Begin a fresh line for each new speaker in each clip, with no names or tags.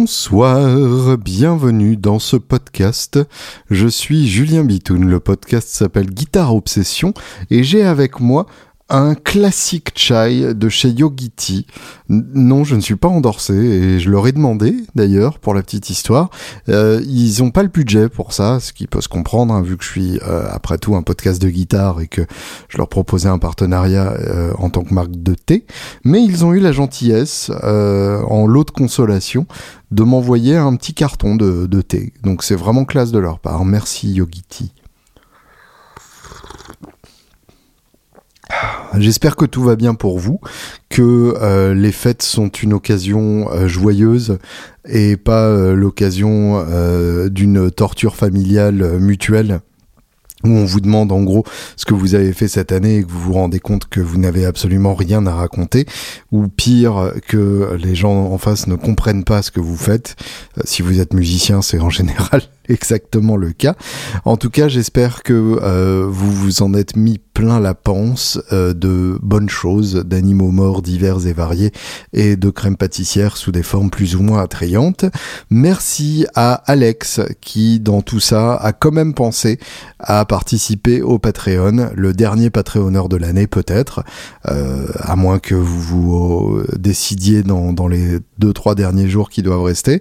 Bonsoir, bienvenue dans ce podcast. Je suis Julien Bitoun, le podcast s'appelle Guitare Obsession et j'ai avec moi un classique chai de chez Yogiti. N- Non, je ne suis pas endorsé et je leur ai demandé d'ailleurs pour la petite histoire. Euh, ils n'ont pas le budget pour ça, ce qui peut se comprendre hein, vu que je suis euh, après tout un podcast de guitare et que je leur proposais un partenariat euh, en tant que marque de thé. Mais ils ont eu la gentillesse euh, en lot de consolation de m'envoyer un petit carton de, de thé. Donc c'est vraiment classe de leur part. Merci Yogiti. J'espère que tout va bien pour vous, que euh, les fêtes sont une occasion euh, joyeuse et pas euh, l'occasion euh, d'une torture familiale euh, mutuelle où on vous demande en gros ce que vous avez fait cette année et que vous vous rendez compte que vous n'avez absolument rien à raconter, ou pire, que les gens en face ne comprennent pas ce que vous faites. Euh, Si vous êtes musicien, c'est en général exactement le cas. En tout cas, j'espère que euh, vous vous en êtes mis plein la panse euh, de bonnes choses, d'animaux morts divers et variés, et de crèmes pâtissières sous des formes plus ou moins attrayantes. Merci à Alex qui, dans tout ça, a quand même pensé à participer au Patreon, le dernier Patreonneur de l'année peut-être, euh, à moins que vous vous euh, décidiez dans, dans les deux trois derniers jours qui doivent rester.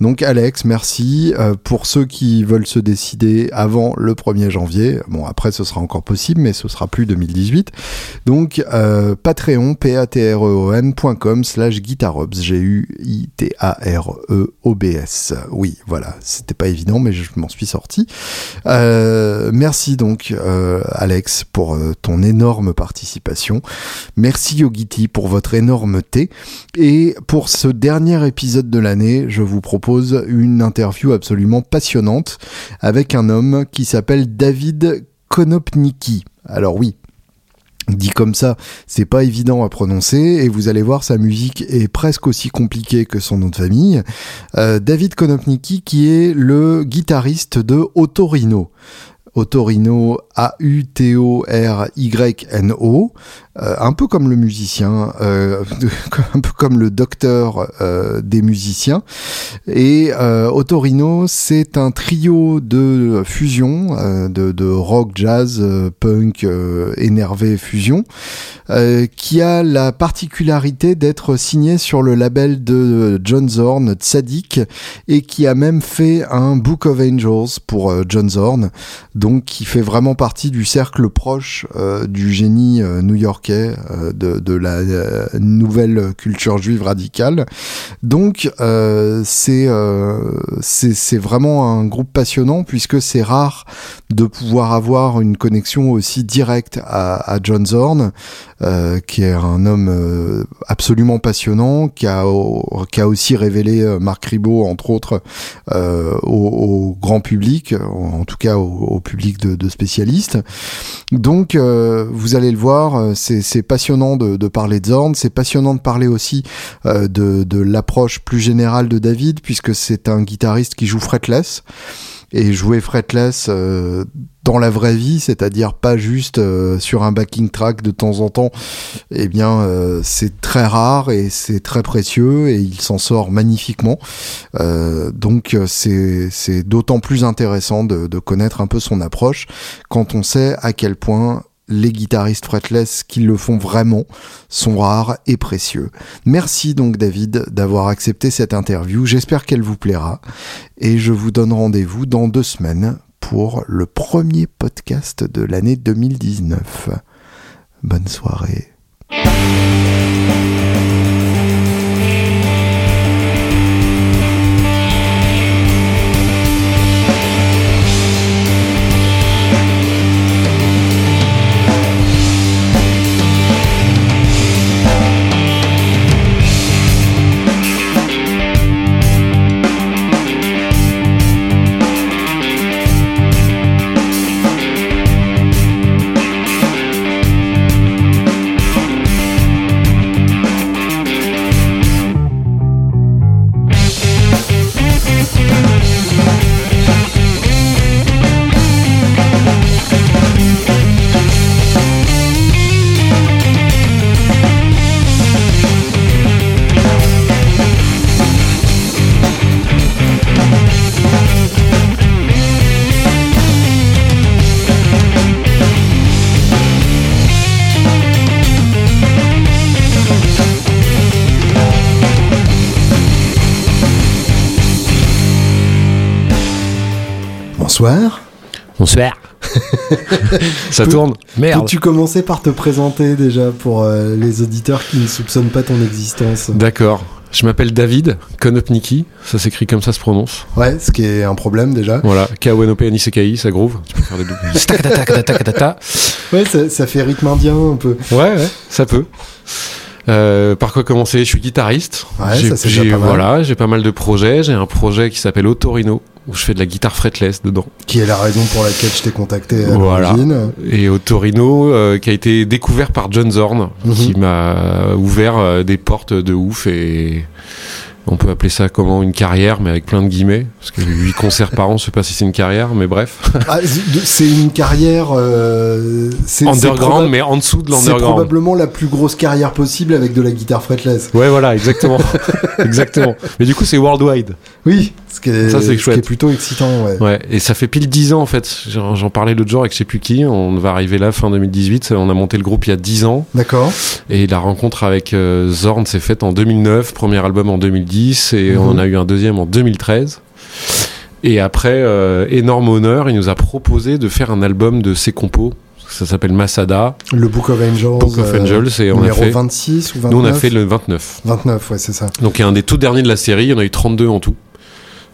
Donc Alex, merci. Euh, pour ceux qui veulent se décider avant le 1er janvier, bon après ce sera encore possible, mais ce sera plus 2018. Donc euh, Patreon, p a t r e o ncom slash guitarobs, E G-U-I-T-A-R-E-O-B-S. Oui, voilà, c'était pas évident, mais je m'en suis sorti. Euh, merci donc euh, Alex pour euh, ton énorme participation. Merci Yogiti pour votre énorme thé. Et pour ce dernier épisode de l'année, je vous propose une interview absolument passionnante avec un homme qui s'appelle David Konopnicki. Alors oui. Dit comme ça, c'est pas évident à prononcer et vous allez voir, sa musique est presque aussi compliquée que son nom de famille. Euh, David Konopnicki qui est le guitariste de Otorino. Otorino, A-U-T-O-R-Y-N-O, euh, un peu comme le musicien, euh, un peu comme le docteur euh, des musiciens. Et euh, Otorino, c'est un trio de fusion, euh, de, de rock, jazz, euh, punk, euh, énervé, fusion, euh, qui a la particularité d'être signé sur le label de John Zorn, Tzadik, et qui a même fait un Book of Angels pour euh, John Zorn, donc qui fait vraiment partie du cercle proche euh, du génie euh, new-yorkais euh, de, de la euh, nouvelle culture juive radicale. Donc euh, c'est euh, c'est c'est vraiment un groupe passionnant puisque c'est rare de pouvoir avoir une connexion aussi directe à, à John Zorn, euh, qui est un homme euh, absolument passionnant, qui a, au- qui a aussi révélé euh, Marc Ribot, entre autres, euh, au, au grand public, en en tout cas au, au public de, de spécialistes. Donc, euh, vous allez le voir, euh, c'est c'est passionnant de, de parler de Zorn, c'est passionnant de parler aussi euh, de, de l'approche plus générale de David, puisque c'est un guitariste qui joue fretless. Et jouer fretless euh, dans la vraie vie, c'est-à-dire pas juste euh, sur un backing track de temps en temps, eh bien euh, c'est très rare et c'est très précieux et il s'en sort magnifiquement. Euh, donc euh, c'est c'est d'autant plus intéressant de, de connaître un peu son approche quand on sait à quel point les guitaristes fretless qui le font vraiment sont rares et précieux. Merci donc David d'avoir accepté cette interview, j'espère qu'elle vous plaira et je vous donne rendez-vous dans deux semaines pour le premier podcast de l'année 2019. Bonne soirée. Bonsoir.
Bonsoir. Ça
Peux-
tourne. Merde.
Peux-tu commencer par te présenter déjà pour euh, les auditeurs qui ne soupçonnent pas ton existence
D'accord. Je m'appelle David Konopniki. Ça s'écrit comme ça se prononce.
Ouais, ce qui est un problème déjà.
Voilà. K-O-N-O-P N-I-C-K-I. Ça groove. Tu peux faire des doubles. Stac-tac-tac-tac-tac-tac.
Ouais, ça, ça fait rythme indien un peu.
Ouais, ouais, ça peut. Euh, par quoi commencer Je suis guitariste.
Ouais,
J'ai-
ça, c'est
j'ai-
déjà pas mal.
Voilà, j'ai pas mal de projets. J'ai un projet qui s'appelle Autorino, où je fais de la guitare fretless dedans.
Qui est la raison pour laquelle je t'ai contacté à
Voilà.
l'origine.
Et Autorino, euh, qui a été découvert par John Zorn,
Mhm.
qui m'a ouvert euh, des portes de ouf et on peut appeler ça comment une carrière, mais avec plein de guillemets, parce que 8 concerts par an, je sais pas si c'est une carrière, mais bref.
Ah, c'est- de- c'est une carrière. euh, c'est- c'est
underground,
proba-
mais en dessous de
C'est
l'underground.
probablement la plus grosse carrière possible avec de la guitare fretless.
Ouais, voilà, exactement. exactement. Mais du coup, c'est worldwide.
Oui, ce qui est,
Ça, c'est
ce qui
chouette.
est plutôt excitant. Ouais.
Ouais, et ça fait pile 10 ans en fait. J'en j'en parlais l'autre jour avec je sais plus qui. On va arriver là fin 2018. Ça, On a monté le groupe il y a 10 ans.
D'accord.
Et la rencontre avec euh, Zorn s'est faite en 2009. Premier album en 2010. Et
Mhm.
on en a eu un deuxième en 2013. Et après, euh, énorme honneur, il nous a proposé de faire un album de ses compos. Ça s'appelle Masada,
Le Book of Angels.
Book of
euh,
Angels. Et on a
numéro
fait.
26 ou 29
Nous, on a fait le 29.
29, ouais, c'est ça.
Donc, il y a un des tout derniers de la série. Il y en a eu 32 en tout.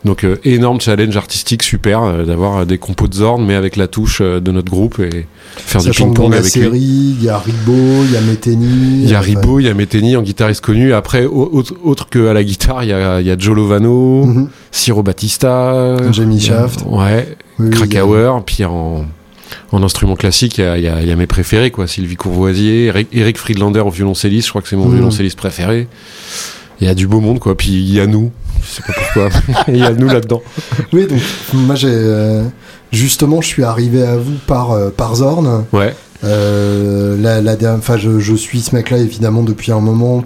Donc, euh, énorme challenge artistique, super, euh, d'avoir euh, des compos de Zorn, mais avec la touche euh, de notre groupe et faire du
Sachant que dans
ping-pong
la
avec lui.
série, il y a Ribot, il y a Metheny. euh,
Il y a
enfin,
Ribot, il y a Metheny en guitariste connu. Après, au- autre, autre que à la guitare, il y a, il y a Joe Lovano,
Mhm.
Ciro Battista, euh,
Jamie Shaft.
ouais,
Oui, oui, il y
Krakauer. Puis en, en instrument classique, il y, a, il y a- il y a mes préférés, quoi. Sylvie Courvoisier, Eric, Eric Friedlander au violoncelliste, je crois que c'est mon
Mhm.
violoncelliste préféré. Il y a du beau monde, quoi. Puis il y a nous. Je sais pas pourquoi. Il y a nous là-dedans.
a- Oui, donc, moi, j'ai. euh, Justement, je suis arrivé à vous par, euh, par Zorn.
Ouais.
Euh, la, la dernière, enfin, je, je suis ce mec-là évidemment depuis un moment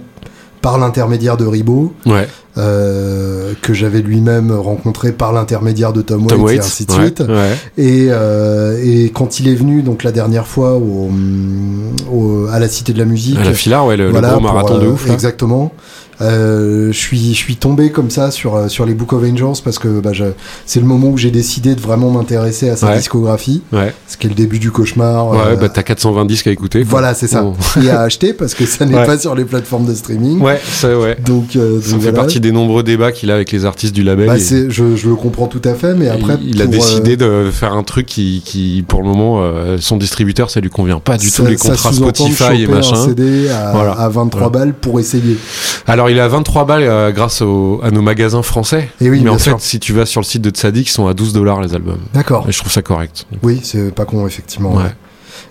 par l'intermédiaire de Ribot,
Ouais.
euh, que j'avais lui-même rencontré par l'intermédiaire de Tom, Waits,
Tom
et
Waits.
ainsi de
ouais,
suite.
ouais.
Et, euh, et quand il est venu, donc la dernière fois au, hum, au- à la Cité de la Musique,
À la Fila, ouais, le, le
voilà,
gros
pour,
marathon de
euh,
ouf. là.
Exactement. Euh, je suis je suis tombé comme ça sur euh, sur les Book of Angels parce que bah, je- c'est le moment où j'ai décidé de vraiment m'intéresser à sa
Ouais.
discographie,
Ouais.
ce qui est le début du cauchemar.
Ouais,
euh,
bah t'as 420 disques à écouter. quoi.
voilà, c'est ça.
Bon.
Et à acheter parce que ça n'est
Ouais.
pas sur les plateformes de streaming.
Ouais, ça, ouais.
Donc, euh,
Ça
donc
fait
voilà.
partie des nombreux débats qu'il a avec les artistes du label.
Bah,
et-
c'est- je, je le comprends tout à fait, mais
et
après,
il a
pour, euh,
décidé de faire un truc qui, qui pour le moment, euh, son distributeur, ça lui convient pas du
ça-
tout, les
ça
contrats
sous-entend de
Spotify et
choper Un
machin.
CD à,
Voilà.
à 23
Voilà.
balles pour essayer.
Alors, il est à 23 balles euh, grâce au- à nos magasins français.
Et oui,
Mais
bien
en
sûr.
fait, si tu vas sur le site de Tzadik, ils sont à 12 dollars les albums.
D'accord.
Et je trouve ça correct.
Oui, c'est pas con, effectivement.
Ouais.
ouais.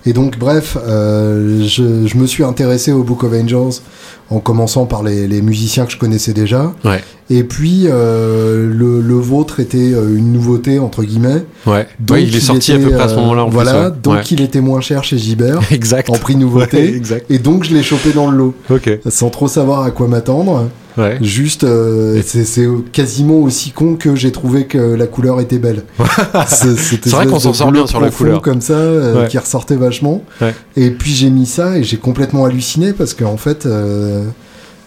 Et donc, bref, euh, je, je me suis intéressé au Book of Angels en commençant par les, les musiciens que je connaissais déjà.
Ouais.
Et puis, euh, le, le vôtre était euh, une nouveauté, entre guillemets.
Ouais.
Donc,
ouais, il est sorti à
était,
peu près à ce
euh,
moment-là en
Voilà,
plus. ouais.
donc
Ouais.
il était moins cher chez Gibert,
Exact.
en prix
Ouais,
nouveauté.
exact.
Et donc, je l'ai chopé dans le lot,
Ok.
sans trop savoir à quoi m'attendre.
Ouais.
Juste, euh, c'est c'est quasiment aussi con que j'ai trouvé que la couleur était belle. C'est cette
C'est vrai
espèce
qu'on s'en
de
sort
bleu
bien sur la
profond
couleur.
Comme ça, euh,
Ouais.
qui ressortait vachement.
Ouais.
Et puis j'ai mis ça et j'ai complètement halluciné parce qu'en fait, euh,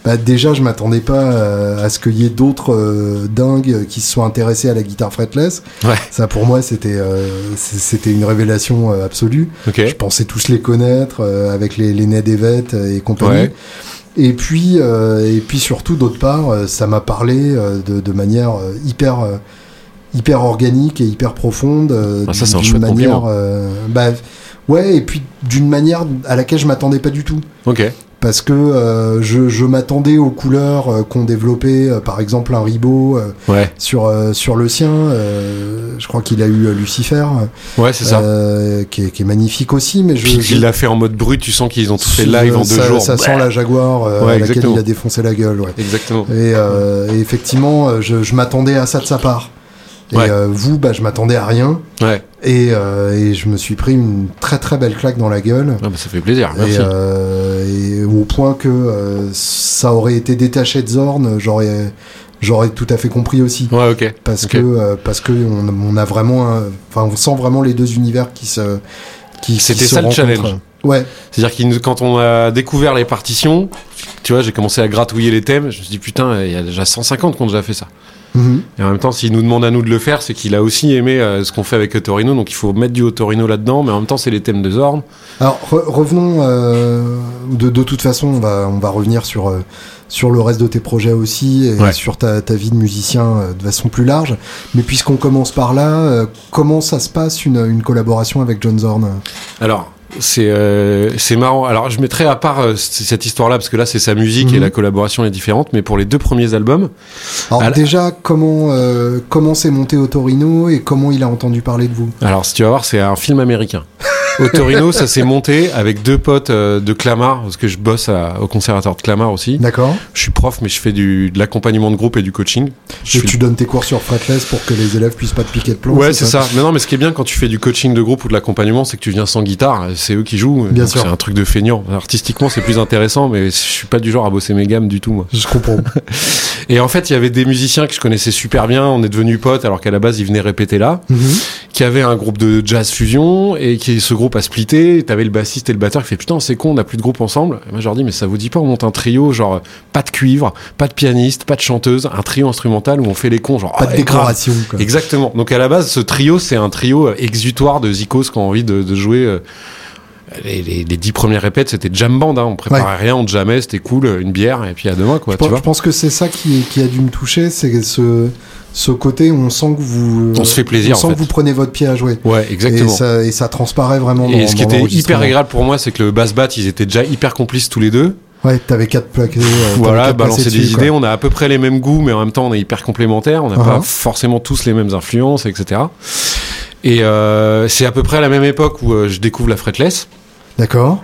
bah, déjà, je m'attendais pas euh, à ce qu'il y ait d'autres euh, dingues qui se soient intéressés à la guitare fretless.
Ouais.
Ça, pour moi, c'était euh, c'est- c'était une révélation euh, absolue.
Ok.
Je pensais tous les connaître euh, avec les, les Ned Evett euh, et compagnie.
Ouais.
Et puis, euh, et puis surtout, d'autre part, euh, ça m'a parlé euh, de, de manière euh, hyper, euh, hyper organique et hyper profonde. euh,
Ah, ça,
d'une-
c'est un
d'une
chouette
manière,
compliment.
euh, bah, ouais, et puis d'une manière à laquelle je m'attendais pas du tout.
Ok.
Parce que euh, je, je m'attendais aux couleurs euh, qu'ont développé, euh, par exemple, un ribot euh,
Ouais.
sur, euh, sur le sien. euh, je crois qu'il a eu euh, Lucifer,
Ouais, c'est ça.
euh, qui, est, qui est magnifique aussi. Mais je,
Puis
je-
il l'a fait en mode brut. Tu sens qu'ils ont tout fait
je-
live en deux
ça-
jours.
Ça sent la Jaguar euh,
Ouais,
à laquelle
exactement.
il a défoncé la gueule. Ouais.
Exactement.
Et, euh, et effectivement, euh, je, je m'attendais à ça de sa part. Et
Ouais.
euh, vous, bah, je m'attendais à rien.
Ouais.
Et, euh, et je me suis pris une très très belle claque dans la gueule.
Ah bah, ça fait plaisir.
Et,
Merci.
euh, et au point que euh, ça aurait été détaché de Zorn, j'aurais j'aurais tout à fait compris aussi
Ouais, ok.
parce
Ok.
que euh, parce que on, on a vraiment un- enfin on sent vraiment les deux univers qui se qui qui
C'était
se
ça le
rencontrent.
challenge.
ouais
C'est-à-dire que quand on a découvert les partitions, tu vois, j'ai commencé à gratouiller les thèmes, je me suis dit putain, il y a déjà 150 qui ont déjà fait ça.
Mhm.
Et en même temps, s'il nous demande à nous de le faire, c'est qu'il a aussi aimé euh, ce qu'on fait avec Otorino, donc il faut mettre du Otorino là-dedans, mais en même temps, c'est les thèmes de Zorn.
Alors re- revenons. euh, de, de toute façon, on va on va revenir sur euh, sur le reste de tes projets aussi et
Ouais.
sur ta, ta vie de musicien euh, de façon plus large. Mais puisqu'on commence par là, euh, comment ça se passe une, une collaboration avec John Zorn
Alors, c'est euh, c'est marrant. Alors, je mettrai à part euh, c- cette histoire-là, parce que là, c'est sa musique et
Mhm.
la collaboration est différente, mais pour les deux premiers albums,
Alors
Alors-
déjà, comment euh, comment s'est monté Otorino et comment il a entendu parler de vous
alors si tu vas voir, c'est un film américain. Au Torino, ça s'est monté avec deux potes euh, de Clamart, parce que je bosse à- au conservatoire de Clamart aussi.
D'accord.
Je suis prof, mais je fais du, de l'accompagnement de groupe et du coaching. Je
Et
suis
tu donnes tes cours sur Fretless pour que les élèves puissent pas te piquer de plomb.
Ouais, c'est ça. Mais non, mais ce qui est bien quand tu fais du coaching de groupe ou de l'accompagnement, c'est que tu viens sans guitare, c'est eux qui jouent.
Bien
Donc,
sûr.
C'est un truc de feignant. Artistiquement, c'est plus intéressant, mais je suis pas du genre à bosser mes gammes du tout, moi.
Je comprends.
Et en fait, il y avait des musiciens que je connaissais super bien, on est devenus potes, alors qu'à la base, ils venaient répéter là,
Mhm.
qui avaient un groupe de jazz fusion, et qui ce groupe a splitté, et t'avais le bassiste et le batteur qui fait putain, c'est con, on a plus de groupe ensemble. Et moi, je leur dis, mais ça vous dit pas, on monte un trio, genre, pas de cuivre, pas de pianiste, pas de chanteuse, un trio instrumental où on fait les cons, genre,
Pas de
ah, et grave.
décoration. Quoi.
Exactement. Donc à la base, ce trio, c'est un trio euh, exutoire de Zikos qui ont envie de, de jouer. euh, les, les, les dix premières répètes, c'était jam band. Hein. On préparait rien, on jamais, c'était cool, euh, une bière et puis à demain, quoi.
je,
Bah, Tu
pense,
vois.
je pense que c'est ça qui, qui a dû me toucher, c'est ce, ce côté où on sent que vous.
On se fait
on
plaisir,
sent
en fait.
que vous prenez votre pied à jouer.
Ouais,
Et
exactement.
ça, et ça transparaît vraiment dans
Et ce qui
dans
était hyper
l'enregistrement.
agréable pour moi, c'est que le bass bat, ils étaient déjà hyper complices tous les deux.
Ouais, t'avais quatre plaqués. euh, t'avais
voilà,
quatre
balancer
placés
des
dessus, quoi.
idées. On a à peu près les mêmes goûts, mais en même temps, on est hyper complémentaires. On n'a
Uh-huh.
pas forcément tous les mêmes influences, etc. Et euh, c'est à peu près à la même époque où euh, je découvre la fretless.
D'accord.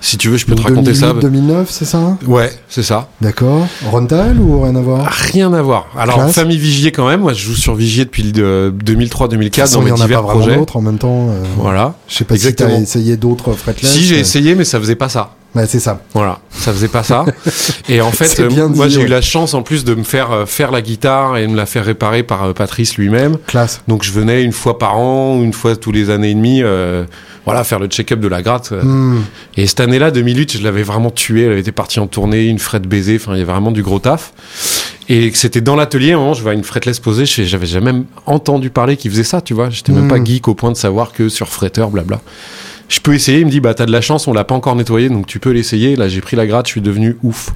Si tu veux, je peux
Donc
te raconter ça.
2008, 2009, c'est ça
Ouais, c'est ça.
D'accord. Rontal ou rien à voir
Rien à voir. Alors,
Classe.
famille Vigier quand même. Moi, je joue sur Vigier depuis euh, le- 2003-2004 dans
il
mes
y en a
divers
pas vraiment
projets.
d'autres en même temps. euh,
Voilà.
Je sais pas si
Exactement.
t'as essayé d'autres fretless.
Si j'ai
euh,
essayé, mais ça faisait pas ça.
Ouais, c'est ça.
Voilà, ça faisait pas ça. et en fait,
C'est
euh,
bien
moi
dit,
j'ai
ouais.
eu la chance en plus de me faire euh, faire la guitare et de me la faire réparer par euh, Patrice lui-même.
Classe.
Donc je venais une fois par an, une fois tous les années et demie, euh, voilà, faire le check-up de la gratte. euh,
Hmm.
Et cette année-là, 2008, je l'avais vraiment tué. Elle était partie en tournée, une frette baisée. Enfin, il y avait vraiment du gros taf. Et que c'était dans l'atelier. À un moment, je vois une fretless posée. je- J'avais jamais même entendu parler qu'il faisait ça, tu vois. J'étais même
Mm.
pas geek au point de savoir que sur fretteur, blabla. Je peux essayer. Il me dit, bah, t'as de la chance. On l'a pas encore nettoyé, donc tu peux l'essayer. Là, j'ai pris la gratte. Je suis devenu ouf.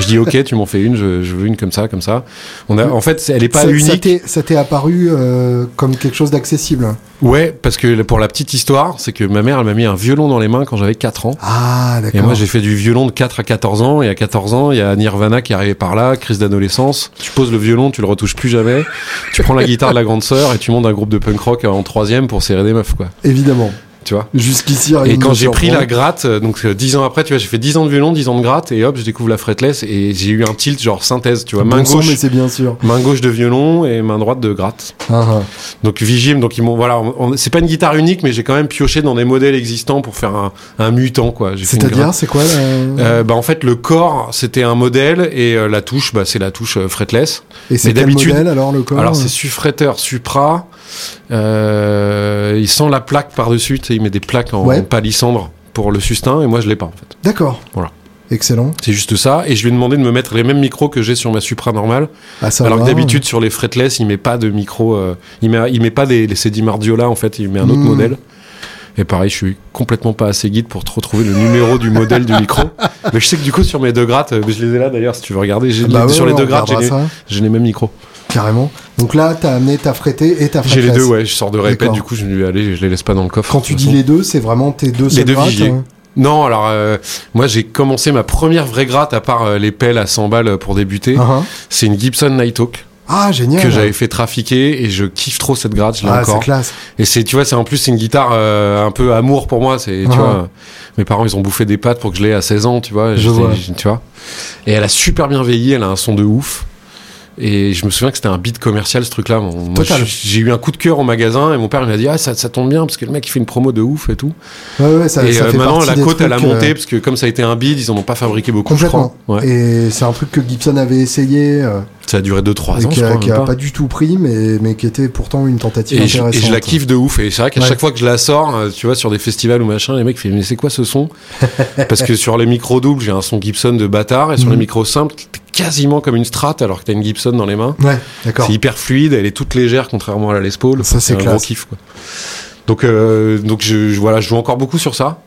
je dis, ok, tu m'en fais une. Je, je veux une comme ça, comme ça. On a, en fait, c'est- elle est pas
Ça- ça
unique.
t'est- Ça t'est apparu euh, comme quelque chose d'accessible.
ouais, parce que pour la petite histoire, c'est que ma mère, elle m'a mis un violon dans les mains quand j'avais 4 ans.
Ah,
Et
d'accord.
moi, j'ai fait du violon de 4 à 14 ans. Et à 14 ans, il y a Nirvana qui est arrivé par là, crise d'adolescence. Tu poses le violon, tu le retouches plus jamais. Tu prends la guitare de la grande sœur et tu montes un groupe de punk rock en troisième pour serrer des meufs, quoi.
Évidemment.
Tu vois
Jusqu'ici, rien
et
ne
quand
me
j'ai pris
surprend.
la gratte, euh, donc euh, 10 ans après, tu vois, j'ai fait 10 ans de violon, 10 ans de gratte, et hop, je découvre la fretless, et j'ai eu un tilt, genre synthèse, tu vois, main
Bon sang,
gauche,
mais c'est bien sûr.
main gauche de violon et main droite de gratte.
Ah, ah.
Donc Vigim, donc ils m'ont, voilà, on- on- c'est pas une guitare unique, mais j'ai quand même pioché dans des modèles existants pour faire un, un mutant, quoi. J'ai fait une gratte.
C'est-à-dire, c'est quoi la...
Euh, bah, en fait, le corps, c'était un modèle et euh, la touche, bah, c'est la touche euh, fretless.
Et c'est
mais
quel
d'habitude-
modèle alors le corps
Alors, c'est suffretteur, supra. Euh, il sent la plaque par-dessus, tu sais, il met des plaques en,
Ouais.
en palissandre pour le sustain et moi, je l'ai pas en fait.
D'accord.
Voilà.
Excellent.
C'est juste ça. Et je lui ai demandé de me mettre les mêmes micros que j'ai sur ma supra normale.
Ah, ça
alors
va.
que d'habitude, sur les fretless, il met pas de micro. euh, il, met, il met pas des, les CD Mardiola en fait, il met un autre
Mm.
modèle. Et pareil, je suis complètement pas assez guide pour te retrouver le numéro du modèle du micro. Mais je sais que du coup, sur mes deux grattes, euh, je les ai là d'ailleurs, si tu veux regarder. J'ai
Ah, bah
les-
ouais,
sur les
ouais,
deux
on
grattes, j'ai
regardera
les,
ça,
j'ai les mêmes micros.
carrément. Donc là, t'as amené ta frétée et ta
J'ai les
fretless.
deux, ouais, je sors de répète,
D'accord.
du coup, je me dis, allez, je les laisse pas dans le coffre.
Quand tu
de
dis
toute
les deux, c'est vraiment tes deux seules
deux
grattes,
vigiers.
hein.
façon. Non, alors, euh, moi, j'ai commencé ma première vraie gratte, à part euh, les pelles à 100 balles pour débuter.
Ah, ah.
C'est une Gibson Nighthawk
Ah, génial.
que j'avais fait trafiquer et je kiffe trop cette gratte, je l'ai
Ah, c'est
encore.
classe.
Et c'est, tu vois, c'est en plus c'est une guitare euh, un peu amour pour moi. C'est,
Ah.
tu vois, mes parents ils ont bouffé des pâtes pour que je l'ai à 16 ans, tu vois.
Je
J'étais-
vois.
Tu vois. Et elle a super bien veillé. Elle a un son de ouf. Et je me souviens que c'était un beat commercial ce truc-là. Mon- moi,
Total.
je- J'ai eu un coup de cœur au magasin et mon père il m'a dit ah ça, ça tombe bien parce que le mec il fait une promo de ouf et tout.
Ouais, ouais, ça,
et
ça
euh,
fait
maintenant
partie
la
des
côte elle a
trucs, euh,
monté parce que comme ça a été un bid ils en ont pas fabriqué beaucoup. je
Complètement.
crois. Ouais.
Et c'est un truc que Gibson avait essayé, euh,
Ça a duré 2-3
et
ans.
qui
je
a,
crois,
qui
même
a
pas.
pas du tout pris, mais, mais qui était pourtant une tentative
Et je,
intéressante.
et je la kiffe de ouf. Et c'est vrai qu'à
Ouais.
chaque fois que je la sors, euh, tu vois, sur des festivals ou machin, les mecs font Mais c'est quoi ce son Parce que sur les micros doubles, j'ai un son Gibson de bâtard. Et sur
Mhm.
les micros simples, t'es quasiment comme une Strat alors que t'as une Gibson dans les mains.
Ouais, d'accord.
C'est hyper fluide, elle est toute légère contrairement à la Les Paul.
Ça, c'est
un
classe.
gros kiff quoi. Donc euh, donc je, je- voilà, je joue encore beaucoup sur ça.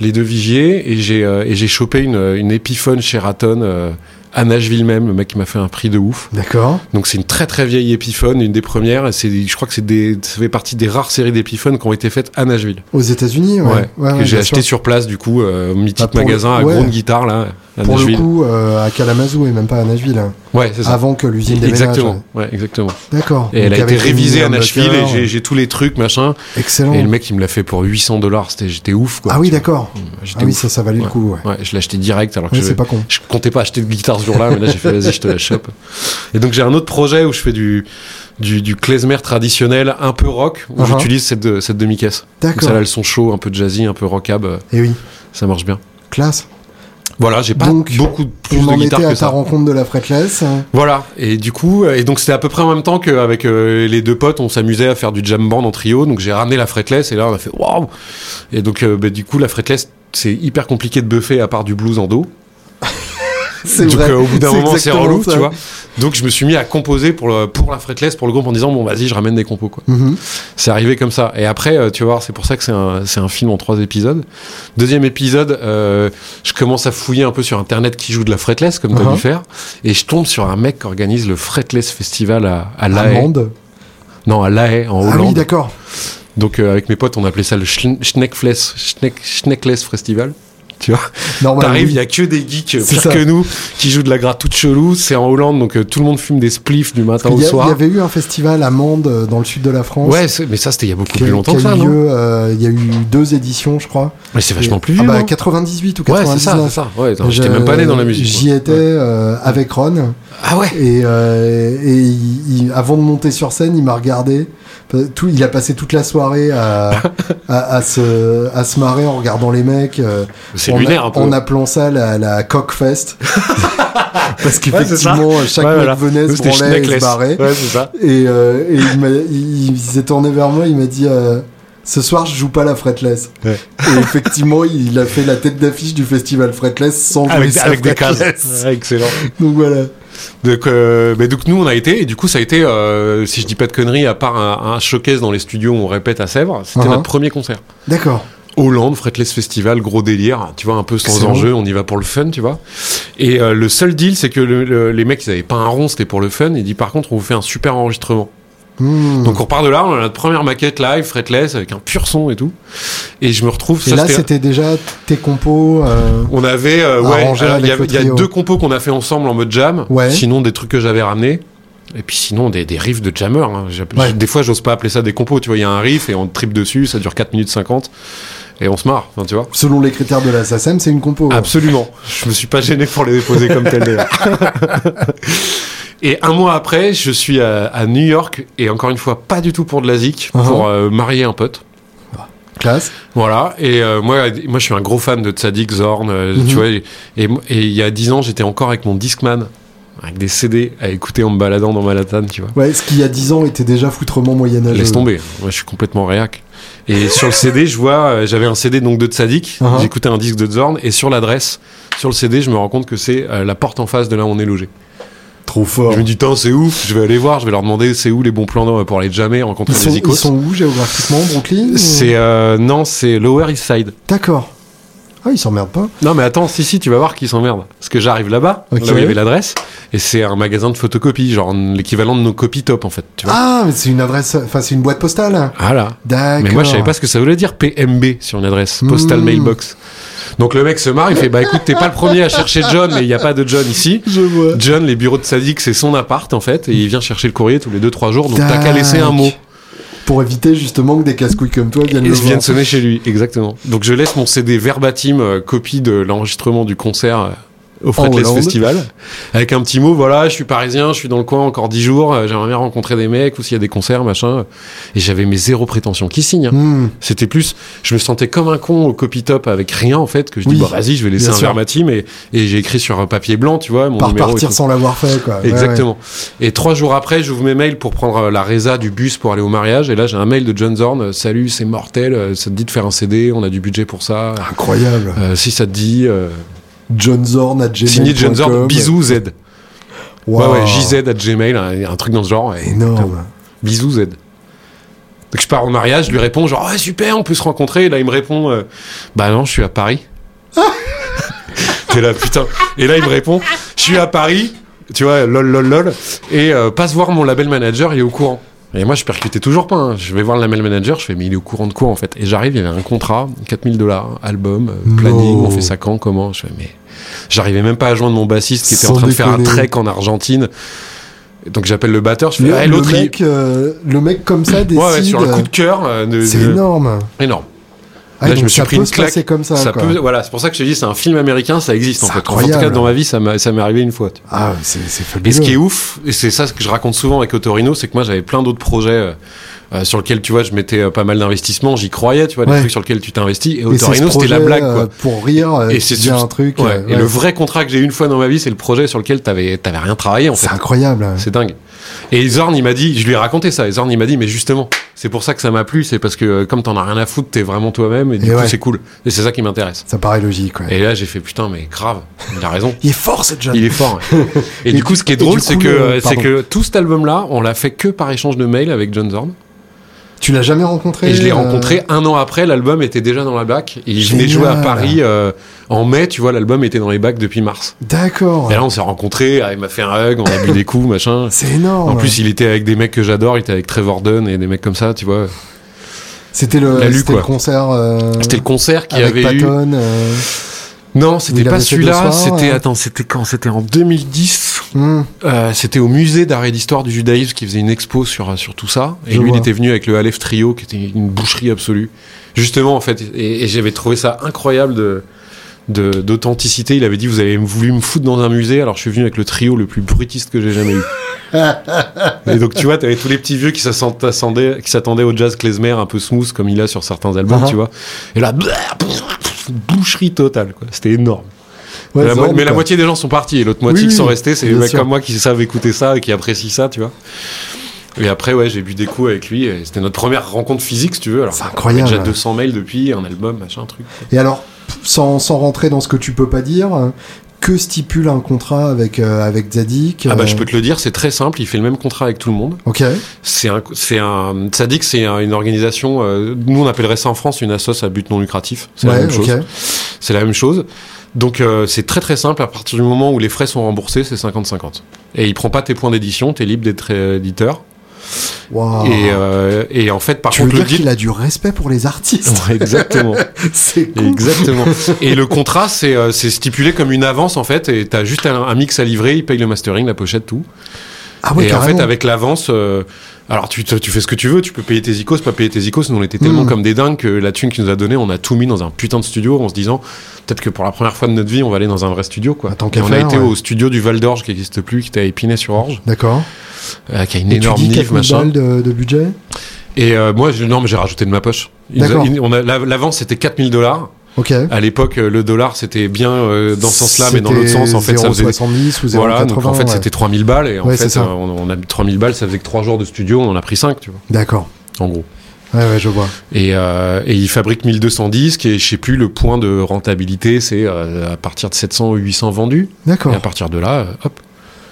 Les deux vigiers et j'ai euh, et j'ai chopé une une Epiphone Sheraton euh, à Nashville même, le mec qui m'a fait un prix de ouf.
D'accord.
Donc c'est une très très vieille Epiphone, une des premières. Et c'est, je crois que c'est des, ça fait partie des rares séries d'Epiphone qui ont été faites à Nashville.
Aux États-Unis, ouais. Ouais,
que
Ah ouais,
j'ai
bien
acheté
sûr.
sur place du coup, euh, au mythique
Bah, pour le-
magasin à
ouais.
grande guitare là, à
Pour le
Nashville.
coup, euh, à Kalamazoo et même pas à Nashville. hein.
ouais, c'est ça.
Avant que l'usine déménage.
Exactement, ouais, exactement.
D'accord.
Et elle
Donc
a été
avec les
révisée à
Minium
Nashville et
Butter,
j'ai, j'ai tous les trucs machin.
Excellent.
Et le mec il me l'a fait pour 800 dollars, c'était j'étais ouf quoi.
ah oui,
Tu vois.
d'accord.
J'étais
Ah oui,
ouf.
ça, ça valait le coup, ouais.
Ouais, je l'ai acheté direct alors que
Ouais,
je,
c'est pas con.
je comptais pas acheter de guitare ce jour-là, mais là j'ai fait vas-y, je te la chope. Et donc j'ai un autre projet où je fais du du, du klezmer traditionnel un peu rock où
Uh-huh.
j'utilise cette de- cette demi caisse.
D'accord.
Ça là, le son chaud, un peu jazzy, un peu rockab, euh,
Et oui,
ça marche bien.
classe.
Voilà, j'ai pas
Donc,
beaucoup de- plus
On
de
en
guitare
était à
que
ta
ça.
rencontre de la fretless.
Voilà, et du coup, euh, et donc c'était à peu près en même temps qu'avec euh, les deux potes, on s'amusait à faire du jam band en trio, donc j'ai ramené la fretless et là on a fait waouh Et donc euh, bah, du coup, la fretless, c'est hyper compliqué de buffer à part du blues en do.
C'est
Donc
vrai.
euh, au bout d'un moment, c'est
exactement
relou,
ça.
tu vois. Donc je me suis mis à composer pour, le, pour la fretless, pour le groupe, en disant bon vas-y, je ramène des compos. Quoi.
Mhm.
C'est arrivé comme ça. Et après, euh, tu vois, c'est pour ça que c'est un, c'est un film en trois épisodes. Deuxième épisode, euh, je commence à fouiller un peu sur Internet qui joue de la fretless, comme t'as
Uh-huh.
dû faire, et je tombe sur un mec qui organise le fretless festival à, à La Haye.
Amande.
Non, à La Haye, en
Ah oui,
Hollande.
d'accord.
Donc euh, avec mes potes, on appelait ça le Schne- Schneckfless, Schneck, Schneckless Festival. Tu vois
Normal.
T'arrives,
oui.
il y a que des geeks euh,
C'est
pires
ça.
que nous qui jouent de la gratte toute chelou. C'est en Hollande, donc euh, tout le monde fume des spliffs du matin
Il
au
y, a- il
soir.
y avait eu un festival Amande euh, dans le sud de la France.
Ouais, c'est- mais ça c'était il y a beaucoup
qui a-
plus longtemps
qui
que
a
ça,
eu
non
lieu, euh, il y a eu deux éditions, je crois.
Mais c'est vachement
Et-
plus
ah
vieux.
bah,
non
98 ou
Ouais, c'est ça,
99.
c'est ça. Ouais, attends,
Je-
j'étais même pas né dans la musique.
J'y
moi.
étais euh, avec Ron
Ah ouais.
et, euh, et il- il- avant de monter sur scène, il m'a regardé. Enfin, Tout, il a passé toute la soirée à, à, à se, à se marrer en regardant les mecs. euh,
C'est
en,
lunaire un peu.
En appelant ça la, la cockfest. Parce qu'effectivement, chaque
Ouais,
mec
voilà.
venait,
Nous,
se
c'était
branlait et se
Schneckless.
barrait.
Ouais, c'est ça.
Et, euh, et il, m'a- il- il s'est tourné vers moi, il m'a dit euh, Ce soir, je joue pas la fretless.
Ouais.
Et effectivement, il a fait la tête d'affiche du festival fretless sans jouer
Avec,
sa
avec des cases.
fretless.
Ouais, excellent.
Donc voilà.
Donc, euh, mais donc nous on a été et du coup ça a été, euh, si je dis pas de conneries, à part un, un showcase dans les studios où on répète à Sèvres, c'était
Uh-huh.
notre premier concert.
D'accord.
Hollande, Fretless Festival, gros délire, tu vois, un peu sans
Excellent.
enjeu, on y va pour le fun, tu vois. Et euh, le seul deal, c'est que le- le- les mecs, ils avaient pas un rond, c'était pour le fun. Il dit, par contre, on vous fait un super enregistrement.
Hmm.
Donc on repart de là, on a notre première maquette live, Fretless, avec un pur son et tout. Et je me retrouve,
et
ça
là,
c'était-
c'était déjà tes compos. euh,
On avait, euh, ouais,
Arrangé
alors, il y
avec
a,
le
il y a
trio.
deux compos qu'on a fait ensemble en mode jam,
Ouais.
sinon des trucs que j'avais ramenés. Et puis sinon des, des riffs de jammer. hein. J'ai-
Ouais.
Des fois j'ose pas appeler ça des compos, tu vois, il y a un riff et on tripe dessus, ça dure 4 minutes 50 et on se marre, enfin, tu vois.
Selon les critères de la SACEM, c'est une compo. hein.
Absolument. Je me suis pas gêné pour les déposer comme tel d'ailleurs. Et un mois après, je suis à, à New York et encore une fois pas du tout pour de la zik,
Uh-huh.
pour euh, marier un pote.
Classe.
Voilà. Et euh, moi, moi, je suis un gros fan de Tzadik Zorn. euh,
Mhm.
Tu vois. Et et il y a dix ans, j'étais encore avec mon Discman, avec des CD à écouter en me baladant dans Manhattan, tu vois.
Ouais, ce qui il y a 10 ans était déjà foutrement moyenâgeux.
Laisse tomber. hein. Moi, je suis complètement réac. Et sur le CD, je vois, euh, j'avais un CD donc de Tzadik.
Uh-huh.
J'écoutais un disque de Zorn. Et sur l'adresse, sur le CD, je me rends compte que c'est euh, la porte en face de là où on est logé.
Trop fort.
Je me dis, tiens, c'est ouf. Je vais aller voir. Je vais leur demander c'est où les bons plans d'eau pour aller jamais rencontrer
Ils sont,
les
ils
icônes.
sont où géographiquement Brooklyn ou-
C'est euh, non, c'est Lower East Side.
D'accord. Ah, ils s'emmerdent pas.
Non mais attends, si si, tu vas voir qu'ils s'emmerdent. Parce que j'arrive là-bas,
Ok.
là où il y avait l'adresse, et c'est un magasin de photocopies, genre l'équivalent de nos copies top en fait. Tu vois
Ah, mais c'est une adresse, enfin c'est une boîte postale.
Voilà.
D'accord.
Mais moi je savais pas ce que ça voulait dire PMB sur une adresse, postal
Mmh.
mailbox. Donc le mec se marre, il fait bah écoute t'es pas le premier à chercher John, mais il n'y a pas de John ici.
Je vois.
John, les bureaux de Sadik, c'est son appart en fait, et il vient chercher le courrier tous les 2-3 jours, donc t'as qu'à laisser un mot.
Pour éviter justement que des casse-couilles comme toi viennent
Et
le
ils viennent
voir.
sonner chez lui, exactement. Donc je laisse mon CD verbatim, euh, copie de l'enregistrement du concert euh, au Fretless
Hollande.
Festival, avec un petit mot, voilà, je suis parisien, je suis dans le coin encore dix jours, euh, j'aimerais bien rencontrer des mecs ou s'il y a des concerts, machin. Et j'avais mes zéro prétention qui signe. hein.
Hmm.
C'était plus, je me sentais comme un con au copy top avec rien en fait, que je dis,
Oui,
bah vas-y, je vais laisser
bien
un
sûr.
verbatim et, et j'ai écrit sur un papier blanc, tu vois, mon
Par
numéro. et
partir
tout.
sans l'avoir fait, quoi. Ouais,
Exactement. Et trois jours après, j'ouvre mes mails pour prendre euh, la résa du bus pour aller au mariage. Et là, j'ai un mail de John Zorn. euh, Salut, c'est mortel. euh, Ça te dit de faire un CD On a du budget pour ça.
ouais. Incroyable.
Euh, si ça te dit, euh,
John Zorn à gmail.com.
signé John Zorn. Bisous Z.
Wow.
Ouais, ouais, JZ à Gmail, un, un truc dans ce genre. Et
Énorme.
Bisous Z. Donc je pars en mariage, je lui réponds genre ouais super, on peut se rencontrer. Et là il me répond euh, bah non, je suis à Paris. T'es là putain. Et là il me répond je suis à Paris. Tu vois lol lol lol. Et euh, passe voir mon label manager, il est au courant. Et moi je percutais toujours pas. hein. Je vais voir le label manager, je fais mais il est au courant de quoi en fait Et j'arrive, il y avait un contrat, 4000 dollars, album, euh, planning,
Non.
on fait ça quand, comment Je fais mais j'arrivais même pas à joindre mon bassiste qui était
Sans
en train de faire un
déconner.
trek en Argentine. Et Donc j'appelle le batteur, je fais
Le,
Ah,
le
l'autre il-
mec, euh, le mec comme ça décide.
Ouais, ouais, sur un coup de cœur. euh, de-
C'est
de-
énorme.
énorme.
Ah,
Là,
donc
je me suis
ça
pris
peut
une
se
claque.
passer comme ça.
Ça
quoi.
peut, voilà, c'est pour ça que je te dis, c'est un film américain, ça existe en
C'est
fait. En tout
incroyable.
cas, dans ma vie, ça m'a- ça m'est arrivé une fois. tu vois.
Ah, c'est c'est fabuleux.
Et ce qui est ouf, et c'est ça ce que je raconte souvent avec Otorino, c'est que moi j'avais plein d'autres projets euh, euh, sur lesquels tu vois, je mettais euh, pas mal d'investissements, j'y croyais, tu vois,
Ouais.
des trucs sur lesquels tu t'investis. Et
Et c'est ce
Otorino, c'était la
projet,
blague, quoi.
euh, Pour rire, euh,
Et
qui
c'est
devient
sur-
un truc.
Ouais.
euh,
Et le
ouais.
vrai contrat que j'ai eu une fois dans ma vie, c'est le projet sur lequel t'avais t'avais rien travaillé en fait.
C'est incroyable.
C'est dingue. Et Zorn, il m'a dit, je lui ai raconté ça, et Zorn, il m'a dit, mais justement, c'est pour ça que ça m'a plu, c'est parce que euh, comme t'en as rien à foutre, t'es vraiment toi-même, et du
Et
coup,
ouais.
c'est cool. Et c'est ça qui m'intéresse.
Ça paraît logique. ouais.
Et là, j'ai fait, putain, mais grave, il a raison.
Il est fort ce John.
Il est fort. hein. Et,
Et
du coup, ce qui est
du
drôle,
coup,
c'est que,
le-
euh, c'est
pardon.
que tout cet album-là, on l'a fait que par échange de mails avec John Zorn.
Tu l'as jamais rencontré
Et je l'ai
euh,
rencontré un an après, l'album était déjà dans la bac. Et je
Génial.
venais jouer à Paris euh, en mai, tu vois, l'album était dans les bacs depuis mars.
D'accord.
Et là, on s'est rencontrés, ah, il m'a fait un hug, on a bu des coups, machin.
C'est énorme.
En plus, il était avec des mecs que j'adore, il était avec Trevor Dunn et des mecs comme ça, tu vois.
c'était le,
la Lu,
c'était
quoi.
le concert. euh,
C'était le concert qu'il
avec
avait eu.
Patton. euh,
Non,
Où
c'était
il
pas
avait fait
celui-là,
deux soirs,
c'était
euh.
attends, c'était quand C'était en 2010.
hmm.
Euh, c'était au musée d'art et d'histoire du judaïsme qui faisait une expo sur euh, sur tout ça et
Je
lui
vois.
il était venu avec le Aleph Trio qui était une boucherie absolue. Justement en fait et, et j'avais trouvé ça incroyable de de- d'authenticité, il avait dit vous avez voulu me foutre dans un musée alors je suis venu avec le trio le plus brutiste que j'ai jamais eu. et donc tu vois, t'avais tous les petits vieux qui s'assent- s'attendaient qui s'attendaient au jazz klezmer un peu smooth comme il a sur certains albums,
Uh-huh.
tu vois. Et là boucherie totale quoi, c'était énorme.
Ouais,
Mais la mo-
Zorn,
mais la
quoi.
moitié des gens sont partis et l'autre moitié
Oui,
qui sont
oui,
restés, c'est les
bien
mecs
sûr.
comme moi qui savent écouter ça et qui apprécient ça, tu vois. Et après, ouais, j'ai bu des coups avec lui. et C'était notre première rencontre physique, si tu veux. Alors,
C'est incroyable.
on a déjà 200 mails depuis, un album, machin, un truc.
Et alors, sans, sans rentrer dans ce que tu peux pas dire, euh, que stipule un contrat avec, euh, avec Zadik
Ah bah,
euh,
je peux te le dire, c'est très simple. Il fait le même contrat avec tout le monde.
Ok.
C'est un, c'est un, ça dit que c'est un- une organisation. euh, nous, on appellerait ça en France une assoce à but non lucratif. C'est la
Ouais,
même chose.
ok.
C'est la même chose. Donc euh, c'est très très simple, à partir du moment où les frais sont remboursés, c'est 50-50. Et il prend pas tes points d'édition, t'es libre d'être euh, éditeur.
Wow.
Et, euh, et en fait, par
Ah. tu veux
contre, le
dire
deal.
qu'il a du respect pour les artistes
Ouais, exactement,
C'est cool.
exactement. Et le contrat, c'est euh, c'est stipulé comme une avance en fait, et t'as juste un, un mix à livrer, il paye le mastering, la pochette, tout.
Ah ouais,
et en
carrément.
fait, avec l'avance, euh, alors tu, te- tu fais ce que tu veux, tu peux payer tes icos, pas payer tes icos. Nous, on était tellement
Mm.
comme des dingues que la thune qu'il nous a donnée, on a tout mis dans un putain de studio en se disant peut-être que pour la première fois de notre vie, on va aller dans un vrai studio quoi.
Ah, tant
Et
qu'à
on
faire,
a été
ouais.
au studio du Val d'Orge qui n'existe plus, qui était à Épinay-sur-Orge,
D'accord.
euh, qui a une
Et tu
énorme
dis
nive,
4000
machin.
balles de, de budget
Et euh, moi, je, non, mais j'ai rajouté de ma poche. Ils nous a-
D'accord.
ils- on a- la- L'avance, c'était 4000 dollars.
Ok.
À l'époque, euh, le dollar, c'était bien euh, dans ce sens-là, mais dans l'autre sens, en fait, ça faisait.
70 ou 0,80.
Voilà, donc en fait,
ouais.
c'était 3000 balles, et en
Ouais, c'est
fait,
ça.
euh, on, on a mis 3000 balles, ça faisait que 3 jours de studio, on en a pris 5, tu vois,
D'accord.
en gros.
Ouais, ouais, je vois.
Et, euh, et ils fabriquent 1210, qui est, je sais plus, le point de rentabilité, c'est euh, à partir de 700 ou 800 vendus, et à
D'accord.
partir de là, euh, hop.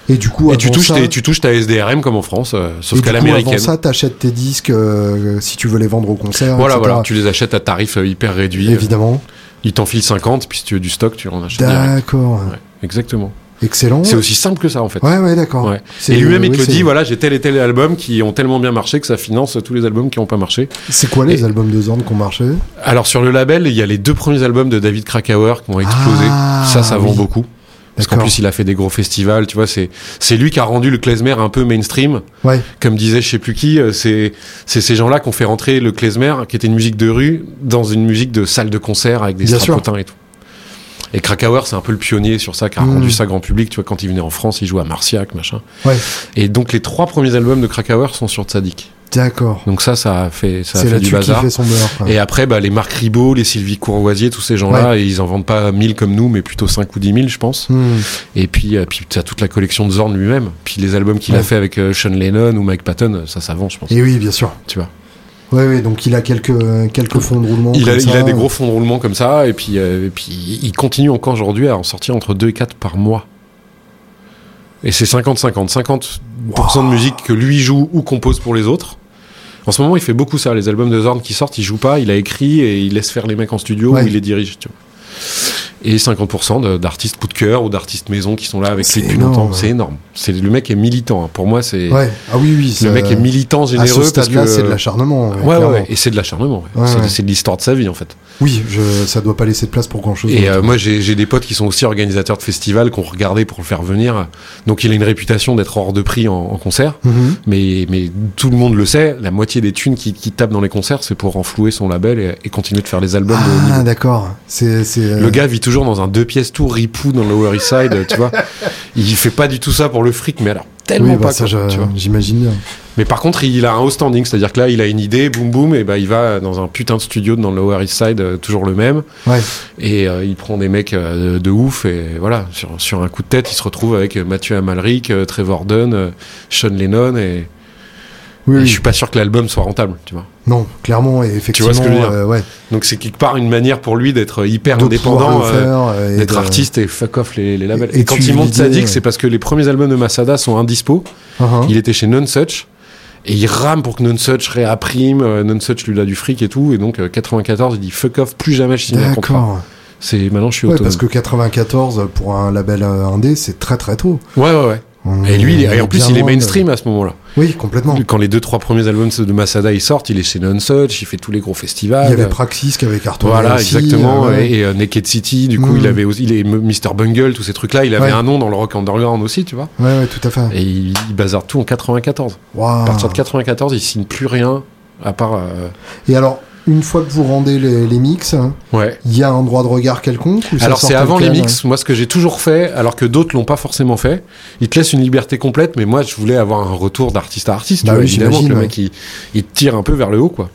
Et du coup,
et tu
Oh. avant
touches,
ça-
tes- tu touches ta SDRM comme en France, euh, sauf
et
qu'à
du coup,
l'américaine.
Avant ça, t'achètes tes disques euh, si tu veux les vendre au concert.
Voilà,
etc.
voilà, tu les achètes à tarif euh, hyper réduit.
Évidemment.
Ils t'enfilent 50, puis si tu veux du stock, tu en achètes direct.
D'accord.
Ouais, exactement.
Excellent.
C'est aussi simple que ça, en fait.
Ouais, ouais, d'accord.
Ouais.
C'est-
Et lui-même, il
oui,
te le
c'est-
dit, voilà, j'ai tel et tel album qui ont tellement bien marché que ça finance tous les albums qui n'ont pas marché.
C'est quoi les albums de Zorn qui ont marché
Alors, sur le label, il y a les deux premiers albums de David Krakauer qui ont explosé.
Ah,
ça, ça vend
oui.
beaucoup. Parce qu'en
D'accord.
plus, il a fait des gros festivals, tu vois, c'est, c'est lui qui a rendu le klezmer un peu mainstream.
Ouais.
Comme disait je sais plus qui, euh, c'est, c'est ces gens-là qui ont fait rentrer le klezmer, qui était une musique de rue, dans une musique de salle de concert avec des
Bien
strapotins et tout. Et Krakauer, c'est un peu le pionnier sur ça, qui a
Mm.
rendu ça grand public, tu vois, quand il venait en France, il jouait à Marciac, machin.
Ouais.
Et donc, les trois premiers albums de Krakauer sont sur Tzadik.
D'accord.
Donc ça, ça a fait, ça a
C'est
fait du
là-dessus qu'il
bazar.
fait son beurre. quoi.
Et après, bah, les Marc Ribot, les Sylvie Courvoisier, tous ces gens-là, et ils en vendent pas 1000 comme nous, mais plutôt 5 ou 10 000, je pense.
Hmm.
Et puis, euh, puis t'as toute la collection de Zorn lui-même. Puis les albums qu'il
Ouais.
a fait avec euh, Sean Lennon ou Mike Patton, ça, ça vend, je pense.
Et oui, bien sûr.
Tu vois.
Ouais, ouais, donc il a quelques, quelques fonds de roulement.
Il a,
comme
il a
ça. euh.
des gros fonds de roulement comme ça, et puis, euh, et puis il continue encore aujourd'hui à en sortir entre 2 et 4 par mois. Et c'est 50-50. 50%, -50. 50 de musique que lui joue ou compose pour les autres. En ce moment, il fait beaucoup ça. Les albums de Zorn qui sortent, il joue pas, il a écrit et il laisse faire les mecs en studio
Ouais.
ou il les dirige. tu vois. Et 50% de- d'artistes coup de cœur ou d'artistes maison qui sont là avec
C'est
lui depuis
énorme,
longtemps.
ouais.
C'est énorme. C'est le mec est militant. hein. Pour moi, c'est
Ouais. Ah oui, oui.
le
ça-
mec est militant
À
généreux
ce
parce
stade-là,
que
c'est de l'acharnement. ouais,
Ouais, ouais,
clairement.
ouais. et c'est de l'acharnement. ouais.
Ouais,
c'est
ouais.
c'est de l'histoire de sa vie en fait.
Oui, je, ça doit pas laisser de place pour hein. grand chose.
Et euh, moi, j'ai j'ai des potes qui sont aussi organisateurs de festivals qu'on regardait pour le faire venir. Donc, il a une réputation d'être hors de prix en, en concert.
Mhm.
Mais, mais tout le monde le sait, la moitié des thunes qui, qui tapent dans les concerts, c'est pour renflouer son label et, et continuer de faire des albums. de haut niveau.
Ah, d'accord. C'est, c'est. euh,
Le gars vit toujours dans un deux pièces tout ripou dans le Lower East Side, tu vois. Il fait pas du tout ça pour le fric, mais alors tellement
Oui, bah,
pas.
ça,
quoi,
je-
tu vois.
j'imagine bien.
Mais par contre, il a un haut standing, c'est-à-dire que là, il a une idée, boum boum, et bah il va dans un putain de studio dans le Lower East Side, euh, toujours le même.
Ouais.
Et euh, il prend des mecs euh, de ouf et voilà, sur, sur un coup de tête, il se retrouve avec euh, Mathieu Amalric, euh, Trevor Dunn, euh, Sean Lennon et,
Oui,
et
oui.
je suis pas sûr que l'album soit rentable, tu vois.
Non, clairement, et effectivement.
vois ce que je veux dire
euh, ouais.
Donc c'est quelque part une manière pour lui d'être hyper
De
indépendant,
pouvoir le
euh,
faire, euh, et
d'être
de-
artiste et fuck off les, les labels.
et-
Et,
et
quand
tu
il monte
lui dis, euh,
Sadik,
ouais.
c'est parce que les premiers albums de Masada sont indispo.
Ah, ah.
Il était chez Nonsuch. Et il rame pour que Nonsuch réapprime, euh, Nonsuch lui a du fric et tout, et donc euh, 94 il dit fuck off, plus jamais je signe un contrat.
D'accord.
C'est maintenant je suis
Ouais,
autonome.
parce que 94 pour un label euh, indé, c'est très très tôt.
Ouais ouais ouais.
On-
Et lui il est-
on
et en plus
bien
il est
loin de-
mainstream à ce moment-là.
Oui, complètement.
Quand les deux trois premiers albums de Masada ils sortent, il est chez Nonsuch, il fait tous les gros festivals.
Il y avait Praxis qui avait cartonné
Ah, bah. Voilà,
aussi,
exactement.
euh, ouais.
Et, et, euh, Naked City, du coup,
Mm.
il avait aussi, il est M- Mr. Bungle, tous ces trucs-là. Il avait
Ouais.
un nom dans le rock underground aussi, tu vois.
Ouais, ouais, tout à fait.
Et il, il bazarde tout en 94.
Waouh.
À partir de 94, il signe plus rien, à part. euh,
Et alors, une fois que vous rendez les, les mix, hein,
Ouais.
il y a un droit de regard quelconque ou ça
Alors
sort
c'est
tel
avant les
quel,
mix, moi ce que j'ai toujours fait, alors que d'autres l'ont pas forcément fait, ils te laissent une liberté complète, mais moi je voulais avoir un retour d'artiste à artiste,
Bah
tu vois,
oui,
évidemment que
j'imagine,
le mec il, il te tire un peu vers le haut quoi.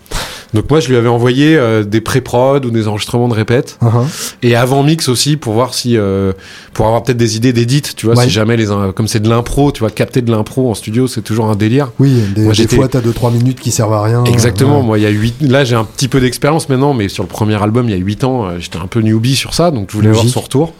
Donc moi je lui avais envoyé euh, des pré-prod ou des enregistrements de répète,
hein Ah, ah.
et avant mix aussi pour voir si euh, pour avoir peut-être des idées d'édit tu vois
Ouais.
si jamais les in- comme c'est de l'impro tu vois capter de l'impro en studio c'est toujours un délire
Oui, des,
Moi,
des
j'étais-
fois, t'as 2-3 minutes qui servent à rien.
Exactement, moi il y a 8 là j'ai un petit peu d'expérience maintenant mais sur le premier album il y a 8 ans euh, j'étais un peu newbie sur ça donc je voulais
Logique.
voir son retour.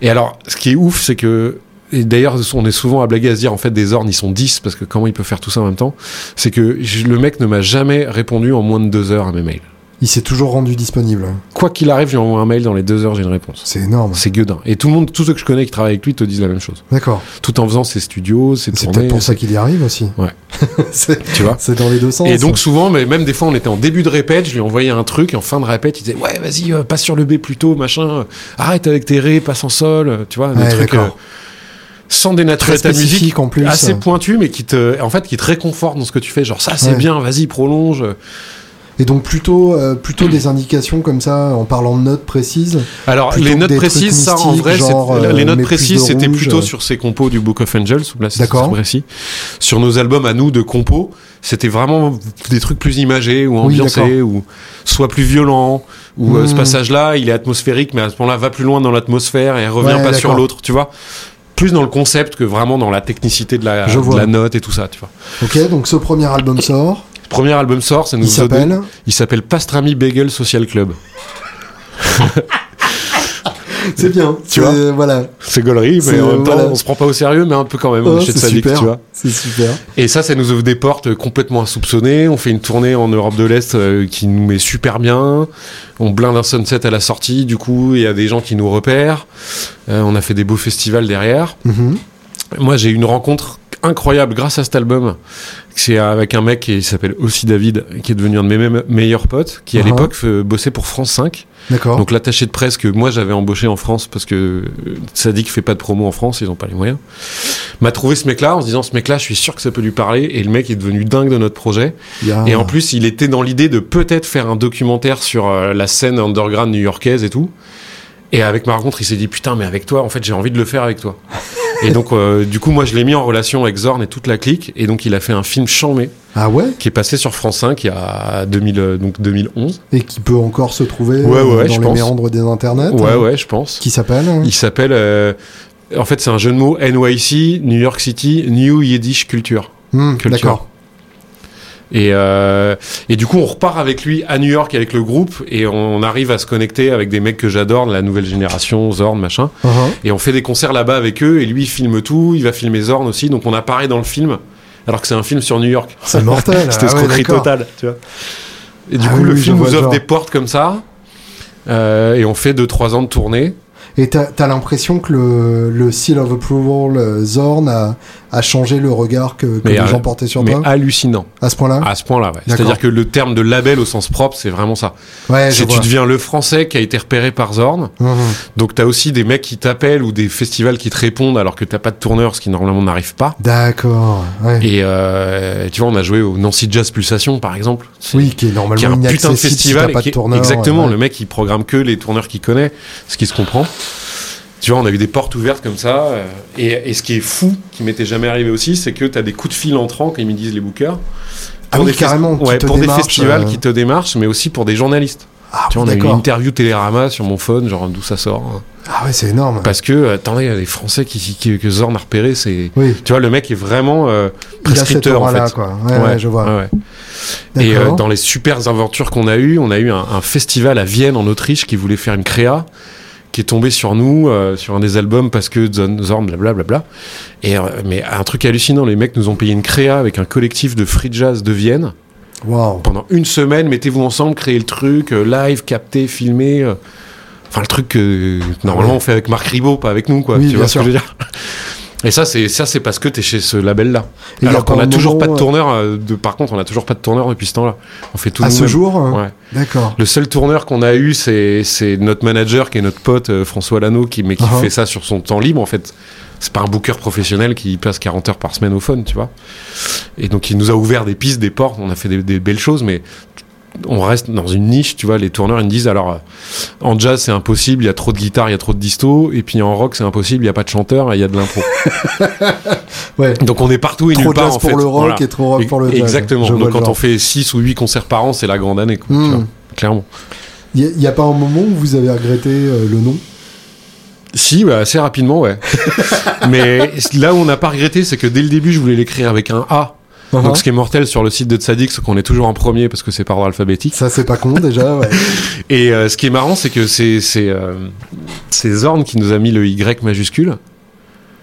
Et alors ce qui est ouf c'est que et d'ailleurs on est souvent à blaguer à se dire en fait des ornes ils sont 10 parce que comment il peut faire tout ça en même temps C'est que je- le mec ne m'a jamais répondu en moins de 2 heures à mes mails.
euh, Il s'est toujours rendu disponible.
Quoi qu'il arrive, je lui envoie un mail dans les 2 heures j'ai une réponse.
C'est énorme.
C'est gueudin. Et tout le monde, tous ceux que je connais qui travaillent avec lui te disent la même chose.
D'accord.
tout en faisant ses studios, ses
C'est
tournées,
peut-être pour ça qu'il y arrive aussi.
Ouais.
c'est
tu vois.
c'est dans les deux sens.
Et donc souvent, mais même des fois, on était en début de répète, je lui envoyais un truc, et en fin de répète, il disait ouais, vas-y, euh, passe sur le B plutôt, machin, euh, arrête avec tes ré, passe en sol, euh, tu vois, des
Ouais,
trucs
d'accord.
euh, sans dénaturer
très
ta musique,
spécifique en plus. euh.
assez pointu, mais qui te, en fait, qui te réconforte dans ce que tu fais, genre ça c'est
Ouais.
bien, vas-y, prolonge. euh,
Et donc plutôt, euh, plutôt des indications comme ça, en parlant de notes précises.
Alors
Plutôt
les
que
notes
des trucs
précises, ça en
mystiques,
vrai, c'est-
genre, euh,
les notes
mets plus
précises,
de
c'était
rouge,
plutôt
euh.
sur ses compos du Book of Angels, où là c'est
D'accord.
très précis. Sur nos albums à nous de compos, c'était vraiment des trucs plus imagés ou
Oui,
ambiancés ou soit plus violents ou euh,
Hmm.
ce passage-là, il est atmosphérique, mais à ce moment-là, va plus loin dans l'atmosphère et revient
Ouais,
pas sur
d'accord.
l'autre, tu vois. Plus dans le concept que vraiment dans la technicité de la,
Je
de
vois.
la note et tout ça, tu vois.
Ok, donc ce premier album sort.
Premier album sort, ça nous
Il
faisait deux-
s'appelle.
il s'appelle Pastrami Bagel Social Club.
C'est bien. c'est-
Tu vois
Voilà.
C'est euh, gaulerie, mais
C'est-
en même temps,
voilà.
on se prend pas au sérieux, mais un peu quand même, on
Oh,
est chez
c'est
Sadik,
super.
tu vois.
C'est super.
Et ça, ça nous ouvre des portes complètement insoupçonnées. On fait une tournée en Europe de l'Est euh, qui nous met super bien. On blinde un sunset à la sortie. Du coup, il y a des gens qui nous repèrent. Euh, on a fait des beaux festivals derrière.
Mhm.
Moi, j'ai eu une rencontre incroyable grâce à cet album. C'est avec un mec qui s'appelle aussi David, qui est devenu un de mes me- meilleurs potes, qui à
Ah.
l'époque euh, bossait pour France 5.
D'accord.
Donc l'attaché de presse que moi j'avais embauché en France parce que euh, Sadik fait pas de promo en France, ils ont pas les moyens. M'a trouvé ce mec-là en se disant ce mec-là, je suis sûr que ça peut lui parler et le mec est devenu dingue de notre projet.
Il y a-
Et en plus, il était dans l'idée de peut-être faire un documentaire sur euh, la scène underground new-yorkaise et tout. Et avec ma rencontre, il s'est dit putain, mais avec toi, en fait, j'ai envie de le faire avec toi. et donc, euh, du coup, moi, je l'ai mis en relation avec Zorn et toute la clique. Et donc, il a fait un film chambé
Ah ouais
qui est passé sur France 5 il y a 2000, euh, donc 2011.
Et qui peut encore se trouver
Ouais,
euh,
ouais,
dans
je
les
pense.
méandres des internets.
Ouais,
hein,
ouais, je pense.
Qui s'appelle hein.
Il s'appelle. euh, en fait, c'est un jeu de mots NYC, New York City, New Yiddish Culture.
Hmm,
Culture.
D'accord.
Et, euh, et du coup, on repart avec lui à New York avec le groupe et on arrive à se connecter avec des mecs que j'adore, de la nouvelle génération, Zorn, machin.
Uh-huh.
Et on fait des concerts là-bas avec eux et lui, il filme tout, il va filmer Zorn aussi. Donc on apparaît dans le film alors que c'est un film sur New York.
C'est mortel.
C'était
ah ouais,
escroquerie
d'accord.
totale, tu vois. Et du
Ah
coup,
oui,
le
oui, je
film
vois
nous
le
offre
genre.
des portes comme ça. euh, et on fait 2-3 ans de tournée.
Et t'as as, l'impression que le, le seal of approval euh, Zorn a, a changé le regard que, que
Mais,
les
euh,
gens portaient sur
mais
toi
hallucinant.
à ce point-là.
Ah, À ce point-là, ouais.
D'accord.
C'est-à-dire que le terme de label au sens propre, c'est vraiment ça.
ouais, je
ah, C'est tu
vois.
deviens le français qui a été repéré par Zorn.
Mhm.
Donc t'as aussi des mecs qui t'appellent ou des festivals qui te répondent alors que t'as pas de tourneur, ce qui normalement n'arrive pas.
D'accord. ouais.
Et euh, tu vois, on a joué au Nancy Jazz Pulsation, par exemple.
Oui, qui est
qui est
normalement
un putain de
inaccessible si
festival.
t'as
et
pas
qui
de
est-
tourneur.
exactement,
ouais.
le mec il programme que les tourneurs qu'il connaît, ce qui se comprend. Tu vois, on a eu des portes ouvertes comme ça. euh, Et, et ce qui est fou, qui m'était jamais arrivé aussi, c'est que tu as des coups de fil entrants, comme ils disent les bookers.
Ah
pour
oui,
des fes-
carrément, qui
ouais,
te
pour des
démarchent,
festivals
euh.
qui te démarchent, mais aussi pour des journalistes.
Ah,
Tu vois, on a eu une
d'accord.
interview Télérama sur mon phone, genre d'où ça sort. hein.
Ah ouais, c'est énorme.
Parce que, euh, attendez, les Français qui, qui- que Zorn a repéré, c'est.
Oui,
Tu vois, le mec est vraiment euh,
il a cette
prescripteur en
aura-là,
fait.
quoi. Ouais, ouais, je vois.
ouais, ouais. Et euh,
D'accord.
dans les super aventures qu'on a eues, on a eu un, un festival à Vienne en Autriche qui voulait faire une créa qui est tombé sur nous, euh, sur un des albums parce que Zon- Zorn, blablabla. Bla, bla. Et euh, mais un truc hallucinant, les mecs nous ont payé une créa avec un collectif de free jazz de Vienne
Waouh.
pendant une semaine. Mettez-vous ensemble, créez le truc, euh, live, capté, filmé. euh. Enfin, le truc que normalement on fait avec Marc Ribot, pas avec nous, quoi.
Oui,
tu
bien
vois ce
sûr.
que je veux dire Et ça, c'est ça, c'est parce que t'es chez ce label-là.
Et y
Alors
pas
qu'on a
un
toujours
moment,
pas de
euh,
tourneur. euh, de, par contre, on a toujours pas de tourneur depuis ce temps-là. On fait tout
À ce
nous-mêmes.
jour, hein.
Ouais.
d'accord.
Le seul tourneur qu'on a eu, c'est c'est notre manager qui est notre pote euh, François Lano, qui mais qui
Uh-huh.
fait ça sur son temps libre en fait. C'est pas un booker professionnel qui passe 40 heures par semaine au phone, tu vois. Et donc il nous a ouvert des pistes, des portes. On a fait des, des belles choses, mais on reste dans une niche, tu vois. Les tourneurs ils nous disent alors euh, en jazz c'est impossible, il y a trop de guitare, il y a trop de disto, et puis en rock c'est impossible, il y a pas de chanteur, et il y a de l'impro.
Ouais.
donc on est partout et
Trop
nulle part
jazz
en
pour
fait.
le rock
Voilà.
et trop rock pour le jazz.
Exactement.
Je vois
Donc
le
quand on
genre.
fait 6 ou 8 concerts par an, c'est la grande année, quoi, tu
Hmm.
vois, clairement.
Y a- y a pas un moment où vous avez regretté euh, le nom
Si, bah, assez rapidement, ouais. Mais là où on n'a pas regretté, c'est que dès le début, je voulais l'écrire avec un A.
Uh-huh.
Donc ce qui est mortel sur le site de Tzadik, c'est qu'on est toujours en premier parce que c'est par ordre alphabétique.
Ça, c'est pas con déjà, ouais.
Et euh, ce qui est marrant, c'est que c'est c'est euh, c'est Zorn qui nous a mis le Y majuscule.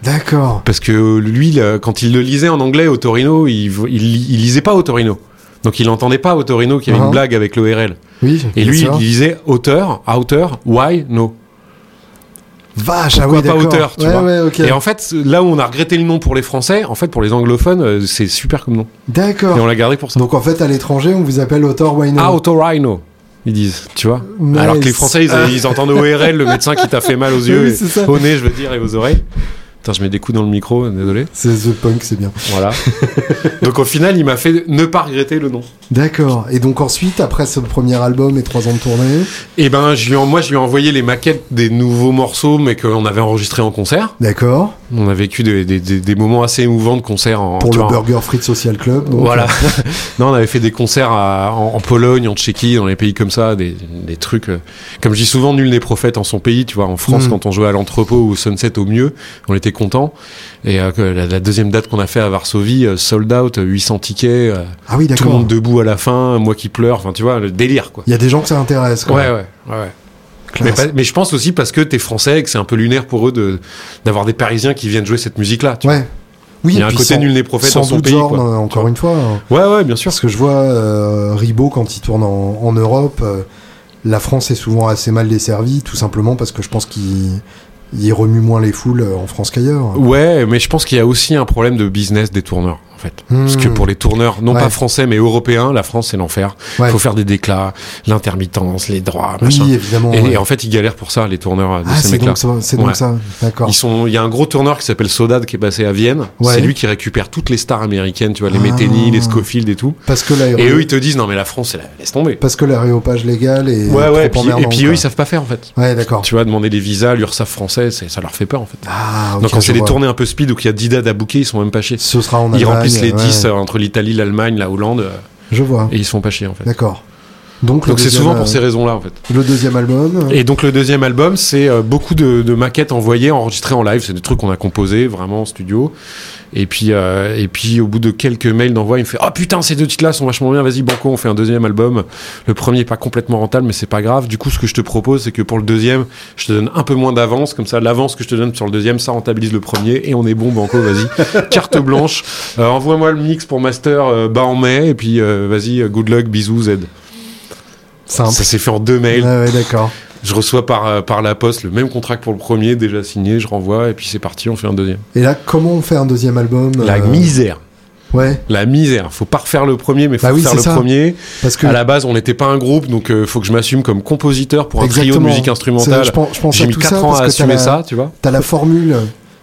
D'accord.
Parce que lui, le- quand il le lisait en anglais au Torino, il, vo- il, li- il lisait pas au Torino. Donc il n'entendait pas au Torino qu'il y avait
Uh-huh.
une blague avec l'ORL.
Oui.
Et
bien
lui,
sûr.
il lisait auteur, outer, why, no.
Vache, ah
Pourquoi
oui,
pas
d'accord.
auteur, tu
ouais,
vois.
Ouais, ok.
Et en fait, là où on a regretté le nom pour les Français, en fait, pour les anglophones, euh, c'est super comme nom.
D'accord.
Et on l'a gardé pour ça.
Donc en fait, à l'étranger, on vous appelle auteur Wayne.
Autorhino, ils disent, tu vois.
Nice.
Alors que les Français, ils, ils entendent ORL, le médecin qui t'a fait mal aux yeux,
Oui,
et-
c'est ça.
au nez, je veux dire, et aux oreilles. Putain, je mets des coups dans le micro, désolé.
C'est The Punk, c'est bien.
Voilà. Donc au final, il m'a fait ne pas regretter le nom.
D'accord. Et donc ensuite, après ce premier album et trois ans de tournée,
Et ben, je lui en- moi, je lui ai envoyé les maquettes des nouveaux morceaux, mais qu'on avait enregistrés en concert.
d'accord,
On a vécu des, des- des- des moments assez émouvants de concert en
pour
tu
le
vois, en-
Burger Frites Social Club. donc,
Voilà. euh, non, on avait fait des concerts à- en, en Pologne, en Tchéquie, dans les pays comme ça, des, des trucs. euh, comme je dis souvent, nul n'est prophète en son pays. Tu vois, en France,
Mm.
quand on jouait à l'entrepôt ou au Sunset au mieux, on était content. Et euh, que la, la deuxième date qu'on a fait à Varsovie, euh, sold out, euh, 800 tickets, euh,
euh, Ah oui,
tout le
d'accord.
monde debout à la fin, moi qui pleure. Enfin, tu vois, le délire, quoi.
Il y a des gens que ça intéresse.
Ouais,
Quoi.
ouais, ouais. ouais. Mais,
Classe.
pas- mais je pense aussi parce que t'es français et que c'est un peu lunaire pour eux de d'avoir des Parisiens qui viennent jouer cette musique-là. tu vois.
Ouais. Oui,
Il y
et
a un
puis
côté
sans-
nul n'est prophète
sans
en son
doute
pays.
Zorn,
quoi.
euh, encore une fois. hein.
Ouais, ouais, bien sûr.
Parce que je vois euh, Ribot quand il tourne en, en Europe, euh, la France est souvent assez mal desservie, tout simplement parce que je pense qu'il il remue moins les foules euh, en France qu'ailleurs.
Ouais, mais je pense qu'il y a aussi un problème de business des tourneurs, en fait.
Hmm.
Parce que pour les tourneurs, non
Ouais.
pas français, mais européens, la France, c'est l'enfer. Il
Ouais.
faut faire des déclats, l'intermittence, les droits, machin.
Oui, évidemment.
et,
ouais.
et en fait, ils galèrent pour ça, les tourneurs euh, de
Ah,
ces
c'est
mecs-là.
donc ça, c'est donc
Ouais.
ça. D'accord.
Ils sont, il y a un gros tourneur qui s'appelle Sodad qui est passé à Vienne.
Ouais.
C'est lui qui récupère toutes les stars américaines, tu vois, les
Ah.
Metheny, les Scofield et tout.
Parce que
Et
l'aéré-
eux, ils te disent, non, mais la France, c'est la- laisse tomber.
parce que l'aréopage légal est
Ouais, ouais, et
trop
puis, et
emmerdant,
puis
quoi.
eux, ils savent pas faire, en fait.
Ouais, d'accord.
Tu vois, demander des visas, l'URSSAF français, c'est- ça leur fait peur, en fait.
Ah, ok,
Donc quand
je
c'est des
vois.
tournées un peu speed où il y a 10 dates à booker, ils sont même pas chiés.
ce sera en Allemagne.
Ils remplissent les
ouais.
10 euh, entre l'Italie, l'Allemagne, la Hollande, euh,
Je vois.
et ils sont pas chiés en fait.
D'accord. Donc, le
Donc c'est
deuxième,
souvent
euh,
pour ces raisons-là en fait.
Le deuxième album.
Et donc le deuxième album, c'est euh, beaucoup de, de maquettes envoyées, enregistrées en live. C'est des trucs qu'on a composés vraiment en studio. Et puis, euh, et puis au bout de quelques mails d'envoi, il me fait Ah putain, ces deux titres-là sont vachement bien. Vas-y, Banco, on fait un deuxième album. Le premier est pas complètement rentable, mais c'est pas grave. Du coup, ce que je te propose, c'est que pour le deuxième, je te donne un peu moins d'avance. Comme ça, l'avance que je te donne sur le deuxième, ça rentabilise le premier. Et on est bon, Banco, vas-y. Carte blanche. Euh, Envoie-moi le mix pour master euh, bas en mai. Et puis, euh, vas-y, euh, good luck, bisous, Z.
Simple.
Ça s'est fait en deux mails.
Ah ouais, d'accord.
Je reçois par, euh, par la poste le même contrat que pour le premier, déjà signé, je renvoie, et puis c'est parti, on fait un deuxième.
Et là, comment on fait un deuxième album
La
euh,
misère.
Ouais,
La misère. Faut pas refaire le premier, mais faut
Bah oui,
faire
c'est
le
ça.
premier.
parce que
À la base, on n'était pas un groupe, donc euh, faut que je m'assume comme compositeur pour un trio
Exactement.
de musique
C'est-
instrumentale.
Je pense, je pense
J'ai
à
mis
tout ça
4 ans
parce
à
que t'as
assumer
la,
ça, tu vois.
T'as la formule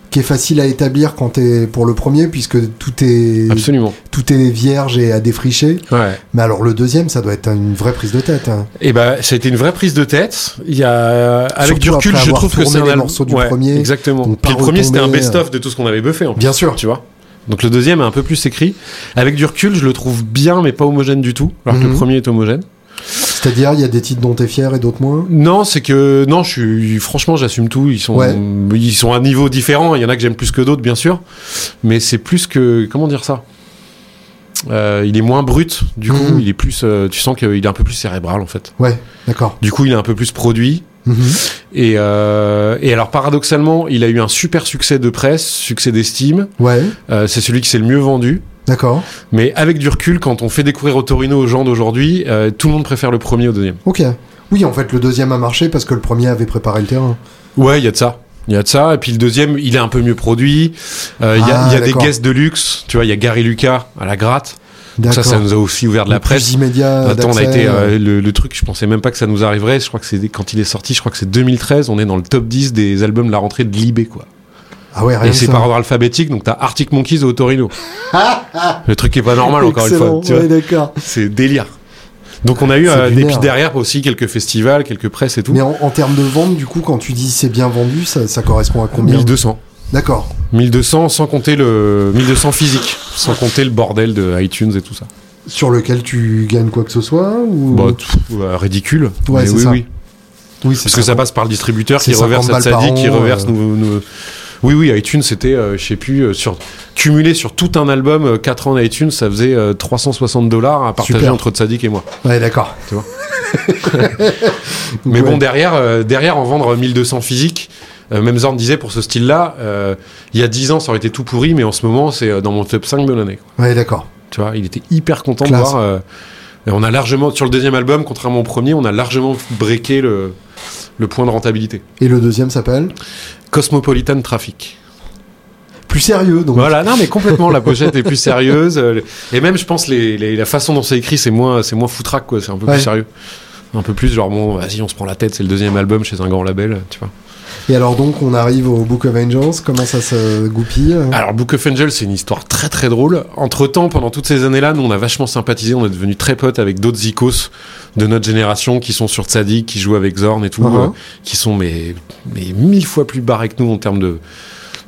qui est facile à établir quand t'es pour le premier, puisque tout est
Absolument.
tout est vierge et à défricher.
Ouais.
Mais alors le deuxième, ça doit être une vraie prise de tête. hein.
Et ben, ça a été une vraie prise de tête. Il y a, euh, avec
Surtout
du recul,
après
je
avoir
trouve que
tourné
c'est un
les
album-
morceaux du
Ouais,
premier,
Exactement.
donc euh,
Puis
pas
le premier, c'était un
retomber,
best-of de tout ce qu'on avait buffé, en
Bien sûr.
tu vois. Donc le deuxième est un peu plus écrit. Avec du recul, je le trouve bien, mais pas homogène du tout. Alors que le
Mhm.
premier est homogène.
C'est-à-dire, il y a des titres dont t'es fier et d'autres moins.
Non, c'est que non, je suis franchement, j'assume tout. Ils sont,
Ouais.
ils sont à un niveau différent. Il y en a que j'aime plus que d'autres, bien sûr, mais c'est plus que comment dire ça. Euh, il est moins brut, du coup,
Mhm.
il est plus. euh, tu sens qu'il est un peu plus cérébral en fait.
Ouais, d'accord.
Du coup, il est un peu plus produit.
Mhm.
Et, euh, et alors, paradoxalement, il a eu un super succès de presse, succès d'estime.
Ouais,
Euh, c'est celui qui s'est le mieux vendu.
d'accord.
Mais avec du recul, quand on fait découvrir Otorino aux gens d'aujourd'hui, euh, tout le monde préfère le premier au deuxième.
Ok. Oui, en fait, le deuxième a marché parce que le premier avait préparé le terrain.
Ouais, il y a de ça. Il y a de ça. Et puis le deuxième, il est un peu mieux produit. Euh, Il y a,
Ah,
il y a des
d'accord.
guests de luxe. Tu vois, il y a Gary Lucas à la gratte. Donc ça,
D'accord.
ça nous a aussi ouvert de la
Le plus
presse.
immédiat.
Attends, on a
d'accès.
été euh, le, le truc. Je pensais même pas que ça nous arriverait. Je crois que c'est quand il est sorti. Je crois que c'est 2013. On est dans le top 10 des albums de la rentrée de Libé, quoi.
Ah ouais, rien
Et
que
c'est
ça.
par ordre alphabétique. Donc t'as Arctic Monkeys et Otorino. le truc est pas normal encore une fois.
Excellent,
Tu vois,
ouais, d'accord.
c'est délire. Donc on a eu
C'est
euh, et
lunaire.
puis derrière aussi quelques festivals, quelques presses et tout.
Mais en, en termes de vente, du coup, quand tu dis c'est bien vendu, ça, ça correspond à combien
1200.
D'accord.
1200 sans compter le 1200 physique, sans compter le bordel de iTunes et tout ça.
Sur lequel tu gagnes quoi que ce soit ou...
Bah, pff, euh, ridicule.
Mmh. Ouais,
mais
c'est
oui,
ça.
oui.
Oui, c'est
Parce que ça passe par le distributeur qui
C'est
reverse
50
cette
balles
sadie,
par
qui
an,
reverse
euh.
nous, nous- Oui, oui, iTunes, c'était, euh, je sais plus, euh, sur... cumulé sur tout un album, 4 ans d'iTunes, ça faisait euh, 360 dollars à partager
Super.
entre Tzadik et moi.
Ouais, d'accord.
Tu vois. Mais
Ouais.
bon, derrière, euh, derrière, en vendre 1200 physiques, euh, même Zorn disait pour ce style-là, euh, il y a 10 ans, ça aurait été tout pourri, mais en ce moment, c'est euh, dans mon top 5 de l'année.
Ouais, d'accord.
Tu vois, il était hyper content
Classe.
de voir. euh, et on a largement, sur le deuxième album, contrairement au premier, on a largement breaké le, le point de rentabilité.
Et le deuxième s'appelle
Cosmopolitan Traffic.
Plus sérieux, donc.
Voilà, non, mais complètement, la pochette est plus sérieuse. euh, Et même, je pense, les, les- la façon dont c'est écrit, c'est moins, c'est moins foutraque, quoi. C'est un peu
Ouais.
plus sérieux. Un peu plus, genre, bon, vas-y, on se prend la tête, c'est le deuxième album chez un grand label, tu vois.
Et alors, donc, on arrive au Book of Vengeance. Comment ça se goupille
Alors, Book of Angels, c'est une histoire très très drôle. Entre temps, pendant toutes ces années-là, nous on a vachement sympathisé, on est devenus très potes avec d'autres Zikos de notre génération qui sont sur Tzadik, qui jouent avec Zorn et tout,
Uh-huh.
euh, qui sont mais, mais mille fois plus barrés que nous en termes de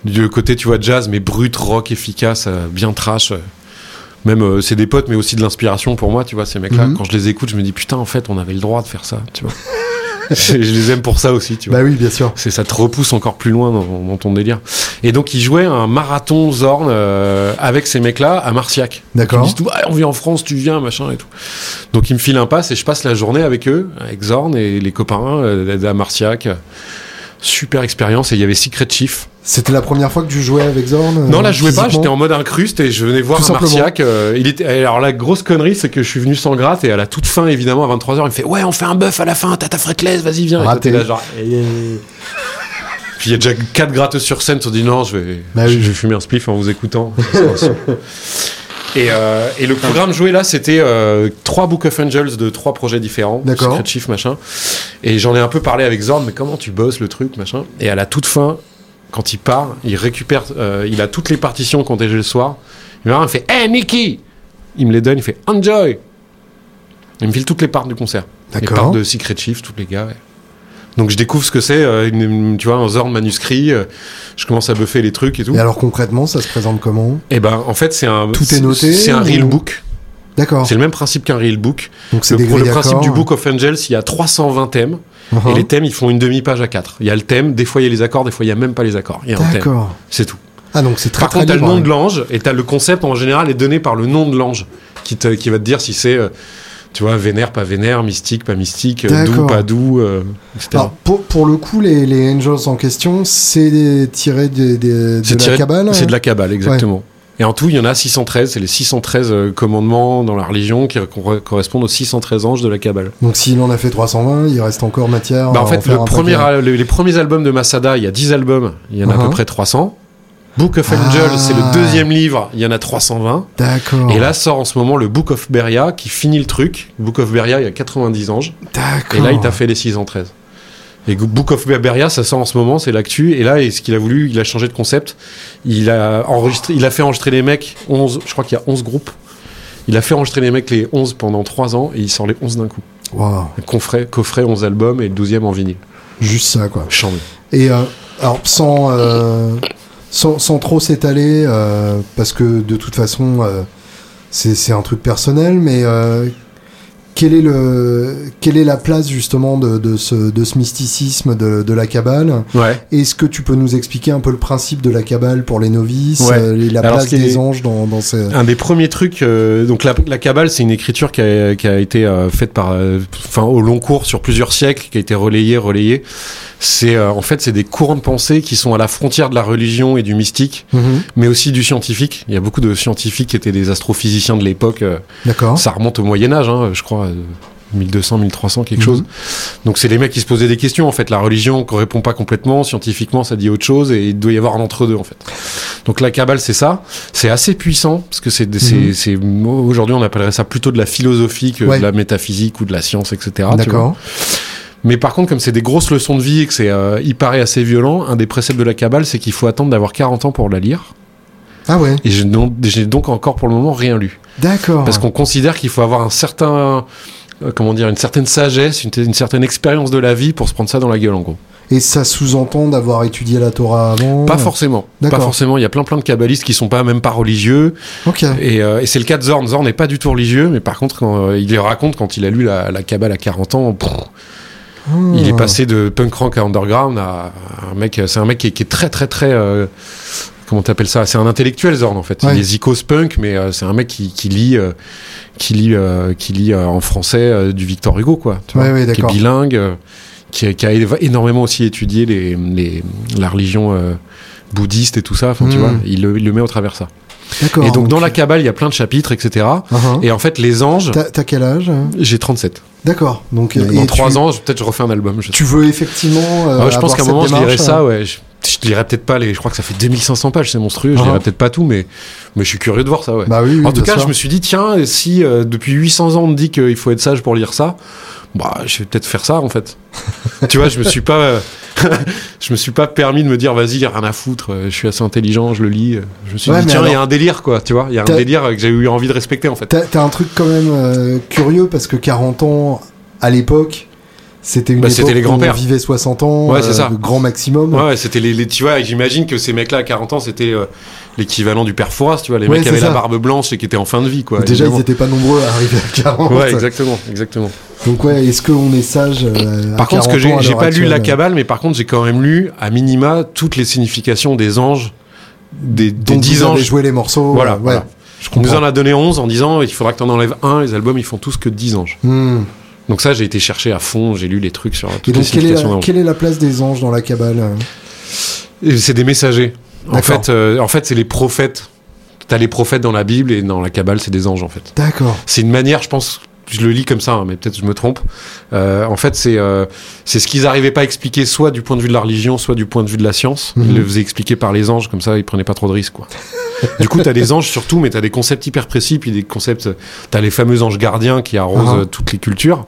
du côté, tu vois, jazz, mais brut, rock, efficace, euh, bien trash. euh. Même, euh, c'est des potes, mais aussi de l'inspiration pour moi, tu vois, ces mecs-là.
Mhm.
Quand je les écoute, je me dis, putain, en fait, on avait le droit de faire ça, tu vois. je, je les aime pour ça aussi, tu vois.
Bah oui, bien sûr.
C'est ça te repousse encore plus loin dans, dans ton délire. Et donc il jouait un marathon Zorn euh, avec ces mecs-là à Marciac. Ils me
D'accord.
disent Ouais, on vit en France, tu viens, machin et tout. Donc ils me filent un pass et je passe la journée avec eux, avec Zorn et les copains euh, à Marciac. Super expérience et il y avait Secret Chief.
C'était la première fois que tu jouais avec Zorn
non là je jouais pas, j'étais en mode incruste et je venais voir
Tout
à Marciac. euh, il était alors la grosse connerie c'est que je suis venu sans gratte et à la toute fin évidemment à 23h il me fait ouais on fait un bœuf à la fin, t'as ta fretless, vas-y viens. Et toi,
Raté.
t'es là, genre, eh, Puis il y a déjà quatre gratteuses sur scène qui se dit non, je vais,
Bah
je,
oui.
je vais fumer un spliff en vous écoutant. et, euh, et le programme joué là, c'était euh, trois Book of Angels de trois projets différents.
D'accord.
Secret Chief, machin. Et j'en ai un peu parlé avec Zorn, mais comment tu bosses le truc, machin. Et à la toute fin, quand il part, il récupère, euh, il a toutes les partitions qu'on déjà le soir. Il me regarde, il fait Hey Nicky Il me les donne, il fait Enjoy Il me file toutes les parts du concert. Les
D'accord.
parts de Secret Chief, tous les gars. ouais. Donc je découvre ce que c'est, euh, une- une- tu vois, un Zorn manuscrit. euh, je commence à buffer les trucs et tout.
Et alors, concrètement, ça se présente comment
Et ben, en fait, c'est un.
Tout est
c'est-
noté,
C'est un
ou-
real book.
D'accord.
C'est le même principe qu'un reel book.
Donc c'est
Le,
des
pro-
grilles
le principe
d'accords.
du Book of Angels, il y a 320 thèmes.
Uh-huh.
Et les thèmes, ils font une demi-page à 4. Il y a le thème, des fois il y a les accords, des fois il y a même pas les accords. Il y a un thème.
D'accord.
C'est tout.
Ah donc c'est très
Par
très
contre, t'as le
libre,
nom
hein.
de l'ange et t'as le concept en général est donné par le nom de l'ange qui, te- qui va te dire si c'est, euh, tu vois, vénère, pas vénère, mystique, pas mystique, euh, doux,
D'accord.
pas doux, euh, etc.
Alors, pour, pour le coup, les, les Angels en question, c'est des- tiré des- des- de
C'est
la hein.
tiré-
Kabbale
C'est de la cabale, exactement. Et en tout, il y en a 613. C'est les 613 euh, commandements dans la religion qui re- correspondent aux 613 anges de la cabale.
Donc s'il en a fait 320, il reste encore matière.
Bah,
à
en fait,
faire
le
un
premier,
paquet.
al- le- les premiers albums de Masada, il y a 10 albums, il y en a à
Uh-huh.
peu près 300. Book of Angels, c'est le
Ah. Oh.
deuxième livre, il y en a 320.
D'accord.
Et là sort en ce moment le Book of Beria qui finit le truc. Book of Beria, il y a 90 anges.
D'accord.
Et là, il t'a fait les 6 en 13. Et Go- Book of Beria, ça sort en ce moment, c'est l'actu. Et là, et ce qu'il a voulu, il a changé de concept. Il a, enregistré, il a fait enregistrer les mecs, 11, je crois qu'il y a 11 groupes. Il a fait enregistrer les mecs les 11 pendant 3 ans et il sort les 11 d'un coup.
Waouh.
Coffret, coffret 11 albums et le 12e en vinyle.
Juste ça, quoi.
Chambé.
Et euh, alors, sans, euh, sans, sans trop s'étaler, euh, parce que de toute façon, euh, c'est c'est un truc personnel, mais euh, quel est le, quelle est la place justement de, de, ce, de ce mysticisme de, de la Kabbale
Ouais.
Est-ce que tu peux nous expliquer un peu le principe de la Kabbale pour les novices
Ouais.
euh, et la
Alors,
place
ce qui
des
est-
anges dans, dans ces...
Un des premiers trucs, euh, donc la, la Kabbale, c'est une écriture qui a, qui a été euh, faite par, euh, enfin au long cours sur plusieurs siècles, qui a été relayée, relayée. C'est euh, en fait c'est des courants de pensée qui sont à la frontière de la religion et du mystique,
Mhm.
mais aussi du scientifique. Il y a beaucoup de scientifiques qui étaient des astrophysiciens de l'époque. euh,
D'accord.
ça remonte au Moyen Âge, hein, je crois. euh, 1200, 1300, quelque
Mhm.
chose. Donc c'est les mecs qui se posaient des questions en fait. La religion ne répond pas complètement, scientifiquement ça dit autre chose et il doit y avoir un entre deux en fait. Donc la cabale c'est ça. C'est assez puissant parce que c'est des- c'est
Mhm.
c'est- aujourd'hui on appellerait ça plutôt de la philosophie que
Ouais.
de la métaphysique ou de la science etc. tu vois.
D'accord.
Mais par contre, comme c'est des grosses leçons de vie et que c'est, euh, il paraît assez violent, un des préceptes de la Kabbale, c'est qu'il faut attendre d'avoir 40 ans pour la lire.
Ah ouais.
Et je n'en- j'ai donc encore pour le moment rien lu.
D'accord.
Parce qu'on considère qu'il faut avoir un certain, euh, comment dire, une certaine sagesse, une, une certaine expérience de la vie pour se prendre ça dans la gueule, en gros.
Et ça sous-entend d'avoir étudié la Torah avant
Pas forcément. Pas
D'accord.
forcément. Il y a plein plein de kabbalistes qui sont pas, même pas religieux.
Ok.
Et, euh, et c'est le cas de Zorn. Zorn n'est pas du tout religieux, mais par contre, quand, euh, il les raconte quand il a lu la, la Kabbale à 40 ans, pff, Il est
Ah.
passé de punk rock à underground à un mec. euh, C'est un mec qui est, qui est très très très. euh, comment t'appelles ça C'est un intellectuel Zorn en fait.
Ouais.
Il est zikos punk, mais euh, c'est un mec qui, qui lit, euh, qui lit, euh, qui lit euh, en français euh, du Victor Hugo quoi. tu vois,
Ouais, ouais,
qui est
d'accord.
bilingue, euh, qui, qui a éva- énormément aussi étudié les, les- la religion euh, bouddhiste et tout ça. Enfin, tu
Mm.
vois, il le, il le met au travers ça.
D'accord.
et donc dans la Kabbale, il y a plein de chapitres, etc.
Uh-huh.
Et en fait, les anges.
T'as t'as quel âge hein
J'ai 37.
D'accord. Donc,
Donc,
euh,
dans
et
3
tu,
ans, je- peut-être je refais un album. je sais
tu veux effectivement. euh,
Ah ouais, je
avoir
pense qu'à un
cette
moment, je lirai
démarche,
ça,
hein.
ouais. Je, je lirai peut-être pas les. Je crois que ça fait 2500 pages, c'est monstrueux. Je
Ah.
lirai peut-être pas tout, mais, mais je suis curieux de voir ça, ouais.
Bah oui. oui,
en tout
bien
cas,
sûr.
je me suis dit, tiens, si euh, depuis 800 ans on me dit qu'il faut être sage pour lire ça, bah, je vais peut-être faire ça, en fait. tu vois, je me suis pas. euh, je me suis pas permis de me dire, vas-y, rien à foutre, euh, je suis assez intelligent, je le lis. euh. Je me suis
Ouais,
dit,
mais
tiens, il y a
alors-
un délire, quoi, tu vois. Il y a un
T'as-
délire euh, que j'ai eu envie de respecter, en fait.
T'as t'as un truc quand même euh, curieux parce que 40 ans à l'époque, c'était une
Bah,
époque
c'était les
où on
grands-pères.
vivait 60 ans, euh,
Ouais, c'est ça.
le grand maximum.
Ouais, ouais, c'était les, les- tu vois, j'imagine que ces mecs-là à 40 ans, c'était euh, l'équivalent du père Fouras, tu vois, les
Ouais,
mecs
c'est
qui avaient
ça.
la barbe blanche et qui étaient en fin de vie, quoi.
Déjà, ils
évidemment.
étaient pas nombreux à arriver à 40.
Ouais, exactement, exactement.
Donc ouais, est-ce qu'on est sage euh, à
Par contre, ce
40
que j'ai,
ans à
j'ai
l'heure
pas lu la
actuelle
cabale, mais par contre, j'ai quand même lu à minima toutes les significations des anges, des, des
Donc,
10
vous avez
anges.
joué les morceaux.
Voilà,
euh, ouais.
voilà.
Je
On nous
comprends.
en a donné 11 en disant il faudra que t'en enlèves un, les albums ils font tous que 10 anges.
Hmm.
Donc ça j'ai été chercher à fond, j'ai lu les trucs sur
Et
toutes les
donc, quelle est,
significations
la,
d'anges.
quelle est la place des anges dans la Kabbale euh
Et C'est des messagers. En
D'accord.
fait, euh, en fait c'est les prophètes. T'as les prophètes dans la Bible et dans la cabale c'est des anges en fait.
D'accord.
c'est une manière, je pense, je le lis comme ça, hein, mais peut-être je me trompe. Euh, en fait, c'est euh, c'est ce qu'ils n'arrivaient pas à expliquer, soit du point de vue de la religion, soit du point de vue de la science.
Mhm.
Ils le faisaient expliquer par les anges, comme ça, ils prenaient pas trop de risques. quoi. du coup, t'as des anges surtout, mais t'as des concepts hyper précis, puis des concepts. T'as les fameux anges gardiens qui arrosent
Ah.
euh, toutes les cultures,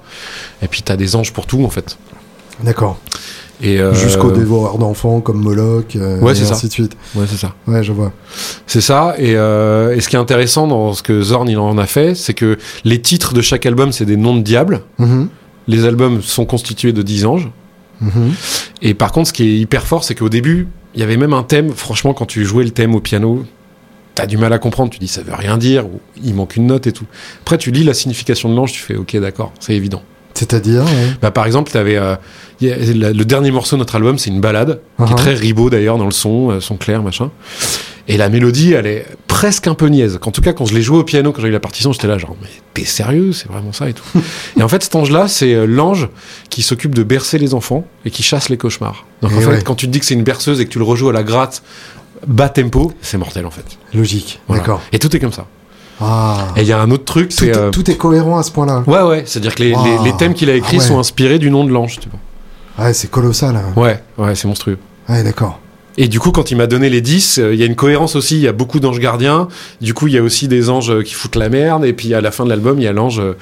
et puis t'as des anges pour tout, en fait.
D'accord.
Et euh,
Jusqu'au dévoreur d'enfants comme Moloch, euh,
Ouais,
et
c'est
ainsi
ça.
de suite.
Ouais, c'est ça.
Ouais, je vois.
C'est ça. Et, euh, et ce qui est intéressant dans ce que Zorn il en a fait, c'est que les titres de chaque album, c'est des noms de diables.
Mhm,
Les albums sont constitués de 10 anges.
mhm.
Et par contre, ce qui est hyper fort, c'est qu'au début, il y avait même un thème. Franchement, quand tu jouais le thème au piano, tac, t'as du mal à comprendre, tu dis ça veut rien dire, ou il manque une note et tout. Après, tu lis la signification de l'ange, tu fais ok, d'accord, c'est évident.
C'est-à-dire ouais.
Bah, par exemple, t'avais, euh, y a- la- le dernier morceau de notre album, c'est une balade, qui
Uh-huh.
est très ribot d'ailleurs dans le son, euh, son clair, machin. Et la mélodie, elle est presque un peu niaise. En tout cas, quand je l'ai joué au piano, quand j'ai eu la partition, j'étais là genre, mais t'es sérieux, c'est vraiment ça et tout. et en fait, cet ange-là, c'est euh, l'ange qui s'occupe de bercer les enfants et qui chasse les cauchemars. Donc en
Et
fait,
ouais.
quand tu te dis que c'est une berceuse et que tu le rejoues à la gratte, bas tempo, c'est mortel en fait.
Logique.
Voilà.
D'accord.
Et tout est comme ça.
Ah.
Et il y a un autre truc,
Tout,
c'est...
est-
euh,
tout est cohérent à ce point-là.
Ouais, ouais, c'est-à-dire que les,
Wow.
les- les thèmes qu'il a écrits
Ah ouais.
sont inspirés du nom de l'ange, tu vois.
Ouais, c'est colossal. hein.
Ouais, ouais, c'est monstrueux.
Ouais, d'accord.
Et du coup, quand il m'a donné les 10, euh, il y a une cohérence aussi, il y a beaucoup d'anges gardiens, du coup, il y a aussi des anges euh, qui foutent la merde, et puis à la fin de l'album, il y a l'ange euh,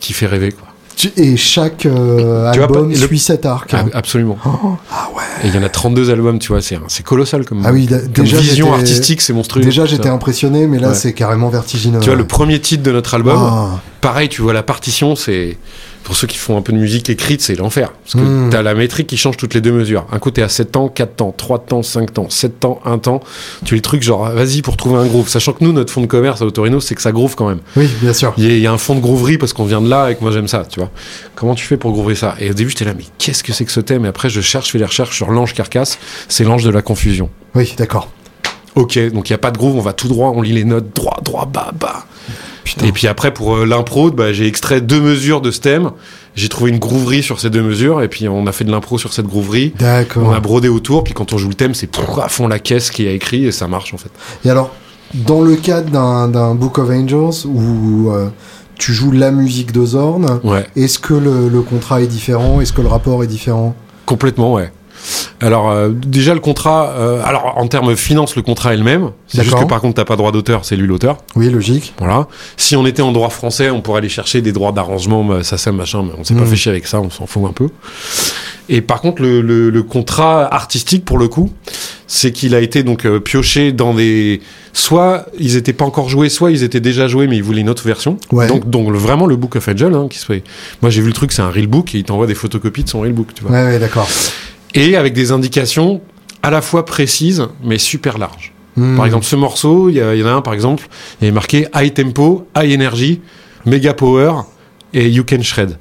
qui fait rêver, quoi.
Tu- Et chaque euh,
Tu vois,
album
pas- le-
suit cet arc. hein.
Ab- Absolument.
Oh, ah ouais.
Et il y en a 32 albums, tu vois, c'est un- c'est colossal comme,
Ah oui, d-
comme
déjà
vision
j'étais-
artistique, c'est monstrueux.
Déjà
Putain.
j'étais impressionné, mais là
Ouais.
c'est carrément vertigineux.
Tu vois,
ouais.
le premier titre de notre album,
Ah.
pareil, tu vois la partition, c'est pour ceux qui font un peu de musique écrite, c'est l'enfer parce que
Mm.
t'as la métrique qui change toutes les deux mesures. Un côté à 7 temps, 4 temps, 3 temps, 5 temps, 7 temps, 1 temps. Tu as les trucs genre vas-y pour trouver un groove, sachant que nous notre fond de commerce à Autorino, c'est que ça groove quand même.
Oui, bien sûr.
Il y, a- il y a un fond de grooverie parce qu'on vient de là et que moi j'aime ça, tu vois. Comment tu fais pour groover ça Et au début, j'étais là mais qu'est-ce que c'est que ce thème Et après je cherche, je fais des recherches sur l'ange carcasse, c'est l'ange de la confusion.
Oui, d'accord.
Ok, donc il n'y a pas de groove, on va tout droit, on lit les notes droit, droit, bas, bas.
Putain.
Et puis après, pour euh, l'impro, bah, j'ai extrait deux mesures de ce thème, j'ai trouvé une grooverie sur ces deux mesures, et puis on a fait de l'impro sur cette grooverie. On
D'accord.
a brodé autour, puis quand on joue le thème, c'est prrr, à fond la caisse qui a écrit, et ça marche en fait.
Et alors, dans le cadre d'un- d'un Book of Angels où euh, tu joues la musique de Zorn,
Ouais,
est-ce que le, le contrat est différent Est-ce que le rapport est différent
complètement, ouais. Alors euh, déjà le contrat, euh, alors en termes finance, le contrat est le même. C'est juste
D'accord.
que par contre, t'as pas droit d'auteur, c'est lui l'auteur.
Oui, logique.
Voilà. Si on était en droit français, on pourrait aller chercher des droits d'arrangement, bah, ça, ça, machin, mais on s'est pas
Mm.
fait chier avec ça, on s'en fout un peu. Et par contre, le, le- le contrat artistique, pour le coup, c'est qu'il a été donc euh, pioché dans des. Soit ils étaient pas encore joués, soit ils étaient déjà joués, mais ils voulaient une autre version.
Ouais.
Donc, donc le- vraiment le Book of Angel, hein, qui se- Moi, j'ai vu le truc, c'est un real book, et il t'envoie des photocopies de son real book, tu vois.
Ouais, ouais, d'accord.
Et avec des indications à la fois précises, mais super larges.
Hmm.
Par exemple, ce morceau, il y, a- il y en a un, par exemple, il est marqué High Tempo, High Energy, Mega Power et You Can Shred.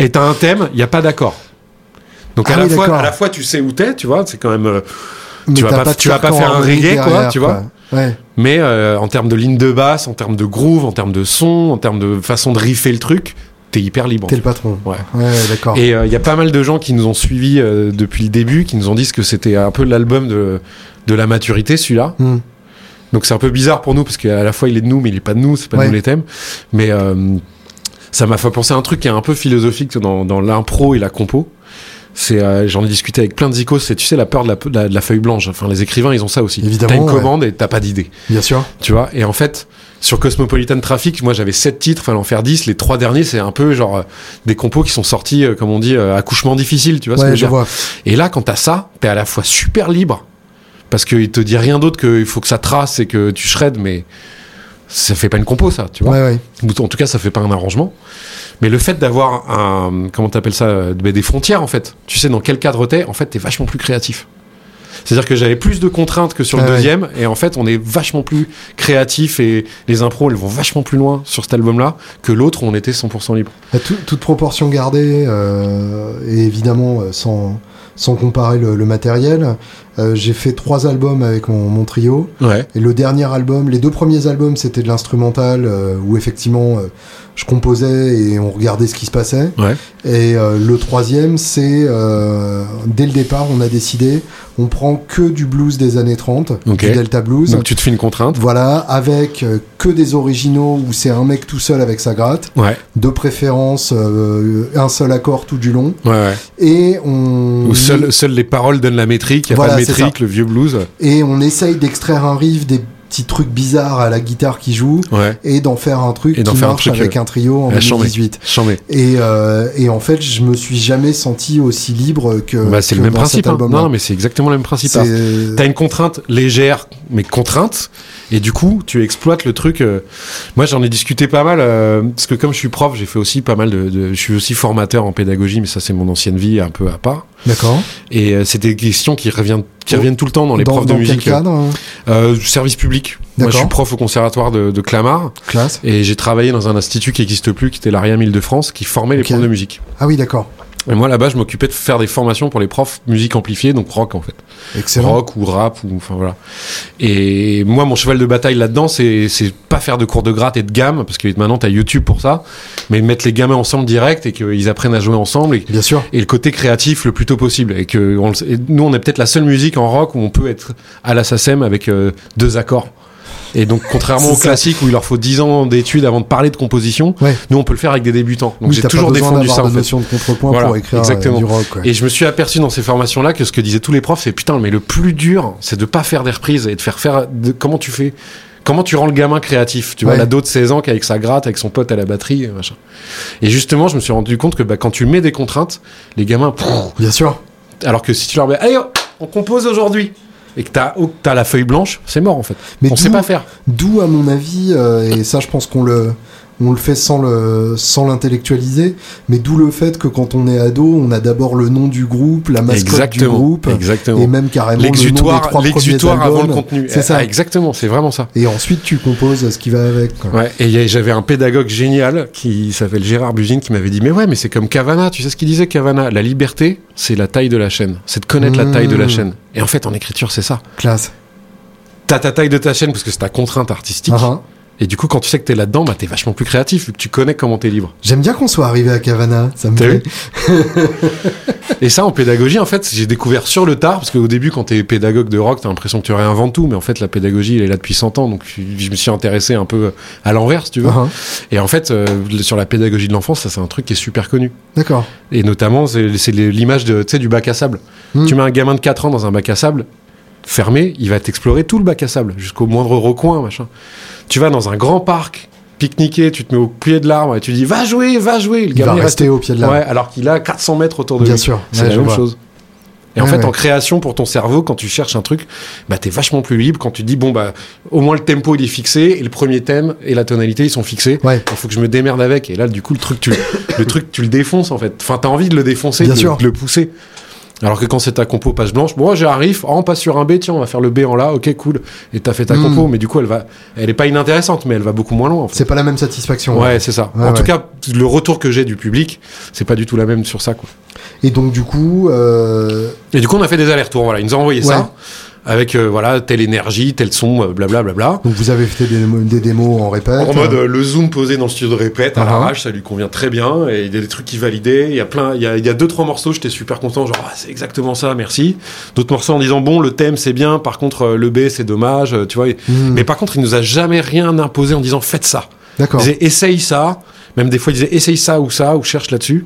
et t'as un thème, il n'y a pas d'accord. Donc à,
Ah
la
oui,
fois,
d'accord.
à la fois, tu sais où t'es, tu vois, c'est quand même. euh,
Mais
tu vas
t'as
pas-
de
tu vas pas
carcan
faire un
harmonique
reggae, quoi,
derrière,
tu vois.
Ouais.
mais euh, en termes de ligne de basse, en termes de groove, en termes de son, en termes de façon de riffer le truc, t'es hyper libre.
T'es le patron.
Ouais.
Ouais, d'accord.
Et euh, il y a pas mal de gens qui nous ont suivis euh, depuis le début, qui nous ont dit que c'était un peu l'album de, de la maturité, celui-là.
Hmm.
Donc c'est un peu bizarre pour nous parce qu'à la fois il est de nous mais il est pas de nous, c'est pas
Ouais.
nous les thèmes. Mais euh, ça m'a fait penser à un truc qui est un peu philosophique dans, dans l'impro et la compo. C'est euh, j'en ai discuté avec plein de zikos, c'est tu sais la peur de la, de la- de la feuille blanche. Enfin les écrivains ils ont ça aussi.
Évidemment,
T'as une
ouais.
commande et t'as pas d'idée.
Bien sûr.
Tu vois et en fait sur Cosmopolitan Traffic, moi j'avais sept titres, fallait en faire 10. Les trois derniers c'est un peu genre euh, des compos qui sont sortis euh, comme on dit euh, accouchement difficile. Tu vois ce que
Ouais,
je
je
veux dire
vois.
et là, quand t'as ça, t'es à la fois super libre, parce qu'il te dit rien d'autre qu'il faut que ça trace et que tu shreds, mais ça fait pas une compo, ça, tu vois.
Ouais, ouais.
Ou En tout cas, ça fait pas un arrangement. Mais le fait d'avoir un, comment t'appelles ça, euh, ben, des frontières, en fait. Tu sais dans quel cadre t'es, en fait, t'es vachement plus créatif. C'est-à-dire que j'avais plus de contraintes que sur le
Ah ouais.
deuxième, et en fait, on est vachement plus créatif, et les impros, elles vont vachement plus loin sur cet album-là que l'autre où on était 100% libre.
À tout- toute proportion gardée, euh, et évidemment euh, sans, sans comparer le, le matériel, euh, j'ai fait trois albums avec mon, mon trio.
Ouais.
Et le dernier album, les deux premiers albums, c'était de l'instrumental euh, où effectivement euh, je composais et on regardait ce qui se passait.
Ouais.
Et euh, le troisième, c'est euh, dès le départ, on a décidé, on prend que du blues des années 30,
Ok.
du Delta Blues.
Donc tu te fais une contrainte.
Voilà, avec euh, que des originaux où c'est un mec tout seul avec sa gratte
Ouais.
de préférence euh, un seul accord tout du long
Ouais, ouais.
et on
Où seules seul les paroles donnent la métrique, il n'y a
Voilà,
pas de
c'est
métrique, le vieux blues.
et on essaye d'extraire un riff des petits trucs bizarres à la guitare qui joue
Ouais.
et d'en faire un truc
Et d'en
qui
faire un
marche
truc, euh,
avec un trio en
la chambre.
2018
Chambé.
et, euh, et en fait je me suis jamais senti aussi libre que
Bah, c'est
que
le même
Euh, dans
principe.
cet
hein.
album
Non, mais c'est exactement le même principe. hein. T'as une contrainte légère, mais contrainte, et du coup, tu exploites le truc. euh, Moi, j'en ai discuté pas mal, euh, parce que comme je suis prof, j'ai fait aussi pas mal de, de- Je suis aussi formateur en pédagogie, mais ça, c'est mon ancienne vie un peu à part.
d'accord
Et euh, c'est des questions qui reviennent qui reviennent tout le temps dans les
Oh. dans,
profs
dans
de musique.
Quel cadre hein
Euh, service public. Moi,
D'accord.
je suis prof au conservatoire de, de Clamart
Classe.
et j'ai travaillé dans un institut qui n'existe plus, qui était l'Ariam Île-de-France, qui formait les
Ok.
profs de musique.
Ah oui, d'accord.
Et moi, là-bas, je m'occupais de faire des formations pour les profs musique amplifiée, donc rock en fait.
Excellent.
rock ou rap ou enfin voilà. Et moi mon cheval de bataille là-dedans c'est c'est pas faire de cours de gratte et de gamme parce que maintenant t'as YouTube pour ça, mais mettre les gamins ensemble direct et qu'ils apprennent à jouer ensemble et,
Bien sûr.
et le côté créatif le plus tôt possible et que on le sait- et nous on est peut-être la seule musique en rock où on peut être à la SACEM avec euh, deux accords. Et donc contrairement
C'est
au
ça.
classique où il leur faut 10 ans d'études avant de parler de composition,
Ouais.
nous on peut le faire avec des débutants. Donc
Oui,
j'ai
t'as pas
toujours
besoin
défendu
d'avoir
ça en
de
fait.
notion de contrepoint
Voilà,
pour écrire euh,
exactement.
du rock. ouais.
Et je me suis aperçu dans ces formations-là que ce que disaient tous les profs, c'est putain, mais le plus dur, c'est de pas faire des reprises et de faire faire. de- comment tu fais Comment tu rends le gamin créatif Tu vois,
Ouais.
l'ado de 16 ans qui est avec sa gratte, avec son pote à la batterie, machin. Et justement, je me suis rendu compte que bah, quand tu mets des contraintes, les gamins. prrr,
Bien sûr.
alors que si tu leur mets. Allez, hop, on compose aujourd'hui Et que t'as oh, t'as la feuille blanche, c'est mort en fait.
Mais
on
d'où-
sait pas faire.
D'où, à mon avis, euh, et ça, je pense qu'on le, on le fait sans le, sans l'intellectualiser, mais d'où le fait que quand on est ado, on a d'abord le nom du groupe, la mascotte du groupe, et
Exactement.
même carrément le nom des trois
L'exutoire
premiers
l'exutoire avant le
albums.
contenu.
C'est ça.
Ah, exactement, c'est vraiment ça.
Et ensuite, tu composes ce qui va avec. quoi.
Ouais, et il y a- j'avais un pédagogue génial qui s'appelle Gérard Buzine qui m'avait dit Mais ouais, mais c'est comme Cavana, tu sais ce qu'il disait Cavana La liberté, c'est la taille de la chaîne. C'est de connaître la taille de la
Mmh.
chaîne. Et en fait, en écriture, c'est ça.
Classe.
T'as ta taille de ta chaîne parce que c'est ta contrainte artistique.
Ah, ah.
Et du coup, quand tu sais que t'es là-dedans, bah t'es vachement plus créatif vu que tu connais comment t'es libre.
J'aime bien qu'on soit arrivé à Cavana, ça me
T'as
plaît.
Et ça, en pédagogie, en fait, j'ai découvert sur le tard, parce qu'au début, quand t'es pédagogue de rock, t'as l'impression que tu réinventes tout, mais en fait, la pédagogie, elle est là depuis 100 ans, donc je me suis intéressé un peu à l'envers, si tu veux.
Ah, ah.
Et en fait, euh, sur la pédagogie de l'enfance, ça, c'est un truc qui est super connu.
D'accord.
Et notamment, c'est c'est les- l'image de, tu sais, du bac à sable.
Hmm.
Tu mets un gamin de 4 ans dans un bac à sable, fermé, il va t'explorer tout le bac à sable, jusqu'au moindre recoin, machin. Tu vas dans un grand parc, pique-niquer, tu te mets au pied de l'arbre et tu dis va jouer, va jouer. Le
Il va
gamin il reste-
rester au pied de l'arbre.
Ouais, alors qu'il a 400 mètres autour de
Bien
lui.
sûr.
C'est
Ouais,
la
je
même
vois.
chose. Et en
Ouais,
fait,
ouais.
en création, pour ton cerveau, quand tu cherches un truc, bah, t'es vachement plus libre quand tu dis, bon, bah, au moins le tempo, il est fixé, et le premier thème et la tonalité, ils sont fixés.
Ouais.
Il faut que je me démerde avec. Et là, du coup, le truc, tu le, truc, tu le défonces, en fait. Enfin, t'as envie de le défoncer,
Bien
de,
sûr.
de le pousser. Alors que quand c'est ta compo page blanche, bon, j'arrive, oh, on passe sur un B, tiens, on va faire le B en là, ok, cool. Et t'as fait ta
Mm.
compo, mais du coup, elle va, elle est pas inintéressante, mais elle va beaucoup moins loin, en fait.
C'est pas la même satisfaction. hein.
Ouais, c'est ça.
Ouais,
en tout
ouais.
cas, le retour que j'ai du public, c'est pas du tout la même sur ça, quoi.
Et donc, du coup, euh,
Et du coup, on a fait des allers-retours. Voilà, ils nous ont envoyé
Ouais.
ça avec euh, voilà telle énergie, tel son, euh, blablabla.
donc vous avez fait des, démos- des démos en répète.
En mode euh, le zoom posé dans le studio de répète à
Ah.
l'arrache, ça lui convient très bien. Et il y a des trucs qui validaient. Il y a plein, il y a, il y a deux trois morceaux, j'étais super content, genre Ah, c'est exactement ça, merci. D'autres morceaux en disant bon le thème c'est bien, par contre euh, le B c'est dommage, euh, tu vois.
Hmm.
Mais par contre, il nous a jamais rien imposé en disant faites ça.
D'accord.
Il disait essaye ça. Même des fois, il disait essaye ça ou ça ou cherche là-dessus.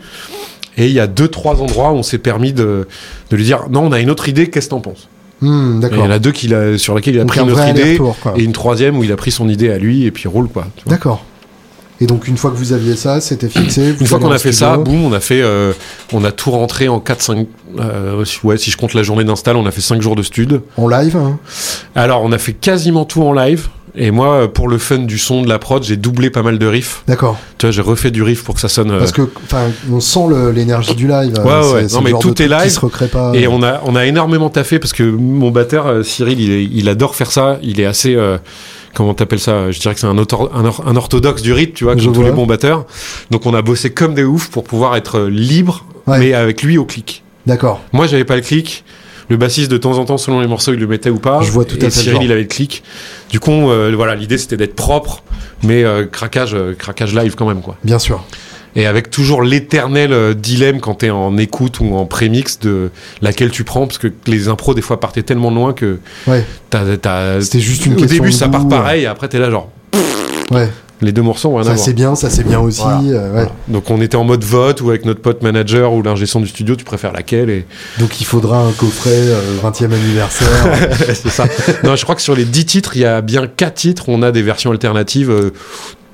Et il y a deux trois endroits où on s'est permis de, de lui dire non, on a une autre idée, qu'est-ce que t'en penses
Hmm,
Et Il y en
D'accord.
a deux qu'il a- sur laquelle il a
Donc,
pris
un
une autre
vrai
idée.
aller-retour, quoi.
Et une troisième où il a pris son idée à lui et puis roule quoi. tu vois.
D'accord. Et donc une fois que vous aviez ça, c'était fixé. vous
Une fois
allez
qu'on
en
a fait
studio.
ça, boum, on a fait, euh, on a tout rentré en 4-5, euh, si- ouais, si je compte la journée d'install, on a fait 5 jours de stud.
en live, hein.
Alors, on a fait quasiment tout en live. Et moi, euh, pour le fun du son, de la prod, j'ai doublé pas mal de riffs.
d'accord.
Tu vois, j'ai refait du riff pour que ça sonne. euh,
Parce que, enfin, on sent le- l'énergie du live. euh,
Ouais,
C'est-
ouais.
c'est
Non,
le
mais
genre
tout
de truc
est live.
Qui se recrée pas.
Et on a, on a énormément taffé parce que mon batteur, euh, Cyril, il, est- il adore faire ça. Il est assez. euh, comment t'appelles ça Je dirais que c'est un, autor- un, or- un orthodoxe du rythme, tu vois,
Je
comme tous
vois.
les bons batteurs. Donc on a bossé comme des oufs pour pouvoir être euh, libre,
Ouais.
mais avec lui au clic.
D'accord.
Moi, j'avais pas le clic. Le bassiste, de temps en temps, selon les morceaux, il le mettait ou pas.
Je vois tout à
Et
fait le
Cyril,
genre.
il avait le clic. Du coup, euh, voilà, l'idée c'était d'être propre, mais euh, craquage, euh, craquage live quand même, quoi.
Bien sûr.
Et avec toujours l'éternel euh, dilemme quand t'es en écoute ou en prémix de laquelle tu prends, parce que les impros des fois partaient tellement loin que
Ouais.
t'as, t'as-
C'était juste une
au
question
début
de
ça part
goût,
pareil, et après t'es là genre
Ouais.
les deux morceaux ont rien à
Ça
voir.
c'est bien, ça c'est bien aussi.
Voilà.
euh, ouais.
Donc on était en mode vote ou avec notre pote manager ou l'ingé son du studio, tu préfères laquelle et
Donc il faudra un coffret euh, 20e anniversaire.
c'est ça. non, je crois que sur les 10 titres, il y a bien 4 titres où on a des versions alternatives. euh,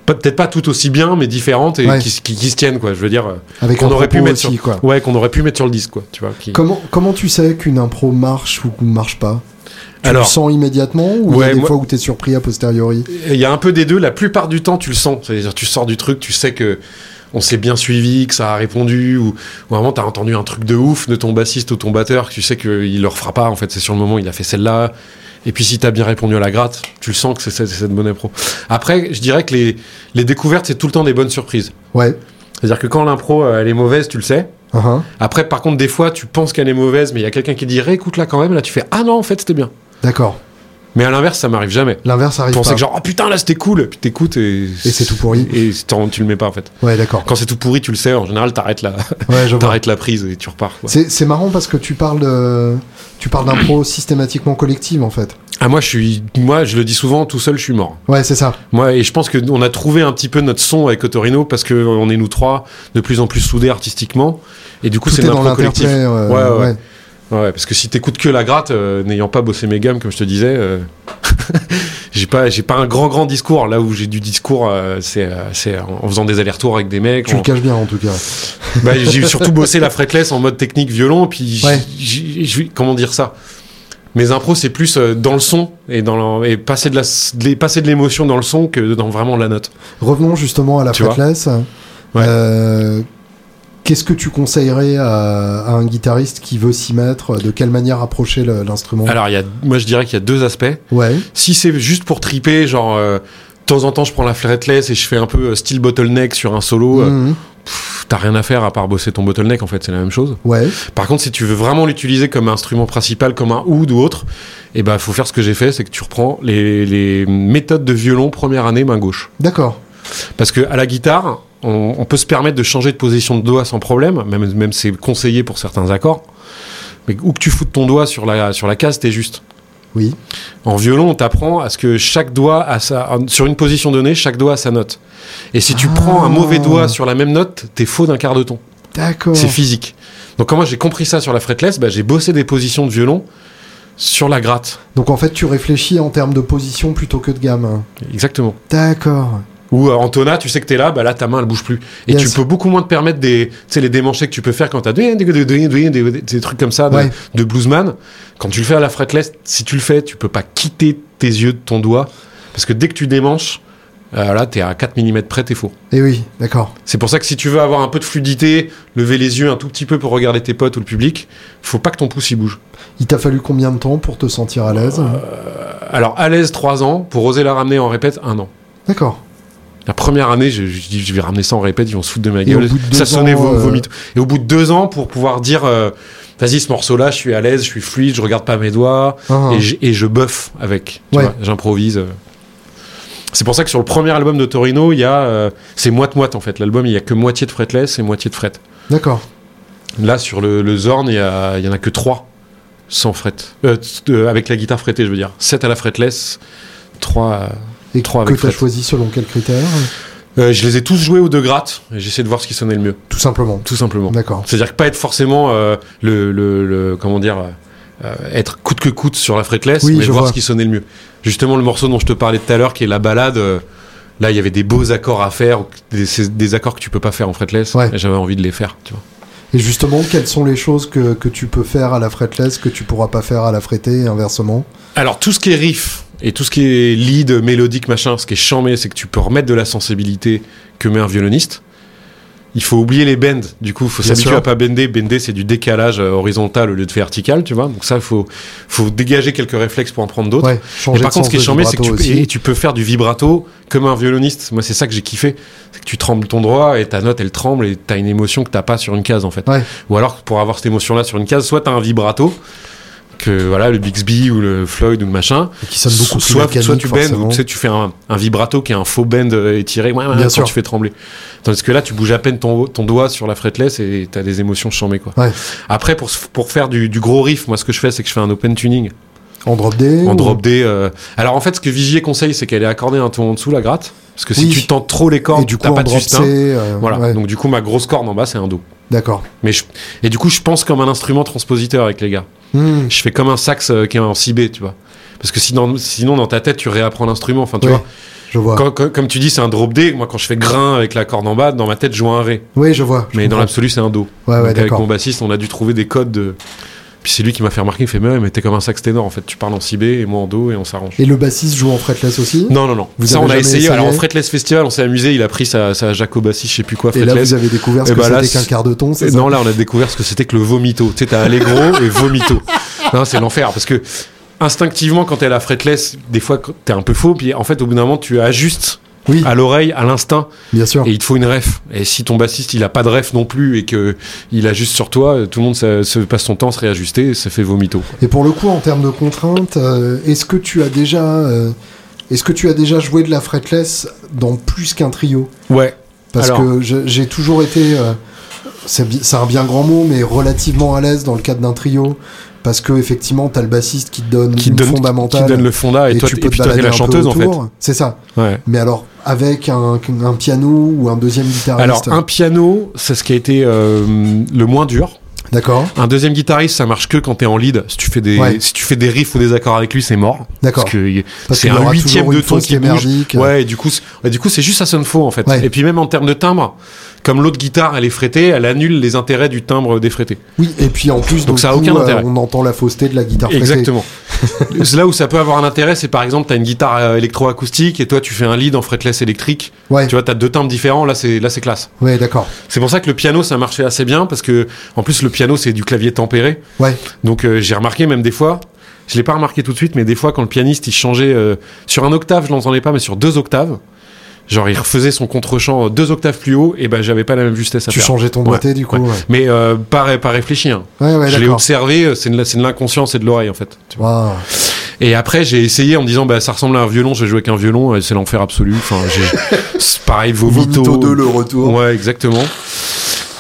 pas- Peut-être pas toutes aussi bien, mais différentes et
Ouais.
qui, s- qui- qui se tiennent, quoi. Je veux dire, euh,
avec
qu'on
un
aurait pu
propos
mettre
aussi, quoi.
ouais, qu'on aurait pu mettre sur le disque, quoi. Tu vois, qui-
Comment comment tu sais qu'une impro marche ou marche pas Tu le
Alors-
sens immédiatement ou il y a
Ouais,
des
moi-
fois où t'es surpris a posteriori
Il y a un peu des deux. La plupart du temps, tu le sens. C'est-à-dire, tu sors du truc, tu sais que on s'est bien suivi, que ça a répondu, ou, ou vraiment t'as entendu un truc de ouf de ton bassiste ou ton batteur, que tu sais qu'il le refera pas, en fait, c'est sur le moment, il a fait celle-là. Et puis si t'as bien répondu à la gratte, tu le sens que c'est cette, c'est cette bonne pro. Après, je dirais que les, les découvertes, c'est tout le temps des bonnes surprises.
Ouais.
C'est-à-dire que quand l'impro, euh, elle est mauvaise, tu le sais.
Uh-huh.
Après, par contre, des fois, tu penses qu'elle est mauvaise, mais il y a quelqu'un qui dit réécoute-la quand même, là tu fais ah non, en fait, c'était bien.
D'accord.
Mais à l'inverse, ça m'arrive jamais.
L'inverse arrive
Je pensais
pas.
que genre, oh putain, là c'était cool, et puis t'écoutes et.
Et c'est tout pourri.
Et t'en- tu le mets pas en fait.
Ouais, d'accord.
Quand c'est tout pourri, tu le sais, en général, t'arrêtes la,
Ouais, je vois.
t'arrêtes la prise et tu repars. quoi.
C'est c'est marrant parce que tu parles de- tu parles d'impro systématiquement collective en fait.
Ah, moi, je suis, moi, je le dis souvent, tout seul, je suis mort.
Ouais, c'est ça.
Moi, et je pense qu'on a trouvé un petit peu notre son avec Otorino parce que on est nous trois de plus en plus soudés artistiquement. Et du coup,
Tout
c'est
est
de
dans
l'impro
l'interplay.
collectif.
euh,
Ouais, ouais. Ouais, parce que si t'écoutes que la gratte, euh, n'ayant pas bossé mes gammes, comme je te disais, euh, j'ai pas, j'ai pas un grand grand discours. Là où j'ai du discours, euh, c'est, euh, c'est en faisant des allers-retours avec des mecs.
Tu
en-
le caches bien en tout cas.
bah, j'ai surtout bossé la fretless en mode technique violon, puis j-
Ouais.
j- j- comment dire ça Mes impros, c'est plus euh, dans le son et dans le- et passer de la, de les- passer de l'émotion dans le son que dans vraiment la note.
Revenons justement à la
Tu vois
fretless.
Ouais.
Euh, Qu'est-ce que tu conseillerais à, à un guitariste qui veut s'y mettre De quelle manière approcher le- l'instrument
Alors, il y a, moi, je dirais qu'il y a deux aspects.
Ouais,
Si c'est juste pour triper, genre euh, de temps en temps, je prends la fretless et je fais un peu euh, style bottleneck sur un solo. euh,
Mhm.
Pff, T'as rien à faire à part bosser ton bottleneck en fait, c'est la même chose.
ouais,
Par contre, si tu veux vraiment l'utiliser comme instrument principal, comme un oud ou autre, eh ben faut faire ce que j'ai fait, c'est que tu reprends les, les méthodes de violon première année main gauche.
d'accord.
Parce que à la guitare, on, on peut se permettre de changer de position de doigt sans problème, même, même c'est conseillé pour certains accords. Mais où que tu foutes ton doigt sur la, sur la case, t'es juste.
Oui,
En violon, on t'apprend à ce que chaque doigt a sa, sur une position donnée, chaque doigt a sa note. Et si tu
Ah.
prends un mauvais doigt sur la même note, t'es faux d'un quart de ton.
d'accord.
C'est physique. Donc quand moi j'ai compris ça sur la fretless, bah, j'ai bossé des positions de violon sur la gratte.
Donc en fait, tu réfléchis en termes de position plutôt que de gamme. hein.
Exactement.
D'accord.
Ou euh, en tona, tu sais que t'es là, bah là ta main elle bouge plus. Et
Yes.
tu peux beaucoup moins te permettre des, tu sais les démanchés que tu peux faire quand t'as des, des, des- des- des- des trucs comme ça de,
Ouais.
de bluesman. Quand tu le fais à la fretless, si tu le fais, tu peux pas quitter tes yeux de ton doigt parce que dès que tu démanches, euh, là t'es à 4 mm près, t'es faux.
Et Eh oui, d'accord.
C'est pour ça que si tu veux avoir un peu de fluidité, lever les yeux un tout petit peu pour regarder tes potes ou le public, faut pas que ton pouce y bouge.
Il t'a fallu combien de temps pour te sentir à l'aise hein
Euh, Alors, à l'aise, 3 ans. Pour oser la ramener en répète, un an.
D'accord.
La première année, je, je dis, je vais ramener ça en répète, ils vont se foutre de ma
au
gueule.
bout de deux
ça sonnait
ans,
vos,
euh,
vos mythos. Et au bout de deux ans, pour pouvoir dire, euh, vas-y, ce morceau-là, je suis à l'aise, je suis fluide, je regarde pas mes doigts,
Ah,
et, je, et je buffe avec. Tu
Ouais.
vois, j'improvise. euh. C'est pour ça que sur le premier album de Torino, il y a, euh, c'est moite-moite en fait. L'album, il y a que moitié de fretless et moitié de fret.
D'accord.
Là, sur le, le Zorn, il y, a- il y en a que 3 sans fret. Euh, t- euh, avec la guitare frettée, je veux dire. 7 à la fretless, 3
Et
Trois
que
avec
t'as
Fred.
choisi selon quels critères euh,
Euh, je les ai tous joués aux deux grattes, et j'essaie de voir ce qui sonnait le mieux,
Tout simplement.
tout simplement.
D'accord.
C'est-à-dire que pas être forcément euh, le, le- le- Comment dire euh, euh, être coûte que coûte sur la fretless,
Oui,
mais
je
voir
vois.
ce qui sonnait le mieux. Justement, le morceau dont je te parlais tout à l'heure, qui est la balade, euh, là, il y avait des beaux accords à faire, ou des, c'est des accords que tu peux pas faire en fretless,
Ouais.
et j'avais envie de les faire, tu vois.
Et justement, quelles sont les choses que, que tu peux faire à la fretless que tu pourras pas faire à la frettée et inversement
Alors tout ce qui est riff et tout ce qui est lead, mélodique, machin, ce qui est chambé, c'est que tu peux remettre de la sensibilité que met un violoniste. Il faut oublier les bends, du coup, il faut
Bien
s'habituer
sûr.
à pas bender. Bender, c'est du décalage euh, horizontal au lieu de vertical, tu vois. Donc ça, il faut, faut dégager quelques réflexes pour en prendre d'autres.
Ouais,
Mais
changer
par
de
contre,
sens
ce qui est
de
chambé, c'est que tu,
vibrato
peux-
aussi.
et tu peux faire du vibrato comme un violoniste. Moi, c'est ça que j'ai kiffé. C'est que tu trembles ton doigt et ta note, elle tremble et t'as une émotion que t'as pas sur une case, en fait.
Ouais.
Ou alors, pour avoir cette émotion-là sur une case, soit t'as un vibrato, que voilà, le Bixby ou le Floyd ou le machin.
Et qui sonne beaucoup plus
soit,
mécanique,
soit tu bends,
forcément.
ou tu sais, tu fais un, un vibrato qui est un faux bend euh, étiré, ouais, ouais, ouais,
Bien
quand
sûr.
tu fais trembler. Tandis que là, tu bouges à peine ton, ton doigt sur la fretless et t'as des émotions chambées, quoi.
Ouais.
Après, pour, se- pour faire du, du gros riff, moi, ce que je fais, c'est que je fais un open tuning
En drop D
en
ou-
drop D. euh, Alors en fait, ce que Vigier conseille, c'est qu'elle est accordée un ton en dessous la gratte, parce que si
Oui.
tu tentes trop les
Et
cordes,
du
tu
coup,
t'as
en
pas de
drop C.
sustain.
euh,
Voilà.
ouais,
Donc du coup, ma grosse corde en bas, c'est un do.
D'accord.
Mais je... et du coup, je pense comme un instrument transpositeur avec les gars.
Hmm,
Je fais comme un sax euh, qui est en 6B, tu vois. Parce que sinon, sinon dans ta tête, tu réapprends l'instrument. Enfin, tu
ouais,
vois.
Je vois.
Quand- quand- comme tu dis, c'est un drop D. Moi, quand je fais grain avec la corde en bas, dans ma tête, je joue un ré.
Oui, je vois. je
Mais dans
comprends. Ah
l'absolu, c'est un do.
Ouais, ouais,
Donc, avec
d'accord.
mon bassiste, on a dû trouver des codes de. Puis c'est lui qui m'a fait remarquer, il fait, mais ouais, mais t'es comme un sax ténor, en fait, tu parles en cibé et moi en do et on s'arrange.
Et le bassiste joue en fretless aussi
Non, non, non.
Vous
ça,
avez
on a
jamais
essayé.
essayé
Alors, en fretless festival, on s'est amusé. Il a pris sa, sa Jacobassi, je sais plus quoi,
Et là, vous
fretless.
avez découvert ce
Eh
que
ben là,
c'était qu'un
c'est-
quart de ton, c'est
Et
ça
non, là, on a découvert ce que c'était que le vomito. Tu sais, t'as Allegro et vomito. Non, c'est l'enfer parce que instinctivement, quand t'es à la fretless, des fois, quand t'es un peu faux. Puis en fait, au bout d'un moment, tu ajustes
Oui,
à l'oreille, à l'instinct.
bien sûr.
Ah. Et il te faut une ref. Et si ton bassiste, il a pas de ref non plus et que il ajuste sur toi, euh, tout le monde ça- se passe son temps à se réajuster et ça fait vomito.
Et pour le coup, en termes de contraintes, euh, est-ce que tu as déjà, euh, est-ce que tu as déjà joué de la fretless dans plus qu'un trio
Ouais.
Parce
Alors.
que je- j'ai toujours été, euh, c'est bi- c'est un bien grand mot, mais relativement à l'aise dans le cadre d'un trio, parce que effectivement, t'as le bassiste qui te donne
Qui
une
donne,
fondamentale
qui donne le fonda et, toi,
tu
t-
peux
et puis
te
toi, t'es
balader
la
un peu
chanteuse en fait.
autour. C'est ça.
Ouais.
Mais alors, avec un, un piano ou un deuxième guitariste.
Alors, un piano, c'est ce qui a été euh, le moins dur.
D'accord,
Un deuxième guitariste, ça marche que quand t'es en lead. Si tu fais des,
Ouais.
si tu fais des riffs ou des accords avec lui, c'est mort.
D'accord.
Parce que
Parce
c'est
qu'il y
un
aura
huitième
toujours
de
une
ton
fausse qui
qui
est
bouge.
merdique.
Ouais, et du coup, c'est- et du coup, c'est juste ça sonne faux en fait.
Ouais.
Et puis même en termes de timbre, comme l'autre guitare, elle est frétée, elle annule les intérêts du timbre défrété.
oui, et puis en plus,
Donc
du
ça a
coup,
aucun
euh,
intérêt.
on entend la fausseté de la guitare frétée.
Exactement. Là où ça peut avoir un intérêt, c'est par exemple, t'as une guitare euh, électroacoustique et toi, tu fais un lead en fretless électrique.
Ouais,
Tu vois, t'as deux timbres différents. Là, c'est là, c'est classe.
ouais, d'accord.
C'est pour ça que le piano, ça marchait assez bien parce que, en plus, le piano, c'est du clavier tempéré.
Ouais,
Donc euh, j'ai remarqué même des fois, je l'ai pas remarqué tout de suite, mais des fois quand le pianiste il changeait euh, sur un octave, je l'entendais pas, mais sur deux octaves, genre il refaisait son contre-champ euh, deux octaves plus haut, et ben j'avais pas la même justesse à
tu
faire.
changeais ton
Ouais,
boîté du coup.
ouais.
Ouais,
Mais euh, pas, ré- pas réfléchi. hein.
ouais, ouais,
je l'ai
d'accord.
observé, euh, c'est de la- c'est de l'inconscience et de l'oreille en fait. tu vois.
Waouh.
Et après j'ai essayé en me disant bah ça ressemble à un violon, je vais jouer avec un violon, euh, c'est l'enfer absolu. Enfin, j'ai- c'est pareil, vomito.
Vomito 2, le retour.
Ouais, exactement.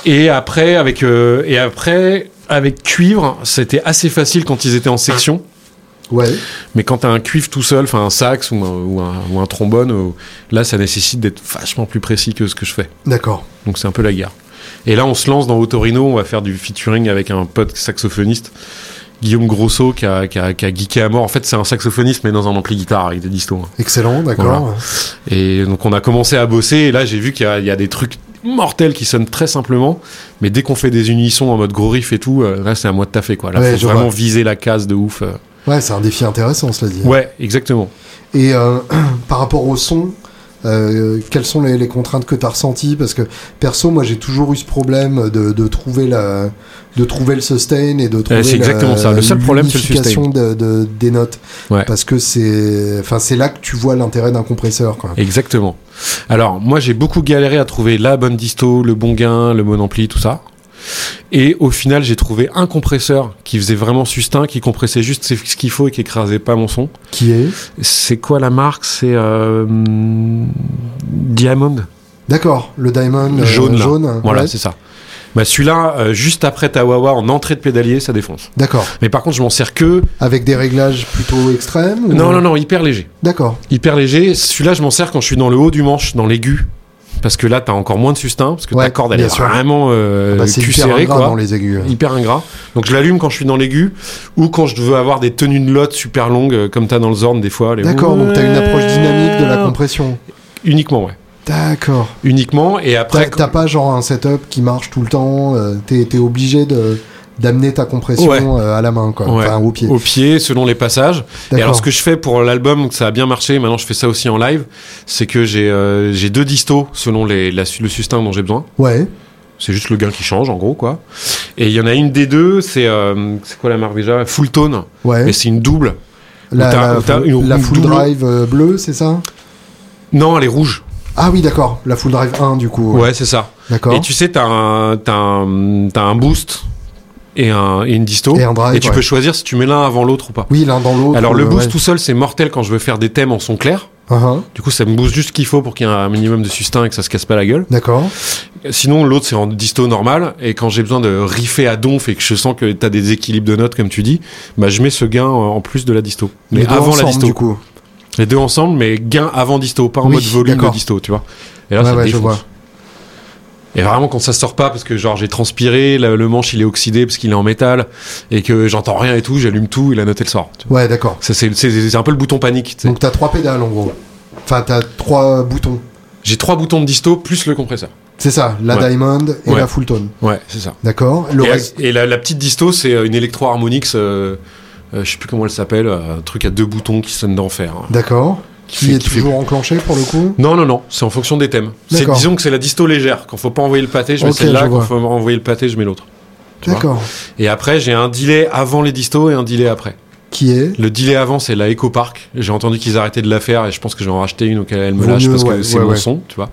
Et après, avec, euh, et après, avec cuivre, c'était assez facile quand ils étaient en section.
Ouais,
Mais quand t'as un cuivre tout seul, enfin un sax ou un, ou un- ou un trombone, euh, là ça nécessite d'être vachement plus précis que ce que je fais.
d'accord.
Donc c'est un peu la guerre. Et là on se lance dans Autorino, on va faire du featuring avec un pote saxophoniste, Guillaume Grosso, qui a, qui a, qui a geeké à mort. En fait c'est un saxophoniste mais dans un ampli guitare avec des distos. hein.
Excellent, d'accord.
Et donc on a commencé à bosser et là j'ai vu qu'il y, a- il y a des trucs mortels qui sonnent très simplement. Mais dès qu'on fait des unissons en mode gros riff et tout, euh, là c'est à moi de taffer quoi. Là
Ouais, je
faut vraiment
vois.
viser la case de ouf. euh.
Ouais, c'est un défi intéressant, cela dit.
Ouais, exactement.
Et euh, par rapport au son, euh, quelles sont les, les contraintes que tu as ressenties Parce que perso, moi j'ai toujours eu ce problème de, de trouver la, de trouver le sustain et de trouver
Eh, c'est
la-
exactement ça. Le seul problème, c'est le
l'unification de, de- des notes.
Ouais.
Parce que c'est, enfin c'est là que tu vois l'intérêt d'un compresseur. Quoi.
Exactement. Alors, moi, j'ai beaucoup galéré à trouver la bonne disto, le bon gain, le bon ampli, tout ça. Et au final, j'ai trouvé un compresseur qui faisait vraiment sustain, qui compressait juste ce qu'il faut et qui écrasait pas mon son.
Qui est
C'est quoi la marque C'est euh, Diamond.
D'accord, le diamond euh,
Jaune, là.
jaune.
Voilà,
ouais.
c'est ça. Bah celui-là, euh, juste après ta Wawa, en entrée de pédalier, ça défonce.
D'accord.
Mais par contre, je m'en sers que.
Avec des réglages plutôt extrêmes ou-
Non, non, non, hyper léger.
D'accord.
Hyper léger. Celui-là, je m'en sers quand je suis dans le haut du manche, dans l'aigu. Parce que là, t'as encore moins de sustain, parce que
Ouais,
ta corde, elle
bien
est
sûr.
vraiment euh,
Bah, c'est
cul
hyper
serré,
ingrat
quoi.
dans les aigus. ouais.
Hyper ingrat. Donc je l'allume quand je suis dans l'aigu, ou quand je veux avoir des tenues de lotte super longues, euh, comme t'as dans le Zorn des fois. les-
D'accord, donc tu as une approche dynamique de la compression.
Uniquement, ouais.
D'accord.
Uniquement, et
T'as
après.
t'as pas genre un setup qui marche tout le temps, euh, t'es t'es obligé de d'amener ta compression
Ouais.
euh, à la main, quoi.
Ouais.
Enfin, au pied.
Au pied, selon les passages. Et
D'accord.
alors, ce que je fais pour l'album, ça a bien marché, maintenant je fais ça aussi en live, c'est que j'ai euh, j'ai deux distos selon les, la, le sustain dont j'ai besoin.
Ouais.
C'est juste le gain qui change, en gros, quoi. Et il y en a une des deux, c'est euh, c'est quoi la marque déjà Full Tone,
Ouais.
mais c'est une double.
La,
t'as-
la-
t'as une-
la
une
full
double-
drive euh, bleue, c'est ça
Non, elle est rouge.
Ah oui, d'accord. La full drive 1, du coup.
Ouais, c'est ça.
D'accord.
Et tu sais, t'as un, t'as un, t'as un boost et, un, et une disto.
Et un drive,
tu
ouais.
peux choisir si tu mets l'un avant l'autre ou pas.
Oui, l'un dans l'autre.
Alors, le
euh,
boost
ouais.
tout seul, c'est mortel quand je veux faire des thèmes en son clair.
Uh-huh.
Du coup, ça me booste juste ce qu'il faut pour qu'il y ait un minimum de sustain et que ça se casse pas la gueule.
D'accord.
Sinon, l'autre, c'est en disto normal. Et quand j'ai besoin de riffer à donf et que je sens que t'as des équilibres de notes, comme tu dis, bah, je mets ce gain euh, en plus de la disto. Mais
Les deux
avant
ensemble,
la disto.
du coup.
Les deux ensemble, mais gain avant disto, pas en
Oui,
mode volume de
d'accord.
disto, tu vois. Et là,
Ouais,
ça
ouais, je
défonce.
vois.
Et vraiment, quand ça sort pas, parce que genre j'ai transpiré, la- le manche il est oxydé parce qu'il est en métal, et que j'entends rien et tout, j'allume tout et la note elle sort. tu vois.
Ouais, d'accord. Mm.
Ça, c'est, c'est, c'est un peu le bouton panique. tu sais.
Donc t'as trois pédales en gros. Enfin, t'as trois boutons.
J'ai trois boutons de disto plus le compresseur.
C'est ça, la
Ouais.
Diamond et
Ouais.
la Full Tone.
Ouais, c'est ça.
D'accord Le
et la-
reste.
et la, la petite disto, c'est euh, une Electro Harmonix, euh, euh, je sais plus comment elle s'appelle, euh, un truc à deux boutons qui sonne d'enfer. hein.
D'accord. Qui
fait-
est
qui fait-
toujours enclenché pour le coup
Non, non, non, c'est en fonction des thèmes. C'est,
D'accord.
disons que c'est la disto légère. Quand faut pas envoyer le pâté, je mets
Ok, je
celle-là. Quand
vois.
faut envoyer le pâté, je mets l'autre. Tu vois
D'accord.
Et après, j'ai un delay avant les distos et un delay après.
Qui est
Le delay avant, c'est la Echo Park. J'ai entendu qu'ils arrêtaient de la faire et je pense que je vais en racheter une auquel elle me
Vaut
lâche
mieux,
parce que
ouais,
c'est
ouais,
mon
ouais.
son, tu vois.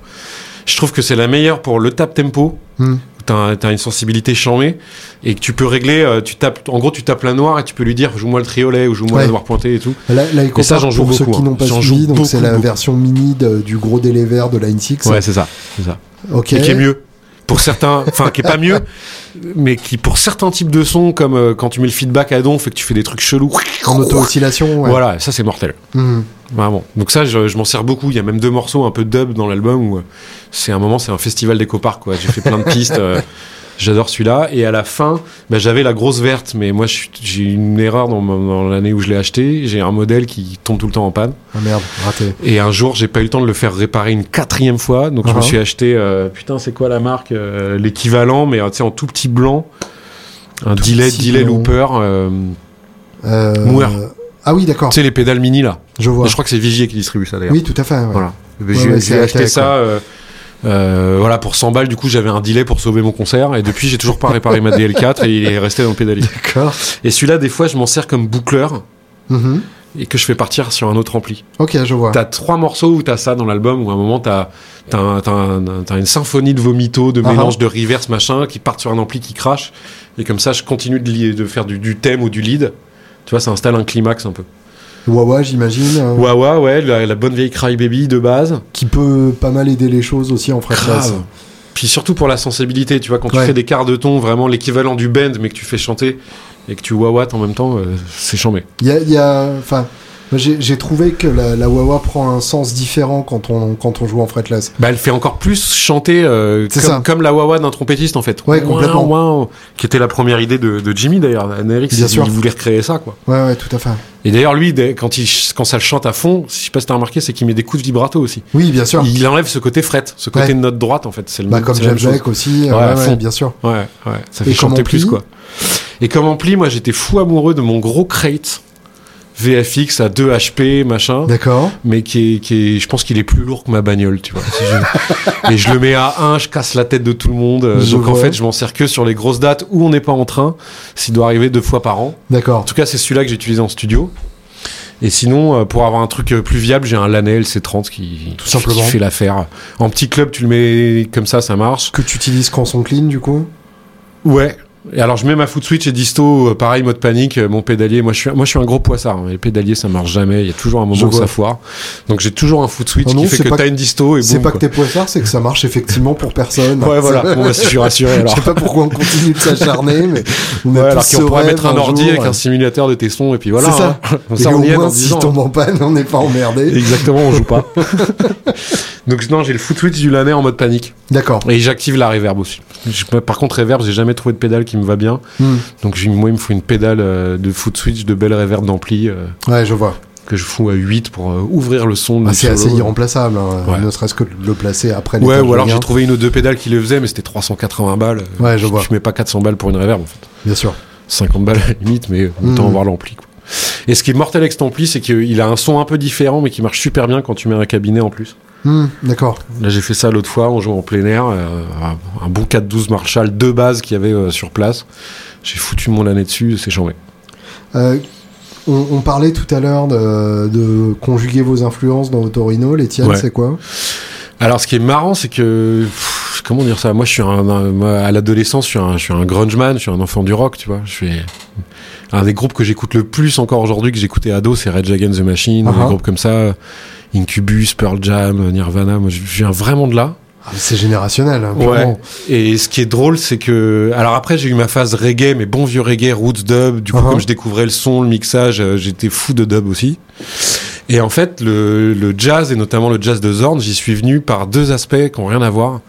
Je trouve que c'est la meilleure pour le tap tempo.
Hmm.
où T'as, t'as une sensibilité chamée et que tu peux régler. euh, Tu tapes, en gros, tu tapes la noire et tu peux lui dire joue-moi le triolet ou joue-moi
Ouais.
la noire pointée et tout.
la, la Echo
Et ça,
Park,
j'en joue
pour ceux
beaucoup,
qui
hein.
n'ont pas
J'en
suivi,
joue
donc c'est
beaucoup,
la
beaucoup.
version mini de- du gros délai vert de Line 6.
Ouais, c'est ça, c'est ça.
ok.
et qui est mieux pour certains enfin qui est pas mieux mais qui pour certains types de sons comme euh, quand tu mets le feedback à donf et que tu fais des trucs chelous
En auto-oscillation, ouais.
voilà ça c'est mortel
Hmm.
vraiment Ah donc ça je, je m'en sers beaucoup il y a même deux morceaux un peu dub dans l'album où euh, c'est un moment c'est un festival d'éco-parc quoi j'ai fait plein de pistes euh, J'adore celui-là. Et à la fin, bah, j'avais la grosse verte, mais moi, je suis- j'ai eu une erreur dans, mon- dans l'année où je l'ai acheté. J'ai un modèle qui tombe tout le temps en panne.
Ah merde, raté.
Et un jour, j'ai pas eu le temps de le faire réparer une quatrième fois, donc je me
Uh-huh.
suis acheté, euh, putain, c'est quoi la marque euh, L'équivalent, mais euh, tu sais, en tout petit blanc, un
Tout
delay,
petit
delay
blanc.
looper, euh,
Euh,
Moore.
Ah oui, d'accord.
tu sais, les pédales mini là.
Je vois.
Je crois que c'est Vigier qui distribue ça d'ailleurs.
Oui, tout à fait. ouais.
Voilà.
Ouais,
j'ai
ouais,
j'ai
c'est
acheté
high-tech,
ça. euh, euh, voilà pour 100 balles du coup j'avais un delay pour sauver mon concert et depuis j'ai toujours pas réparé ma DL4 et il est resté dans le pédalier
D'accord.
et celui-là des fois je m'en sers comme boucleur
Mhm.
et que je fais partir sur un autre ampli
Ok, je vois.
T'as trois morceaux où t'as ça dans l'album, où à un moment t'as t'as un- t'as un- t'as une symphonie de vomito, de
Ah ah.
mélange de reverse machin, qui partent sur un ampli qui crache, et comme ça je continue de, li- de faire du, du thème ou du lead. Tu vois, ça installe un climax un peu.
Wawa, j'imagine, euh,
Wawa, ouais, la, la bonne vieille Crybaby de base.
qui peut pas mal aider les choses aussi en fretless.
Grave. Puis surtout pour la sensibilité, tu vois, quand tu
Ouais.
fais des quarts de ton, vraiment l'équivalent du bend, mais que tu fais chanter et que tu wawa en même temps, euh, c'est chambé.
Il y a, il y a- enfin, moi, j'ai j'ai trouvé que la, la Wawa prend un sens différent quand on quand on joue en fretless.
Bah, elle fait encore plus chanter euh,
C'est ça.
comme, comme la wawa d'un trompettiste en fait.
Ouais,
Ouin,
complètement.
ouin, qui était la première idée de, de Jimmy d'ailleurs. Nerix,
Bien
il,
sûr.
il voulait recréer ça quoi.
Ouais, ouais, tout à fait.
Et d'ailleurs lui, dès- quand, il, ch- quand ça le chante à fond, si je sais pas si t'as remarqué, c'est qu'il met des coups de vibrato aussi.
Oui, bien sûr.
Il enlève ce côté fret, ce côté
Ouais.
de note droite en fait. C'est le
Bah
même-
comme
c'est la
James
même chose.
Blake aussi. euh,
Ouais, à
ouais, ouais,
fond.
bien sûr.
Ouais, ouais, ça
Et
fait
comme
chanter
ampli
plus quoi. Et comme ampli, moi j'étais fou amoureux de mon gros crate VFX à 2 HP machin
D'accord.
mais qui est, qui est- je pense qu'il est plus lourd que ma bagnole, tu vois. Si je- et je le mets à 1, je casse la tête de tout le monde. Euh,
Je
Donc en
vois.
fait, je m'en sers que sur les grosses dates où on n'est pas en train, s'il doit arriver deux fois par an. En
D'accord.
tout cas, c'est celui-là que j'ai utilisé en studio. Et sinon, euh, pour avoir un truc euh, plus viable, j'ai un Lanel C30 qui,
Tout simplement.
qui fait l'affaire. En petit club, tu le mets comme ça, ça marche.
Que tu utilises quand son clean du coup.
Ouais. Et alors, je mets ma foot switch et disto, euh, pareil, mode panique, euh, mon pédalier. Moi, je suis, moi, je suis un gros poissard. hein. Les pédaliers, ça marche jamais. Il y a toujours un
Je
moment où
vois.
ça foire. Donc, j'ai toujours un foot switch
Ah non,
qui fait
c'est
que
pas
t'as une disto et
C'est
boum,
pas que
quoi.
t'es poissard, c'est que ça marche effectivement pour personne.
Ouais, voilà. Bon, bah, je suis rassuré
Je
alors.
sais pas pourquoi on continue de s'acharner, mais on a
Ouais,
tous
alors
ce
qu'on pourrait
rêve
mettre un, ordi
jour,
avec
ouais.
un simulateur de tes sons et puis voilà.
C'est ça.
hein.
Et
Ça,
au
on y est
moins,
dans
si
10 ans.
tombe en panne, on n'est pas emmerdé.
Exactement, on joue pas. Donc non, j'ai le foot switch du Laner en mode panique.
D'accord.
Et j'active la reverb aussi. Je- par contre, reverb, j'ai jamais trouvé de pédale qui me va bien.
Hmm.
Donc j'ai- moi, il me faut une pédale euh, de foot switch, de belle reverb d'ampli. euh,
Ouais, je vois.
que je fous à 8 pour euh, ouvrir le son.
Ah,
du
c'est
solo.
assez irremplaçable, hein,
Ouais.
ne serait-ce que de le placer après
Ouais,
l'étage
ou alors
de lien.
j'ai trouvé une ou deux pédales qui le faisaient, mais c'était 380 balles. Euh,
Ouais, je
Tu-
vois.
Tu mets pas 400 balles pour une reverb, en fait.
Bien sûr.
50 balles à la limite, mais euh, autant
Mm.
avoir l'ampli. quoi. Et ce qui est mortel avec cet ampli, c'est qu'il a un son un peu différent, mais qui marche super bien quand tu mets un cabinet en plus.
Hmm, D'accord.
Là, j'ai fait ça l'autre fois, on jouait en plein air, euh, un- un bon 4-12 Marshall, deux bases qu'il y avait euh, sur place. J'ai foutu mon année dessus, c'est chambé.
Euh, on, on parlait tout à l'heure de, de conjuguer vos influences dans Autorino. Les tiennes,
Ouais.
c'est quoi
Alors, ce qui est marrant, c'est que. pff, Comment dire ça Moi, je suis un, un- moi, à l'adolescence, je suis un, je suis un grunge man, je suis un enfant du rock, tu vois. Je suis un des groupes que j'écoute le plus encore aujourd'hui, que j'écoutais ado, c'est Red Against the Machine,
Ah
des
ah.
groupes comme ça, Incubus, Pearl Jam, Nirvana. Moi, je viens vraiment de là.
Ah, C'est générationnel. hein,
Ouais.
clairement.
Et ce qui est drôle, c'est que alors après j'ai eu ma phase reggae, mais bon vieux reggae, roots dub. Du coup,
Uh-huh.
comme je découvrais le son, le mixage, euh, j'étais fou de dub aussi. Et en fait, le, le jazz et notamment le jazz de Zorn, j'y suis venu par deux aspects qui ont rien à voir.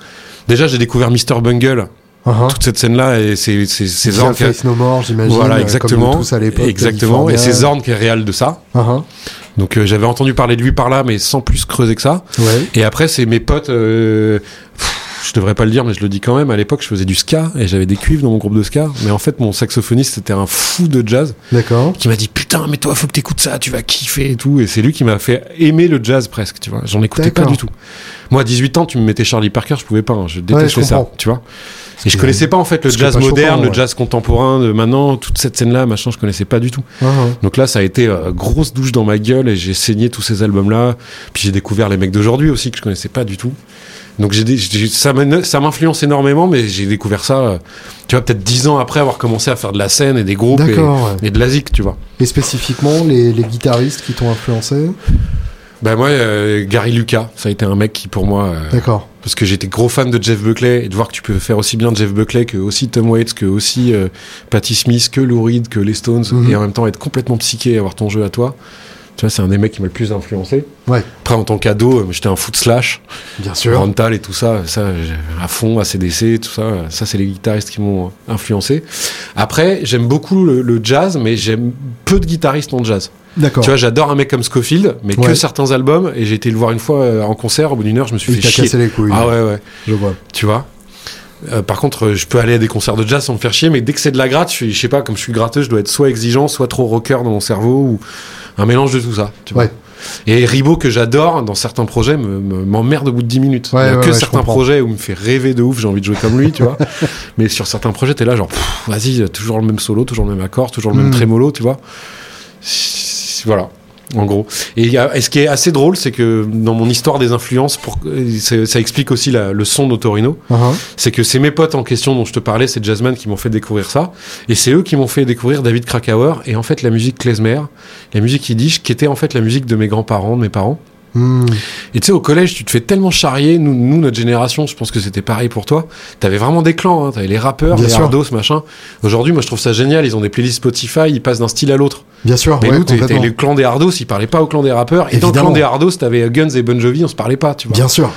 Déjà, j'ai découvert Mr Bungle,
Uh-huh.
toute cette scène-là, et c'est c'est- c'est
Via
Zorn qui a-
Face No More, j'imagine. euh,
voilà
comme
exactement,
nous tous à l'époque.
exactement, et
California.
Ah,
c'est Zorn qui est réal de ça.
Uh-huh.
Donc euh, j'avais entendu parler de lui par là, mais sans plus creuser que ça.
Ouais.
Et après, c'est mes potes. euh, pff, je devrais pas le dire, mais je le dis quand même. À l'époque, je faisais du ska et j'avais des cuivres dans mon groupe de ska. Mais en fait, mon saxophoniste c'était un fou de jazz
D'accord.
qui m'a dit putain, mais toi, faut que t'écoutes ça, tu vas kiffer et tout. Et c'est lui qui m'a fait aimer le jazz presque. Tu vois, j'en écoutais pas
D'accord.
du tout. Moi, à 18 ans, tu me mettais Charlie Parker, je pouvais pas. hein. je détestais
je
ça.
comprends.
Tu vois. Et je
que-
connaissais pas en fait le
parce que
jazz
pas Chopin,
moderne, le
ouais.
jazz contemporain de maintenant, toute cette scène-là, machin, je connaissais pas du tout.
Ah, ah.
Donc là, ça a été euh, grosse douche dans ma gueule et j'ai saigné tous ces albums-là. Puis j'ai découvert les mecs d'aujourd'hui aussi que je connaissais pas du tout. Donc j'ai, des- j'ai- ça, m'in- ça m'influence énormément, mais j'ai découvert ça, euh, tu vois, peut-être dix ans après avoir commencé à faire de la scène et des groupes et,
D'accord. ouais.
et de la zik, tu vois.
Et spécifiquement, les, les guitaristes qui t'ont influencé
Ben moi, euh, Gary Lucas, ça a été un mec qui pour moi, euh,
D'accord.
parce que j'étais gros fan de Jeff Buckley et de voir que tu peux faire aussi bien Jeff Buckley que aussi Tom Waits, que aussi euh, Patti Smith, que Lou Reed, que les Stones,
Mhm.
et en même temps être complètement psyché et avoir ton jeu à toi. Tu vois, c'est un des mecs qui m'a le plus influencé.
Ouais.
Après, en tant qu'ado, euh, j'étais un foot slash,
Bien sûr.
Rental et tout ça, ça j'ai- à fond, ACDC, tout ça. Ça, c'est les guitaristes qui m'ont influencé. Après, j'aime beaucoup le, le jazz, mais j'aime peu de guitaristes en jazz.
D'accord.
Tu vois, j'adore un mec comme Scofield, mais que
Ouais.
certains albums. Et j'ai été le voir une fois euh, en concert, au bout d'une heure, je me suis
Il
fait
t'a
chier.
cassé les couilles.
Ah ouais, ouais,
Je vois.
tu vois. Euh, par contre, euh, je peux aller à des concerts de jazz sans me faire chier, mais dès que c'est de la gratte, je, suis- je sais pas, comme je suis gratteux, je dois être soit exigeant, soit trop rocker dans mon cerveau, ou un mélange de tout ça. Tu vois.
Ouais.
Et Ribot, que j'adore, dans certains projets, me- me- m'emmerde au bout de 10 minutes.
Ouais,
Il y a
ouais,
que
ouais, je
certains
comprends.
projets où il me fait rêver de ouf, j'ai envie de jouer comme lui, tu vois. Mais sur certains projets, t'es là, genre, pff, vas-y, toujours le même solo, toujours le même accord, toujours le même
Mm.
trémolo, tu vois. C'est- Voilà. En gros. Et, il y a- et ce qui est assez drôle, c'est que dans mon histoire des influences, pour, ça ça explique aussi la- le son d'Otorino
Ah, ah.
c'est que c'est mes potes en question dont je te parlais, c'est Jazzman qui m'ont fait découvrir ça, et c'est eux qui m'ont fait découvrir David Krakauer et en fait la musique klezmer, la musique yiddish, qui était en fait la musique de mes grands-parents, de mes parents.
Hmm.
Et tu sais, au collège, tu te fais tellement charrier, nous, nous, notre génération, je pense que c'était pareil pour toi, t'avais vraiment des clans, hein. t'avais les rappeurs,
Bien
les
sûr.
hardos, machin. Aujourd'hui, moi je trouve ça génial, ils ont des playlists Spotify, ils passent d'un style à l'autre.
Bien sûr.
Mais
ouais,
nous, t'étais
complètement.
le clan des hardos, ils parlaient pas au clan des rappeurs, et dans le
Évidemment.
clan des hardos, t'avais Guns et Bon Jovi, on se parlait pas, tu vois.
Bien sûr.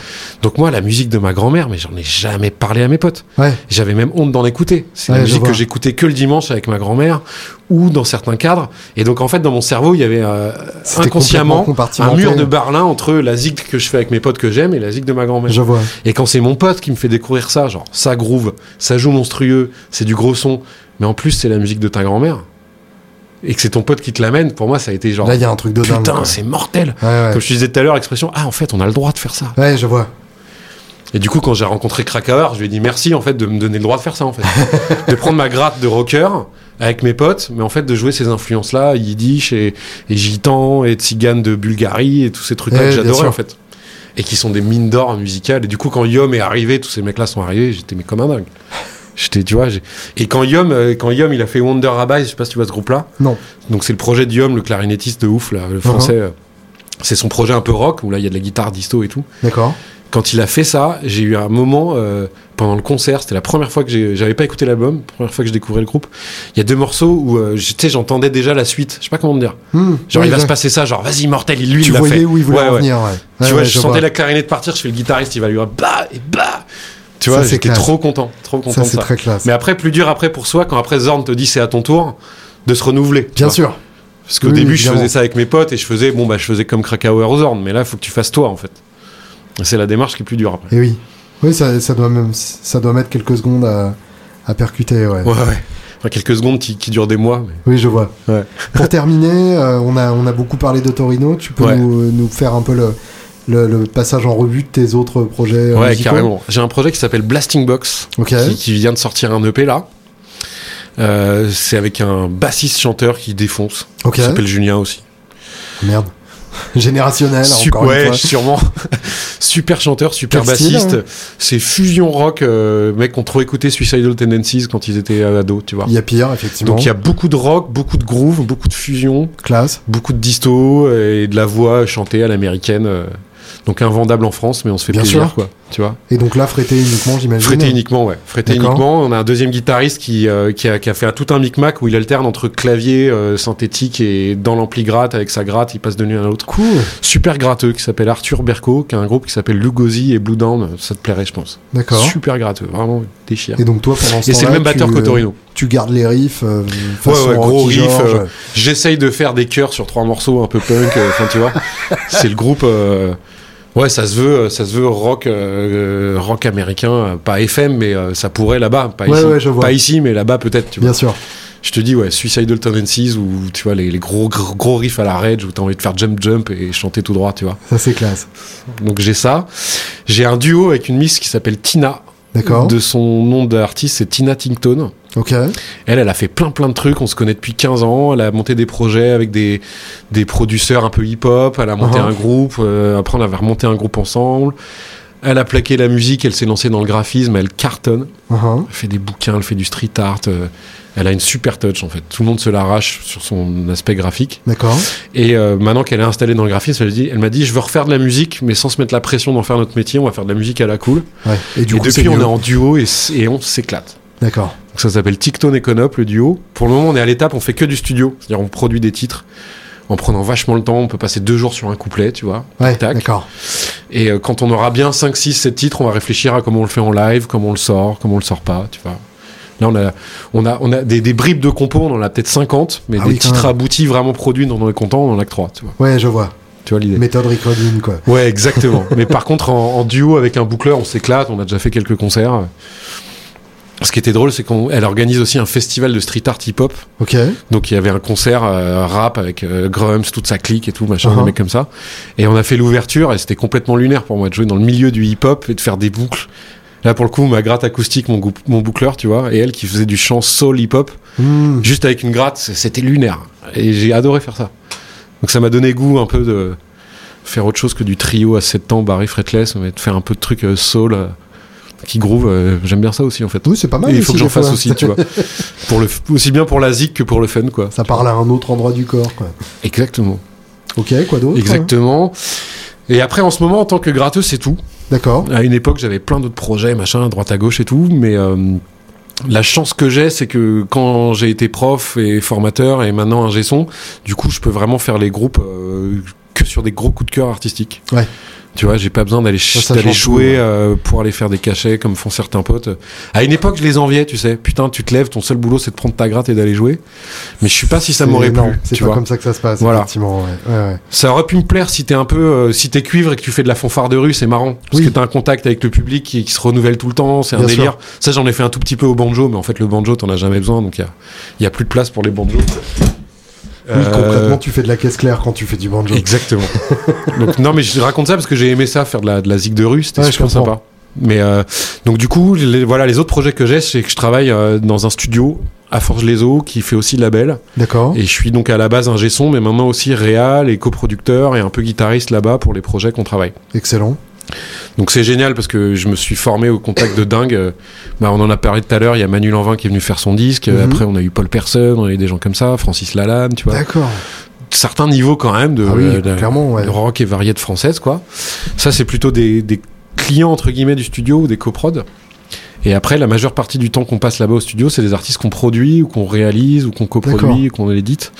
Donc moi, la musique de ma grand-mère, mais j'en ai jamais parlé à mes potes.
Ouais.
J'avais même honte d'en écouter. C'est
Ouais,
la
je
musique
vois.
que j'écoutais que le dimanche avec ma grand-mère ou dans certains cadres. Et donc en fait, dans mon cerveau, il y avait euh,
C'était complètement
inconsciemment un
compartimenté.
mur de Berlin entre la zig que je fais avec mes potes que j'aime et la zig de ma grand-mère.
Je vois.
Et quand c'est mon pote qui me fait découvrir ça, genre ça groove, ça joue monstrueux, c'est du gros son, mais en plus c'est la musique de ta grand-mère et que c'est ton pote qui te l'amène, pour moi ça a été genre
Là, il y a un truc de dingue.
putain,
quoi.
c'est mortel.
Ouais,
Comme
ouais.
je te disais tout à l'heure, l'expression ah en fait on a le droit de faire ça.
Ouais, je vois.
Et du coup, quand j'ai rencontré Krakauer, je lui ai dit merci en fait de me donner le droit de faire ça en fait, de prendre ma gratte de rocker avec mes potes, mais en fait de jouer ces influences là, yiddish et, et gitan et tzigane de Bulgarie et tous ces trucs là
Eh,
que
bien
j'adorais
sûr.
en fait, et qui sont des mines d'or musicales. Et du coup, quand Yom est arrivé, tous ces mecs là sont arrivés, j'étais mais comme un dingue. J'étais, tu vois, j'ai- et quand Yom, euh, quand Yom, il a fait Wonder Rabbi, je sais pas si tu vois ce groupe là.
Non.
Donc c'est le projet de Yom, le clarinettiste de ouf là,
Uh-huh.
le français. euh, C'est son projet un peu rock où là il y a de la guitare disto et tout
D'accord.
quand il a fait ça, j'ai eu un moment euh, pendant le concert. C'était la première fois que j'ai- j'avais pas écouté l'album, première fois que je découvrais le groupe. Il y a deux morceaux où euh, je- tu sais, j'entendais déjà la suite. Je sais pas comment te dire.
Hmm.
Genre
Ouais,
il va
ouais.
se passer ça. Genre vas-y mortel, il lui
Tu
il l'a
voyais
fait.
où il voulait
Ouais,
en
ouais.
venir. Ouais.
Tu
Ouais,
vois,
ouais,
je, sentais
vois.
la clarinette partir. Je fais le guitariste, il va lui dire bah et bah. Tu
Ça,
vois,
c'est
j'étais
classe.
trop content, trop content
Ça,
de
c'est
ça.
très classe.
hein. Mais après, plus dur après pour soi quand après Zorn te dit c'est à ton tour de se renouveler. tu
Bien
vois.
sûr.
Parce qu'au
Oui,
début, je
évidemment.
faisais ça avec mes potes et je faisais bon bah je faisais comme Krakauer aux Zorn, mais là, il faut que tu fasses toi en fait. Et C'est la démarche qui est plus dure après.
Et oui. Oui, ça, ça doit même, ça doit mettre quelques secondes à, à percuter. Ouais.
Ouais, ouais. Enfin, quelques secondes qui, qui durent des mois. Mais...
Oui, je vois.
Ouais.
Pour terminer, euh, on a, on a beaucoup parlé de Torino. Tu peux
Ouais.
nous, nous faire un peu le, le, le passage en revue de tes autres projets euh,
Ouais,
musicaux
carrément. J'ai un projet qui s'appelle Blasting Box,
Ok.
qui, qui vient de sortir un EP là. Euh, c'est avec un bassiste chanteur qui défonce,
Ok.
qui s'appelle Julien aussi.
Merde. Générationnel,
Sup-
Ah, encore
ouais,
une fois.
sûrement. super chanteur, super
Quel style,
bassiste.
hein
C'est fusion rock, euh, mec qu'on trop écouté Suicidal Tendencies quand ils étaient euh, ados, tu vois.
Il y a pire, effectivement.
Donc il y a beaucoup de rock, beaucoup de groove, beaucoup de fusion.
Classe.
beaucoup de disto et de la voix chantée à l'américaine. euh, Donc invendable en France, mais on se fait
Bien
plaisir.
sûr.
Quoi. tu vois.
Et donc là, frété uniquement, j'imagine.
Frété uniquement, ouais. Frété
D'accord.
uniquement. On a un deuxième guitariste qui, euh, qui, a, qui a fait un- tout un micmac où il alterne entre clavier euh, synthétique et dans l'ampli gratte avec sa gratte, il passe de l'une à l'autre.
Cool.
Super gratteux qui s'appelle Arthur Berco, qui a un groupe qui s'appelle Lugosi et Blue Down. Ça te plairait, je pense.
D'accord.
Super gratteux, vraiment déchire.
Et donc toi, pendant ce
Et c'est le
temps-là,
même batteur
tu,
qu'Autorino.
euh, Tu gardes les riffs. euh, façon
ouais, gros
Rocky
riff,
George.
euh, J'essaye de faire des chœurs sur trois morceaux un peu punk, euh, enfin tu vois. C'est le groupe. euh, ouais, ça se veut, euh, ça se veut rock, euh, rock américain, euh, pas FM, mais euh, ça pourrait là-bas, pas
Ouais,
ici.
ouais, je vois.
Pas ici, mais là-bas peut-être. Tu vois.
Bien sûr.
Je te dis ouais, Suicidal Tendencies ou tu vois les, les gros, gros gros riffs à la rage où t'as envie de faire jump jump et chanter tout droit, tu vois.
Ça, c'est classe.
Donc j'ai ça. J'ai un duo avec une miss qui s'appelle Tina.
D'accord.
De son nom d'artiste, c'est Tina Tington.
Ok.
Elle, elle a fait plein plein de trucs, on se connaît depuis 15 ans, elle a monté des projets avec des, des producteurs un peu hip-hop, elle a monté
Uh-huh.
un groupe, euh, après on avait remonté un groupe ensemble. Elle a plaqué la musique, elle s'est lancée dans le graphisme, elle cartonne,
Uh-huh.
elle fait des bouquins, elle fait du street art, euh, elle a une super touch en fait. Tout le monde se l'arrache sur son aspect graphique.
D'accord.
Et euh, maintenant qu'elle est installée dans le graphisme, elle, dit, elle m'a dit je veux refaire de la musique mais sans se mettre la pression d'en faire notre métier, on va faire de la musique à la cool.
Ouais. Et du
et
coup,
depuis
c'est
on
mieux.
est en duo et, s- et on s'éclate.
D'accord.
Donc ça s'appelle Tictone et Conop, le duo. Pour le moment, on est à l'étape, on fait que du studio. C'est-à-dire, on produit des titres en prenant vachement le temps. On peut passer deux jours sur un couplet, tu vois.
Ouais.
Tac.
D'accord.
Et euh, quand on aura bien 5, 6, 7 titres, on va réfléchir à comment on le fait en live, comment on le sort, comment on le sort pas, tu vois. Là, on a, on a, on a des, des bribes de compos, on en a peut-être 50, mais
Ah
des
oui, quand
titres
même.
aboutis vraiment produits dans les comptants, on en a que 3, tu vois.
Ouais, je vois.
Tu vois l'idée.
Méthode recording, quoi.
Ouais, exactement. Mais par contre, en, en duo avec un boucleur, on s'éclate. On a déjà fait quelques concerts. Ce qui était drôle, c'est qu'elle organise aussi un festival de street art hip-hop.
Ok.
Donc il y avait un concert euh, rap avec euh, Grumps, toute sa clique et tout, machin,
Uh-huh.
des mecs comme ça. Et on a fait l'ouverture et c'était complètement lunaire pour moi de jouer dans le milieu du hip-hop et de faire des boucles. Là pour le coup, ma gratte acoustique, mon, gou- mon boucleur, tu vois, et elle qui faisait du chant soul hip-hop,
Hmm.
juste avec une gratte, c- c'était lunaire. Et j'ai adoré faire ça. Donc ça m'a donné goût un peu de faire autre chose que du trio à 7 ans, Barry Fretless, mais de faire un peu de trucs euh, soul euh, qui groove. euh, J'aime bien ça aussi en fait.
Oui, c'est pas mal.
Et il faut
aussi,
que j'en
des fois.
fasse aussi, tu vois. Pour le, f- aussi bien pour la zik que pour le fun, quoi.
Ça parle à un autre endroit du corps, quoi.
Exactement.
Ok, quoi d'autre
Exactement. Et après, en ce moment, en tant que gratteux, c'est tout.
hein D'accord.
À une époque, j'avais plein d'autres projets, machin, à droite à gauche et tout, mais euh, la chance que j'ai, c'est que quand j'ai été prof et formateur et maintenant ingé son, du coup, je peux vraiment faire les groupes euh, que sur des gros coups de cœur artistiques.
Ouais.
Tu vois, j'ai pas besoin d'aller ch-
ça
d'aller
change tout,
jouer
ouais.
euh, pour aller faire des cachets comme font certains potes. À une époque, je les enviais, tu sais. Putain, tu te lèves, ton seul boulot, c'est de prendre ta gratte et d'aller jouer. Mais je sais pas si ça
C'est-
m'aurait
non,
plu.
C'est
tu
pas
vois.
comme ça que ça se passe,
Voilà.
effectivement. Ouais. Ouais, ouais.
Ça aurait pu me plaire si t'es un peu, euh, si t'es cuivre et que tu fais de la fanfare de rue, c'est marrant. Parce
Oui.
que t'as un contact avec le public qui, qui se renouvelle tout le temps, c'est un
Bien
délire. Ça, j'en ai fait un tout petit peu au banjo, mais en fait, le banjo, t'en as jamais besoin, donc il y a, y a plus de place pour les banjos.
Oui,
Euh,
concrètement, tu fais de la caisse claire quand tu fais du banjo.
Exactement. donc, non, mais je raconte ça parce que j'ai aimé ça, faire de la, de la zig de rue, c'était
Ouais, je
super
comprends.
sympa. Mais euh, donc du coup, les, voilà, les autres projets que j'ai, c'est que je travaille euh, dans un studio à Forge-les-Eaux qui fait aussi label.
D'accord.
Et je suis donc à la base un son, mais maintenant aussi réal et coproducteur et un peu guitariste là-bas pour les projets qu'on travaille.
Excellent.
Donc c'est génial parce que je me suis formé au contact de dingue. Euh, Bah, on en a parlé tout à l'heure, il y a Manu Lanvin qui est venu faire son disque. Euh,
Mhm.
Après, on a eu Paul Personne, on a eu des gens comme ça, Francis Lalanne, tu vois.
D'accord.
Certains niveaux quand même de,
Ah oui,
euh, de-
clairement, ouais.
de rock et variété française, quoi. Ça, c'est plutôt des, des clients, entre guillemets, du studio ou des coprods. Et après, la majeure partie du temps qu'on passe là-bas au studio, c'est des artistes qu'on produit ou qu'on réalise ou qu'on coproduit ou qu'on édite.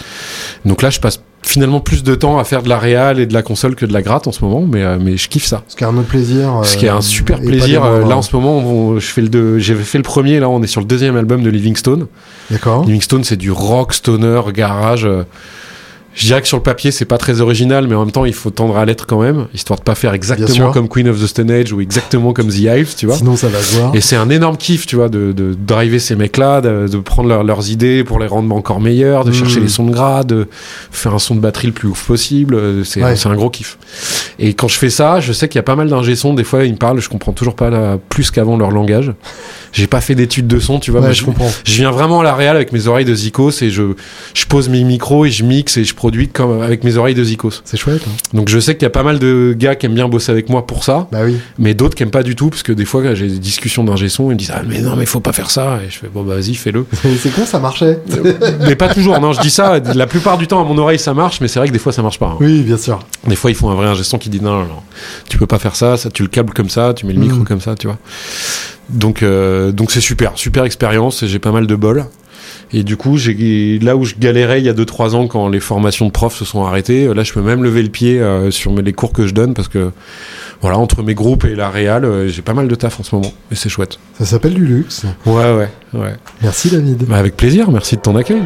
Donc là, je passe finalement plus de temps à faire de la réal et de la console que de la gratte en ce moment, mais, euh, mais je kiffe ça.
Ce qui est un autre plaisir.
Ce qui est un super plaisir. Euh, Là, en ce moment, on- je fais le deux, j'avais fait le premier. Là, on est sur le deuxième album de Livingstone.
D'accord.
Livingstone, c'est du rock, stoner, garage. euh, Je dirais que sur le papier, c'est pas très original, mais en même temps, il faut tendre à l'être quand même, histoire de pas faire exactement
sûr.
comme Queen of the Stone Age ou exactement comme The Hives, tu vois.
Sinon, ça va se voir.
Et c'est un énorme kiff, tu vois, de, de driver ces mecs-là, de, de prendre leurs- leurs idées pour les rendre encore meilleurs, de
Mm.
chercher les sons de gras, de faire un son de batterie le plus ouf possible. euh, C'est
Ouais.
c'est un gros kiff. Et quand je fais ça, je sais qu'il y a pas mal d'ingé sons. Des fois, ils me parlent, je comprends toujours pas la- plus qu'avant leur langage. J'ai pas fait d'études de son, tu vois.
Ouais,
mais
je
je,
comprends.
je viens vraiment à la réal avec mes oreilles de Zikos et je, je pose mes micros et je mixe et je produit comme avec mes oreilles de Zikos.
C'est chouette. hein.
Donc je sais qu'il y a pas mal de gars qui aiment bien bosser avec moi pour ça,
Bah oui.
mais d'autres qui aiment pas du tout parce que des fois quand j'ai des discussions d'ingé son, ils me disent ah mais non mais faut pas faire ça et je fais bon bah vas-y fais-le.
C'est con, ça marchait.
mais pas toujours. Non je dis ça. La plupart du temps à mon oreille ça marche, mais c'est vrai que des fois ça marche pas. hein.
Oui, bien sûr.
Des fois, ils font un vrai ingestion qui dit non, non, non, tu peux pas faire ça, ça, tu le câbles comme ça, tu mets le
Mhm.
micro comme ça, tu vois. Donc, euh, donc c'est super, super expérience, et j'ai pas mal de bol. Et du coup, j'ai là où je galérais il y a 2-3 ans quand les formations de profs se sont arrêtées, euh, là, je peux même lever le pied euh, sur mes- les cours que je donne parce que, voilà, entre mes groupes et la réal, euh, j'ai pas mal de taf en ce moment, et c'est chouette.
Ça s'appelle du luxe.
Ouais, ouais, ouais.
Merci David.
Bah, avec plaisir, merci de ton accueil.